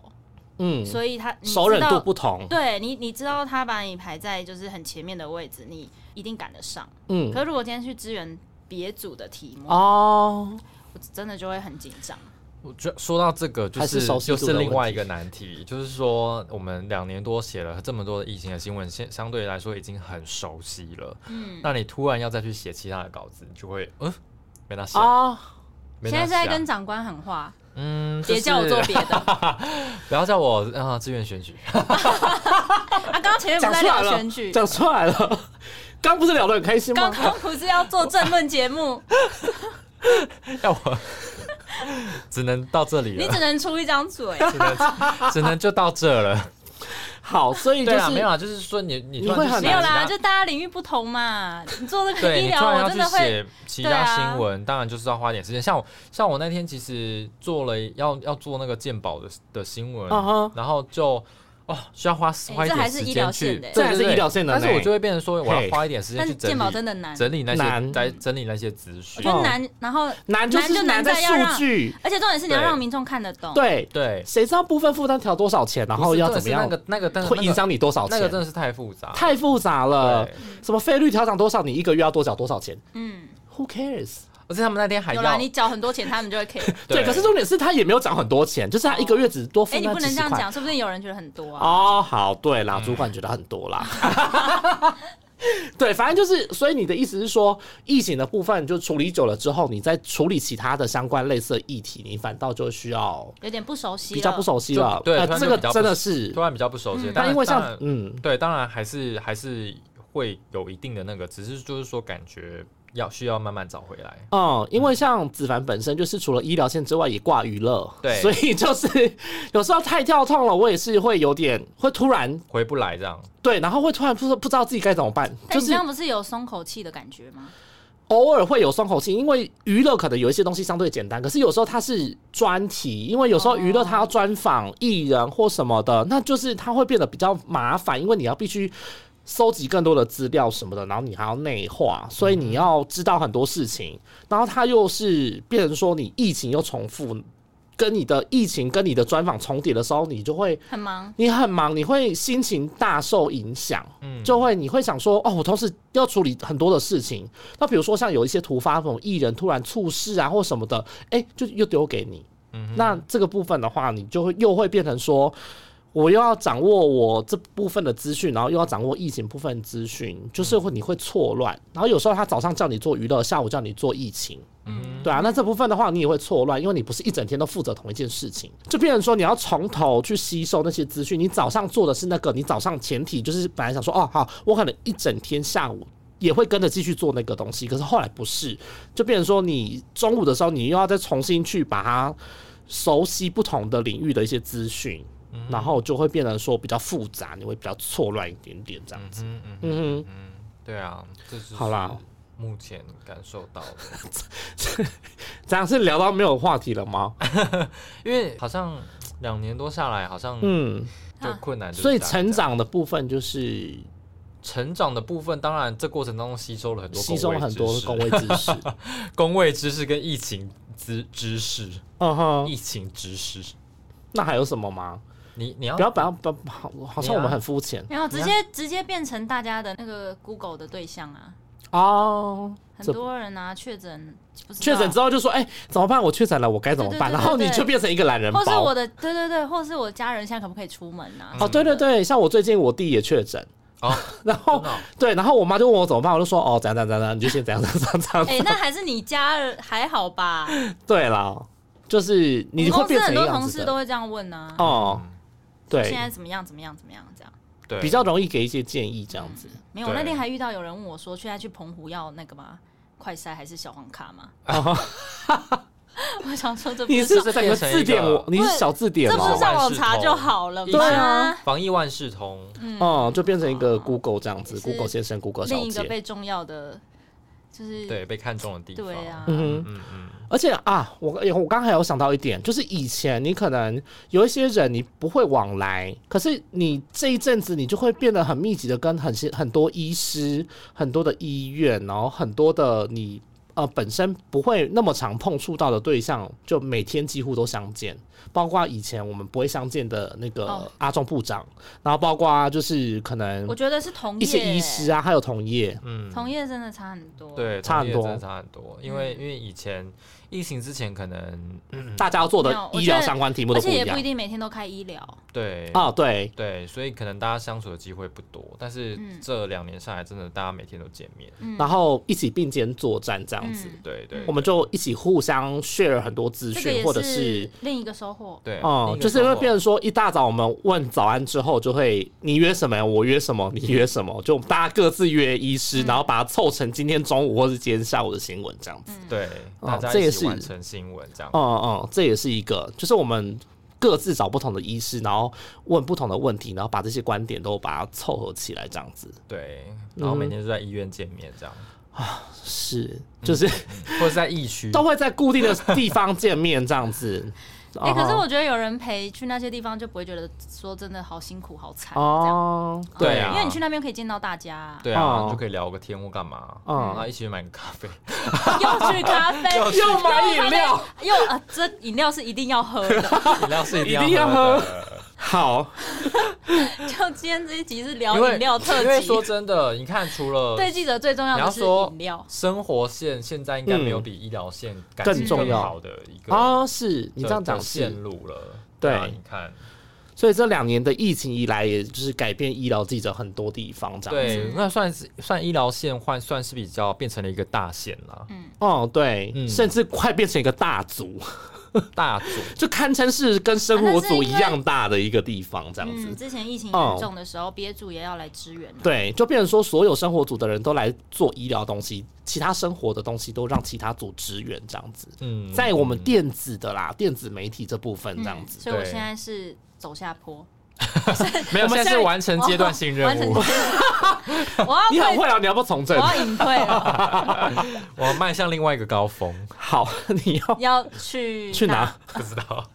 [SPEAKER 2] 嗯，
[SPEAKER 3] 所以他你
[SPEAKER 2] 熟忍
[SPEAKER 3] 知道
[SPEAKER 2] 度不同，
[SPEAKER 3] 对你，你知道他把你排在就是很前面的位置，你一定赶得上。
[SPEAKER 2] 嗯，
[SPEAKER 3] 可是如果今天去支援别组的题
[SPEAKER 1] 啊
[SPEAKER 3] 目，
[SPEAKER 2] 哦，
[SPEAKER 3] 我真的就会很紧张。
[SPEAKER 1] 我觉得说到这个，就
[SPEAKER 2] 还是
[SPEAKER 1] 是
[SPEAKER 2] 熟悉
[SPEAKER 1] 又
[SPEAKER 2] 度
[SPEAKER 1] 是
[SPEAKER 2] 的
[SPEAKER 1] 另
[SPEAKER 2] 问
[SPEAKER 1] 外一个难题，就是说我们两年多写了这么多的疫情的新闻，现相对来说已经很熟悉了。嗯，那你突然要再去写其他的稿子，你就会嗯，没那写，
[SPEAKER 2] 哦，
[SPEAKER 1] 没
[SPEAKER 3] 现
[SPEAKER 1] 那
[SPEAKER 3] 在是在
[SPEAKER 1] 写
[SPEAKER 3] 跟长官喊话，
[SPEAKER 1] 嗯，
[SPEAKER 3] 别叫我做别
[SPEAKER 1] (laughs)
[SPEAKER 3] 的。啊，
[SPEAKER 1] 不要叫我啊志愿选举， (laughs)
[SPEAKER 3] 刚刚前面
[SPEAKER 2] 讲
[SPEAKER 3] 不是在
[SPEAKER 2] 出来
[SPEAKER 3] 聊
[SPEAKER 2] 了
[SPEAKER 3] 选，举，
[SPEAKER 2] 讲出来了，刚不是聊得很开心吗
[SPEAKER 3] 刚？刚不是要做政论
[SPEAKER 1] (laughs)
[SPEAKER 3] 节目，
[SPEAKER 1] 要我只能到这里
[SPEAKER 3] 你
[SPEAKER 1] 了
[SPEAKER 3] 只，能出一张
[SPEAKER 1] (laughs)
[SPEAKER 3] 嘴。
[SPEAKER 1] 只能只能就到这了。
[SPEAKER 2] 好，所以就
[SPEAKER 1] 对啊，
[SPEAKER 2] 是
[SPEAKER 1] 没有啊，就是说你你
[SPEAKER 2] 你
[SPEAKER 1] 突然
[SPEAKER 2] 会
[SPEAKER 1] 就
[SPEAKER 2] 很
[SPEAKER 1] 写
[SPEAKER 3] 没有
[SPEAKER 1] 其他
[SPEAKER 3] 啦，就大家领域不同嘛。你做 (laughs) 这个
[SPEAKER 1] 对
[SPEAKER 3] 医
[SPEAKER 1] 你
[SPEAKER 3] 疗，
[SPEAKER 1] 突然
[SPEAKER 3] 我
[SPEAKER 1] 要
[SPEAKER 3] 真
[SPEAKER 1] 去
[SPEAKER 3] 的会。
[SPEAKER 1] 写其
[SPEAKER 3] 对
[SPEAKER 1] 他
[SPEAKER 3] 啊
[SPEAKER 1] 新闻，当然就是要花一点时间。像我像我那天其实做了要要做那个鉴宝的的新闻，
[SPEAKER 2] 嗯哼
[SPEAKER 1] 然后就哦，需要花花一
[SPEAKER 3] 这还
[SPEAKER 1] 点
[SPEAKER 3] 是
[SPEAKER 1] 时
[SPEAKER 3] 医疗
[SPEAKER 1] 间
[SPEAKER 3] 线
[SPEAKER 1] 去
[SPEAKER 3] 的，
[SPEAKER 2] 这还
[SPEAKER 1] 对
[SPEAKER 2] 是
[SPEAKER 1] 对对
[SPEAKER 2] 医疗线的
[SPEAKER 1] 但是
[SPEAKER 2] 呢哎
[SPEAKER 1] 我就会变成说，我
[SPEAKER 2] 嘿
[SPEAKER 1] 要花一点时间
[SPEAKER 3] 但
[SPEAKER 1] 去
[SPEAKER 3] 是
[SPEAKER 1] 整
[SPEAKER 3] 健保
[SPEAKER 1] 理
[SPEAKER 3] 真的难，
[SPEAKER 1] 整理那些
[SPEAKER 2] 难
[SPEAKER 1] 在整理那些资
[SPEAKER 3] 我
[SPEAKER 1] 讯
[SPEAKER 2] 哦
[SPEAKER 1] 哦
[SPEAKER 3] 觉。得难，然后
[SPEAKER 2] 难就
[SPEAKER 3] 难
[SPEAKER 2] 是
[SPEAKER 3] 就难
[SPEAKER 2] 在
[SPEAKER 3] 在要
[SPEAKER 2] 数
[SPEAKER 3] 让哦
[SPEAKER 2] 据，
[SPEAKER 3] 而且重点是你要
[SPEAKER 1] 对
[SPEAKER 3] 让民众看得懂，
[SPEAKER 2] 对，
[SPEAKER 1] 对，
[SPEAKER 2] 谁知道部分负担调多少钱，然后要
[SPEAKER 1] 不
[SPEAKER 2] 怎
[SPEAKER 1] 是
[SPEAKER 2] 么
[SPEAKER 1] 真的是
[SPEAKER 2] 样
[SPEAKER 1] 那个那个，但是
[SPEAKER 2] 会
[SPEAKER 1] 那个
[SPEAKER 2] 影响你多少
[SPEAKER 1] 那
[SPEAKER 2] 钱
[SPEAKER 1] 个？真的是太复杂，
[SPEAKER 2] 太呃复杂了
[SPEAKER 1] 对，
[SPEAKER 2] 什么费率调整多少，你一个月要多缴多少钱
[SPEAKER 3] 嗯，
[SPEAKER 2] ？Who cares？
[SPEAKER 1] 而且他们那天还
[SPEAKER 3] 有
[SPEAKER 1] 要
[SPEAKER 3] 啦，你缴很多钱，他们就会 care。
[SPEAKER 2] 哎 (laughs) 对，可是重点是他也没有涨很多钱，
[SPEAKER 1] 哦
[SPEAKER 2] 就是他一个月只多付
[SPEAKER 3] 哎，你
[SPEAKER 2] 那
[SPEAKER 3] 不能
[SPEAKER 2] 几十
[SPEAKER 3] 这样
[SPEAKER 2] 块。
[SPEAKER 3] 讲，说不定有人觉得很多啊。
[SPEAKER 2] 哦，好，对啦，主管觉得很多啦。 (laughs) 对，反正就是，所以你的意思是说，疫情的部分就处理久了之后，你再处理其他的相关类似的议题，你反倒就需要
[SPEAKER 3] 有点不熟悉，
[SPEAKER 2] 比较不。熟悉
[SPEAKER 1] 就
[SPEAKER 2] 了。
[SPEAKER 1] 对
[SPEAKER 2] 呃
[SPEAKER 1] 突然
[SPEAKER 2] 这
[SPEAKER 1] 就
[SPEAKER 2] 个
[SPEAKER 1] 比较不
[SPEAKER 2] 真的
[SPEAKER 1] 熟
[SPEAKER 2] 是
[SPEAKER 1] 突，然比较不熟悉
[SPEAKER 3] 嗯，
[SPEAKER 1] 当
[SPEAKER 2] 但
[SPEAKER 1] 然
[SPEAKER 2] 因为
[SPEAKER 1] 当
[SPEAKER 2] 像
[SPEAKER 1] 然
[SPEAKER 2] 嗯，
[SPEAKER 1] 对，当然还是还是会有一定的那个，只是就是说感觉要需要慢慢找回来。
[SPEAKER 2] 嗯，因为像子凡本身就是除了医疗线之外也挂娱乐，
[SPEAKER 1] 对
[SPEAKER 2] (laughs) 所以就是有时候太跳痛了，我也是会有点会突然
[SPEAKER 1] 回不来这样，
[SPEAKER 2] 对，然后会突然不知不知道自己该怎么办，
[SPEAKER 3] 但
[SPEAKER 2] 就
[SPEAKER 3] 你
[SPEAKER 2] 是
[SPEAKER 3] 这样不是有松口气的感觉吗？
[SPEAKER 2] 偶尔会有松口气，因为娱乐可能有一些东西相对简单，可是有时候它是专题，因为有时候娱乐它要专访艺人或什么的，那就是它会变得比较麻烦，因为你要必须。搜集更多的资料什么的，然后你还要内化，所以你要知道很多事情。然后它又是变成说你疫情又重复，跟你的疫情跟你的专访重叠的时候，你就会
[SPEAKER 3] 很忙，
[SPEAKER 2] 你很忙，你会心情大受影响，就会你会想说，哦，我同时要处理很多的事情。那比如说像有一些突发，那种艺人突然猝逝啊，或什么的，哎、就又丢给你。那这个部分的话，你就会又会变成说，我又要掌握我这部分的资讯，然后又要掌握疫情部分资讯，就是会你会错乱。然后有时候他早上叫你做娱乐，下午叫你做疫情，
[SPEAKER 1] 嗯，
[SPEAKER 2] 对啊，那这部分的话，你也会错乱，因为你不是一整天都负责同一件事情，就变成说你要从头去吸收那些资讯。你早上做的是那个，你早上前提就是本来想说，哦，好，我可能一整天下午也会跟着继续做那个东西，可是后来不是，就变成说你中午的时候，你又要再重新去把它熟悉不同的领域的一些资讯，然后就会变成说比较复杂，你会比较错乱一点点这样子。
[SPEAKER 1] 嗯嗯嗯
[SPEAKER 2] 嗯哼，
[SPEAKER 1] 嗯，对啊，这就是
[SPEAKER 2] 好啦，哦
[SPEAKER 1] 目前感受到
[SPEAKER 2] (laughs)
[SPEAKER 1] 的，
[SPEAKER 2] 这样是聊到没有话题了吗？
[SPEAKER 1] 因为好像两年多下来，好像
[SPEAKER 2] 嗯，
[SPEAKER 1] 就
[SPEAKER 3] 啊
[SPEAKER 1] 困难就是
[SPEAKER 2] 所以
[SPEAKER 1] 这样
[SPEAKER 2] 成长的部分就是
[SPEAKER 1] 成长的部分，当然这过程当中吸收了很多
[SPEAKER 2] 吸收了很多
[SPEAKER 1] 工
[SPEAKER 2] 工位知
[SPEAKER 3] (laughs)
[SPEAKER 2] 识。
[SPEAKER 1] 工位知识跟疫情知知识、
[SPEAKER 2] 嗯哼，
[SPEAKER 1] 疫情知识，
[SPEAKER 2] 那还有什么吗？
[SPEAKER 1] 你
[SPEAKER 3] 啊
[SPEAKER 1] 你要
[SPEAKER 2] 不要不要不要，好，好像我们很肤浅
[SPEAKER 3] 没有直接直接变成大家的那个 Google 的对象啊。
[SPEAKER 2] 哦。
[SPEAKER 3] 很
[SPEAKER 2] 这
[SPEAKER 3] 多人啊，确诊不知道
[SPEAKER 2] 确诊之后就说，哎，怎么办？我确诊了，我该怎么办？
[SPEAKER 3] 对对对
[SPEAKER 2] 然后你
[SPEAKER 3] 对对
[SPEAKER 2] 就变成一个懒人
[SPEAKER 3] 或是
[SPEAKER 2] 包
[SPEAKER 3] 我。的对对对，或是我家人现在可不可以出门啊？
[SPEAKER 2] 哦，对对对，像我最近我弟也确诊，
[SPEAKER 1] 哦，
[SPEAKER 2] (laughs) 然后
[SPEAKER 1] 真的哦
[SPEAKER 2] 对，然后我妈就问我怎么办，我就说哦，怎样怎样怎样，你就先怎样怎样怎样。怎
[SPEAKER 3] 哎、
[SPEAKER 2] 样
[SPEAKER 3] 那还是你家人还好吧？
[SPEAKER 2] 对啦，就是你
[SPEAKER 3] 我
[SPEAKER 2] 会
[SPEAKER 3] 们公
[SPEAKER 2] 变
[SPEAKER 3] 司
[SPEAKER 2] 成
[SPEAKER 3] 很
[SPEAKER 2] 一个
[SPEAKER 3] 多
[SPEAKER 2] 样
[SPEAKER 3] 同
[SPEAKER 2] 子
[SPEAKER 3] 事
[SPEAKER 2] 的
[SPEAKER 3] 都会这样问啊。
[SPEAKER 2] 哦，
[SPEAKER 3] 现
[SPEAKER 2] 对，
[SPEAKER 3] 在怎么样？怎么样？怎么样？这样
[SPEAKER 1] 对
[SPEAKER 2] 比较容易给一些建议这样子。
[SPEAKER 3] 没有。我那
[SPEAKER 1] 对
[SPEAKER 3] 天还遇到有人问我说，现在去澎湖要那个吗？快筛还是小黄卡吗？ (laughs) 我想说这
[SPEAKER 2] 哦 (laughs)
[SPEAKER 3] 不
[SPEAKER 2] 你
[SPEAKER 3] 上
[SPEAKER 2] 是整个字典，我你是小字典哦
[SPEAKER 3] 这
[SPEAKER 2] 吗
[SPEAKER 3] 不？是上网查
[SPEAKER 1] 网
[SPEAKER 3] 就好了吗？
[SPEAKER 1] 对
[SPEAKER 2] 啊
[SPEAKER 1] 防疫万事通，
[SPEAKER 2] 哦、就变成一个 Google 这样子
[SPEAKER 3] 也是
[SPEAKER 2] ，Google 先生，Google
[SPEAKER 3] 另
[SPEAKER 2] 小
[SPEAKER 3] 一个
[SPEAKER 2] 姐。
[SPEAKER 3] 被重要的就是
[SPEAKER 1] 对被看中的地方，
[SPEAKER 3] 对啊，
[SPEAKER 2] 嗯哼，
[SPEAKER 1] 嗯嗯，
[SPEAKER 2] 而且啊，我我刚才有想到一点，就是以前你可能有一些人你不会往来，可是你这一阵子你就会变得很密集的跟很些很多医师、很多的医院，然后很多的你呃本身不会那么常碰触到的对象，就每天几乎都相见，包括以前我们不会相见的那个
[SPEAKER 3] 哦
[SPEAKER 2] 阿中部长，然后包括就是可能
[SPEAKER 3] 我觉得是同业
[SPEAKER 2] 一些医师啊，还有同业，
[SPEAKER 1] 嗯
[SPEAKER 3] 同业真的差很多。，嗯
[SPEAKER 1] 对，
[SPEAKER 2] 差很
[SPEAKER 1] 同业
[SPEAKER 2] 多
[SPEAKER 1] 真的差很多。因为因为以前疫情之前，可能
[SPEAKER 2] 大家要做的
[SPEAKER 3] 没有我
[SPEAKER 2] 医
[SPEAKER 3] 觉
[SPEAKER 2] 疗
[SPEAKER 3] 得
[SPEAKER 2] 相关题目
[SPEAKER 3] 而
[SPEAKER 2] 都不
[SPEAKER 3] 且
[SPEAKER 2] 一
[SPEAKER 3] 也
[SPEAKER 2] 样
[SPEAKER 3] 不一定每天都开医疗。
[SPEAKER 1] 对
[SPEAKER 2] 啊。对，
[SPEAKER 1] 对，所以可能大家相处的机会不多，但是
[SPEAKER 3] 嗯
[SPEAKER 1] 这两年下来，真的大家每天都见面，
[SPEAKER 3] 嗯
[SPEAKER 2] 然后一起并肩作战这样子，
[SPEAKER 3] 嗯
[SPEAKER 1] 对对
[SPEAKER 2] 我们就一起互相 share 很多资
[SPEAKER 3] 这个
[SPEAKER 2] 讯，
[SPEAKER 3] 也
[SPEAKER 2] 或者
[SPEAKER 3] 是
[SPEAKER 2] 是。
[SPEAKER 3] 另一个收获。
[SPEAKER 1] 对，
[SPEAKER 2] 哦、
[SPEAKER 1] 另一个
[SPEAKER 2] 就是会
[SPEAKER 1] 状况
[SPEAKER 2] 变成说，一大早我们问早安之后，就会你约什么，我约什么，你约什么，就大家各自约医师，
[SPEAKER 3] 嗯
[SPEAKER 2] 然后把它凑成今天中午或是今天下午的新闻这样子。
[SPEAKER 3] 嗯
[SPEAKER 1] 对，
[SPEAKER 2] 哦
[SPEAKER 1] 大家
[SPEAKER 2] 这也
[SPEAKER 1] 一
[SPEAKER 2] 是
[SPEAKER 1] 起完成新闻这样。
[SPEAKER 2] 嗯嗯，这也是一个，就是我们各自找不同的医师，然后问不同的问题，然后把这些观点都把它凑合起来这样子。
[SPEAKER 1] 对，然后
[SPEAKER 2] 嗯
[SPEAKER 1] 每天就在医院见面这样，
[SPEAKER 2] 是，就是、
[SPEAKER 3] 嗯
[SPEAKER 1] 或者在疫区，
[SPEAKER 2] 都会在固定的地方见面这样子。
[SPEAKER 3] (laughs) 哎、可是我觉得有人陪去那些地方，就不会觉得说真的好辛苦、好惨这样。
[SPEAKER 6] 哦，
[SPEAKER 1] 对啊
[SPEAKER 3] 因为你去那边可以见到大家、啊，
[SPEAKER 1] 对啊，
[SPEAKER 6] 哦
[SPEAKER 1] 就可以聊个天或干嘛，
[SPEAKER 2] 哦
[SPEAKER 6] 嗯
[SPEAKER 1] 然后一起去买个咖啡，
[SPEAKER 3] (laughs) 又去咖
[SPEAKER 1] (laughs)
[SPEAKER 3] 啡，
[SPEAKER 1] 又去
[SPEAKER 3] 又
[SPEAKER 1] 买
[SPEAKER 3] 咖啡
[SPEAKER 1] 饮料，
[SPEAKER 3] 又啊，这饮料是一定要喝的。
[SPEAKER 1] (laughs) 饮料是一
[SPEAKER 6] 一定要
[SPEAKER 1] 喝
[SPEAKER 6] 喝
[SPEAKER 1] 的。
[SPEAKER 3] (laughs)
[SPEAKER 6] 好，
[SPEAKER 3] 就今天这一集是
[SPEAKER 1] 因
[SPEAKER 3] 聊
[SPEAKER 1] 为
[SPEAKER 3] 饮料特
[SPEAKER 1] 因为
[SPEAKER 3] 辑，
[SPEAKER 1] 说真的，你看除了
[SPEAKER 3] 对记者最重要
[SPEAKER 1] 你要
[SPEAKER 3] 的是
[SPEAKER 1] 说
[SPEAKER 3] 饮料。
[SPEAKER 1] 生活线，现在应该没有比医疗线感
[SPEAKER 6] 更
[SPEAKER 1] 情
[SPEAKER 6] 重要
[SPEAKER 1] 好的一个
[SPEAKER 6] 哦，是你
[SPEAKER 1] 的
[SPEAKER 6] 这样讲
[SPEAKER 1] 的
[SPEAKER 6] 是
[SPEAKER 1] 线，路了。
[SPEAKER 6] 对
[SPEAKER 1] 啊你看，
[SPEAKER 6] 所以这
[SPEAKER 2] 这两年的疫情以来，也就是改变医疗记者很多地方，这样。
[SPEAKER 1] 对，那算是算医疗线换算是比较变成了一个大线
[SPEAKER 3] (laughs)
[SPEAKER 1] 啦，
[SPEAKER 2] 哦，对，
[SPEAKER 1] 嗯
[SPEAKER 2] 甚至快变成一个大组，
[SPEAKER 1] 大组
[SPEAKER 2] (laughs) 就堪称是跟生活组一样大的一个地方，这样子。
[SPEAKER 3] 嗯，之前疫情
[SPEAKER 2] 哦
[SPEAKER 3] 严重的时候，别组也要来支援啊。
[SPEAKER 2] 对，就变成说，所有生活组的人都来做医疗东西，其他生活的东西都让其他组支援这样子。
[SPEAKER 1] 嗯，
[SPEAKER 2] 在我们电子的啦，电子媒体这部分这样
[SPEAKER 3] 嗯
[SPEAKER 2] 子，
[SPEAKER 3] 所以我
[SPEAKER 1] 对
[SPEAKER 3] 现在是走下坡，
[SPEAKER 1] 没有，
[SPEAKER 3] 我们
[SPEAKER 1] 现在是
[SPEAKER 3] 现在
[SPEAKER 1] 完成阶段性任
[SPEAKER 3] 哦完成
[SPEAKER 1] 务， (laughs)
[SPEAKER 3] 我要
[SPEAKER 2] 你很
[SPEAKER 3] 退，
[SPEAKER 2] 会啊，你要不要从
[SPEAKER 3] 嗯我
[SPEAKER 2] 政？
[SPEAKER 3] 要隐退了，
[SPEAKER 1] 我迈向另外一个高峰，
[SPEAKER 2] 好， (laughs) 你要
[SPEAKER 3] 要去
[SPEAKER 2] (laughs) 去
[SPEAKER 3] 哪？
[SPEAKER 2] 哪？
[SPEAKER 1] 不知道。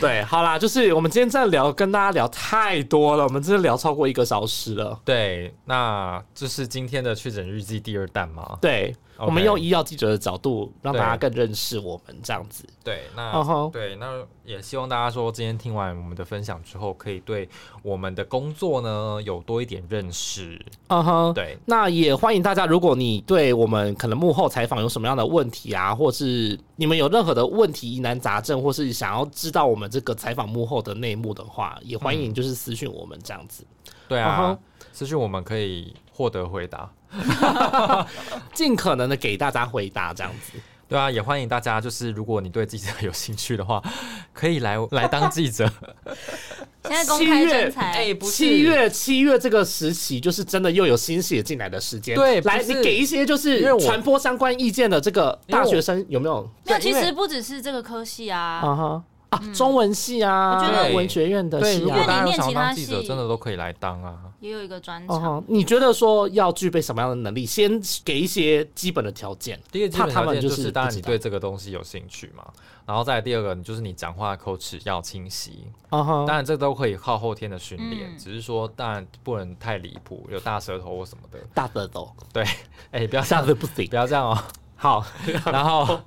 [SPEAKER 2] 对，好啦，就是我们今天真的聊，跟大家聊太多了，我们真的聊超过一个小时了。
[SPEAKER 1] 对，那这是今天的确诊日记第二弹嘛？
[SPEAKER 2] 对
[SPEAKER 1] OK
[SPEAKER 2] 我们用医药记者的角度，让
[SPEAKER 1] 对
[SPEAKER 2] 大家更认识我们这样子。
[SPEAKER 1] 对，那、
[SPEAKER 2] 嗯哼
[SPEAKER 1] 对，那也希望大家说今天听完我们的分享之后，可以对我们的工作呢有多一点认识。
[SPEAKER 2] 嗯
[SPEAKER 6] 哦
[SPEAKER 2] 哼，
[SPEAKER 1] 对，
[SPEAKER 2] 那也欢迎大家，如果你对我们可能幕后采访有什么样的问题啊，或是你们有任何的问题疑难杂症，或是想要知道我们这个采访幕后的内幕的话，也欢迎就是私讯我们这样子。
[SPEAKER 1] 对
[SPEAKER 2] 嗯
[SPEAKER 1] 啊
[SPEAKER 2] 哼，
[SPEAKER 1] 私讯我们可以获得回答。
[SPEAKER 2] 尽可能的给大家回答这样子。
[SPEAKER 1] 对啊，也欢迎大家，就是如果你对记者有兴趣的话， (laughs) 可以来来当记者。
[SPEAKER 3] 现在公开
[SPEAKER 2] 七月
[SPEAKER 3] 征才，
[SPEAKER 1] 哎不
[SPEAKER 2] 七月七月这个时期，就是真的又有新血进来的时间。
[SPEAKER 1] 对
[SPEAKER 2] 来，
[SPEAKER 1] 不
[SPEAKER 2] 你
[SPEAKER 1] 是
[SPEAKER 2] 给一些就
[SPEAKER 1] 因
[SPEAKER 2] 是
[SPEAKER 1] 为我
[SPEAKER 2] 传播相关意见的这个
[SPEAKER 1] 因为
[SPEAKER 2] 大
[SPEAKER 1] 我
[SPEAKER 2] 学生有没有？
[SPEAKER 3] 没有，
[SPEAKER 1] 对
[SPEAKER 3] 其
[SPEAKER 1] 因为
[SPEAKER 3] 实不只是这个科系啊，
[SPEAKER 2] 啊哈啊，中文系啊，
[SPEAKER 3] 我觉
[SPEAKER 1] 得
[SPEAKER 2] 文学院 (laughs) 的
[SPEAKER 1] 对，
[SPEAKER 2] 系
[SPEAKER 1] 如
[SPEAKER 2] 啊
[SPEAKER 1] 果，大
[SPEAKER 3] 因为
[SPEAKER 1] 家
[SPEAKER 3] 你
[SPEAKER 1] 有想要
[SPEAKER 3] 念其
[SPEAKER 1] 当
[SPEAKER 3] 他
[SPEAKER 1] 记者，
[SPEAKER 3] 系
[SPEAKER 1] 真的都可以来当啊。
[SPEAKER 3] 也有一个专
[SPEAKER 2] 哦
[SPEAKER 3] 场。
[SPEAKER 2] 吼，你觉得说要具备什么样的能力？先给一些基本的条件。
[SPEAKER 1] 第一个基本
[SPEAKER 2] 怕他
[SPEAKER 1] 条
[SPEAKER 2] 们
[SPEAKER 1] 件
[SPEAKER 2] 就
[SPEAKER 1] 就是是，当
[SPEAKER 2] 不
[SPEAKER 1] 然
[SPEAKER 2] 知
[SPEAKER 1] 你
[SPEAKER 2] 道
[SPEAKER 1] 对这个东西有兴趣嘛，然后再来第二个，你就是你讲话的口齿要清晰，
[SPEAKER 2] 啊哈
[SPEAKER 1] 当然这都可以靠后天的训练，
[SPEAKER 3] 嗯
[SPEAKER 1] 只是说当然不能太离谱，有大舌头或什么的。
[SPEAKER 2] 大的都
[SPEAKER 1] 对，哎、
[SPEAKER 2] (laughs)
[SPEAKER 1] 不要这
[SPEAKER 2] 大
[SPEAKER 1] 样，
[SPEAKER 2] 的不行
[SPEAKER 1] 不。要这样哦。 (laughs)
[SPEAKER 2] 好，
[SPEAKER 1] 然后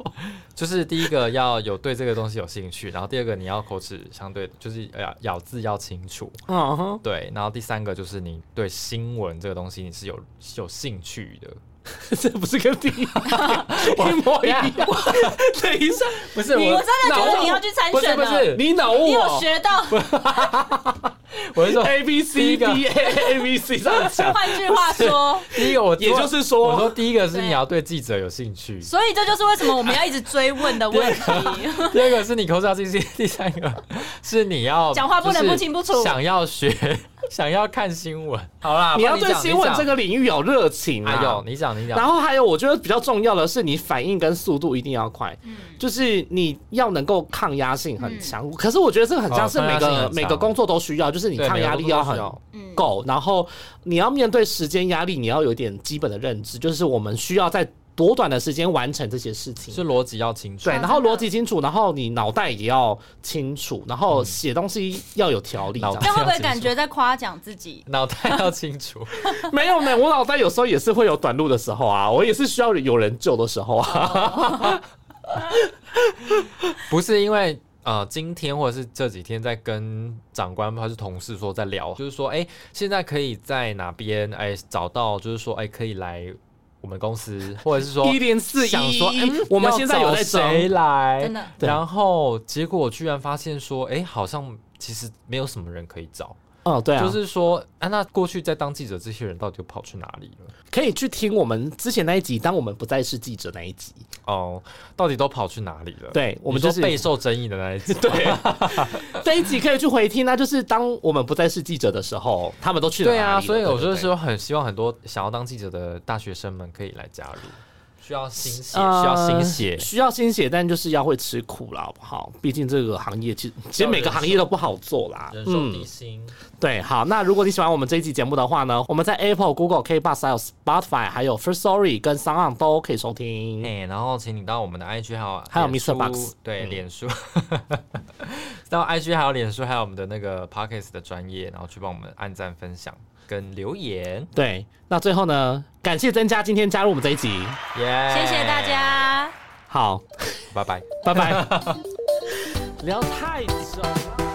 [SPEAKER 1] 就是第一个要有对这个东西有兴趣，然后第二个你要口齿相对就是呃咬字要清楚，
[SPEAKER 2] 嗯哼，
[SPEAKER 1] 对，然后第三个就是你对新闻这个东西你是有是有兴趣的，
[SPEAKER 2] (laughs) 这不是跟第
[SPEAKER 1] (laughs)
[SPEAKER 2] 一一模一 (laughs) 样。等一下，
[SPEAKER 1] 不是
[SPEAKER 3] 你我真的觉得你要去参
[SPEAKER 1] 不是
[SPEAKER 3] 选
[SPEAKER 1] 哦不
[SPEAKER 3] 了，
[SPEAKER 1] 是，
[SPEAKER 2] 你脑雾
[SPEAKER 3] 你有
[SPEAKER 2] 哦
[SPEAKER 3] 学到？
[SPEAKER 1] (laughs) 我是说
[SPEAKER 2] A B
[SPEAKER 1] 第
[SPEAKER 2] C
[SPEAKER 1] 一
[SPEAKER 2] D
[SPEAKER 1] 个
[SPEAKER 2] A A B C 这样
[SPEAKER 1] (laughs)
[SPEAKER 2] 讲，
[SPEAKER 3] 换句话说，
[SPEAKER 1] 第一个我
[SPEAKER 2] 也就是
[SPEAKER 1] 我
[SPEAKER 2] 说
[SPEAKER 1] 说，第一个是
[SPEAKER 3] 对
[SPEAKER 1] 你要对记者有兴
[SPEAKER 3] (laughs)
[SPEAKER 1] 趣，
[SPEAKER 3] 所以这就是为什么我们要一直追问的问题。
[SPEAKER 1] 第二个是你口齿要清晰， (laughs) 第三个是你要
[SPEAKER 3] (laughs) 讲话不
[SPEAKER 1] 就
[SPEAKER 3] 能
[SPEAKER 1] 是
[SPEAKER 3] 不清不楚
[SPEAKER 1] 想要学， (laughs) 想要看新闻。好啦，
[SPEAKER 2] 你要
[SPEAKER 1] 帮
[SPEAKER 2] 对
[SPEAKER 1] 讲
[SPEAKER 2] 新闻
[SPEAKER 1] 讲
[SPEAKER 2] 这个领域有热情
[SPEAKER 1] 哎呦
[SPEAKER 2] 啊，。
[SPEAKER 1] 你讲你讲
[SPEAKER 2] 然，后还有，我觉得比较重要的是，你反应跟速度一定要快，就是你要能够抗压性很强。可是我觉得这个很像
[SPEAKER 1] 哦
[SPEAKER 2] 是每
[SPEAKER 1] 抗压性
[SPEAKER 2] 个、
[SPEAKER 1] 很强
[SPEAKER 2] 每个工作都需要，就是你
[SPEAKER 1] 对
[SPEAKER 2] 抗压力要很
[SPEAKER 1] 每个工作
[SPEAKER 3] (laughs) 嗯，
[SPEAKER 2] 够，然后你要面对时间压力，你要有点基本的认知，就是我们需要在多短的时间完成这些事情。
[SPEAKER 1] 是逻辑要清楚
[SPEAKER 2] 对，。然后逻辑清楚，然后你脑袋也要清楚，然后写东西要有条理。这样
[SPEAKER 1] 嗯脑
[SPEAKER 3] 这样会不会
[SPEAKER 1] 要清楚
[SPEAKER 3] 感觉在夸奖
[SPEAKER 2] (laughs)
[SPEAKER 3] 自己？
[SPEAKER 1] 脑袋要清楚，
[SPEAKER 2] 没有呢，我脑袋有时候也是会有短路的时候啊，我也是需要有人救的时候啊。
[SPEAKER 1] (laughs) 不是因为呃，今天或者是这几天在跟长官还是同事说在聊，就是说，哎、现在可以在哪边哎、找到，就是说，哎、可以来我们公司，或者是说
[SPEAKER 2] 一零四
[SPEAKER 1] 想说，哎、
[SPEAKER 2] 一，我们
[SPEAKER 1] 要
[SPEAKER 2] 现在有在
[SPEAKER 1] 找
[SPEAKER 2] 招
[SPEAKER 1] 谁来？
[SPEAKER 3] 真的
[SPEAKER 2] 对
[SPEAKER 1] 然后结果居然发现说，哎、好像其实没有什么人可以找，
[SPEAKER 2] 哦，对啊，
[SPEAKER 1] 就
[SPEAKER 2] 就是
[SPEAKER 1] 是说，啊，那过去在当记者这些人到底又跑去哪里了？
[SPEAKER 2] 可以去听我们之前那一集，当我们不再是记者那一集。
[SPEAKER 1] 哦，到底都跑去哪里了？
[SPEAKER 2] 对我们
[SPEAKER 1] 你说
[SPEAKER 2] 就是
[SPEAKER 1] 备受争议的那一集。
[SPEAKER 2] (laughs) 对， (laughs) 这一集可以去回听那啊就是当我们不再是记者的时候，他们都去了
[SPEAKER 1] 对啊，
[SPEAKER 2] 哪里了
[SPEAKER 1] 所以我
[SPEAKER 2] 对
[SPEAKER 1] 就
[SPEAKER 2] 对
[SPEAKER 1] 是说很希望很多想要当记者的大学生们可以来加入，需要新血，
[SPEAKER 2] 呃
[SPEAKER 1] 需要新血，
[SPEAKER 2] 需要新血，但就是要会吃苦啦，好不好？毕竟这个行业其实其实每个行业都不好做啦。
[SPEAKER 1] 忍受地心。
[SPEAKER 2] 对，好，那如果你喜欢我们这一期节目的话呢，我们在 Apple、Google、K Bus、还有 Spotify、还有 First Story 跟 s o n 都可以收听。
[SPEAKER 1] 哎、然后请你到我们的 IG 还有
[SPEAKER 2] 还有
[SPEAKER 1] 脸
[SPEAKER 2] Mr.
[SPEAKER 1] 书
[SPEAKER 2] Box
[SPEAKER 1] 对，
[SPEAKER 2] 嗯
[SPEAKER 1] 脸书， (laughs) 到 IG 还有脸书，还有我们的那个 Pockets 的专业，然后去帮我们按赞、分享跟留言，
[SPEAKER 2] 对，那最后呢，感谢增加今天加入我们这一集，
[SPEAKER 1] 耶、
[SPEAKER 3] 谢谢大，家。
[SPEAKER 2] 好，
[SPEAKER 1] 拜拜。
[SPEAKER 2] 拜拜。聊太久了。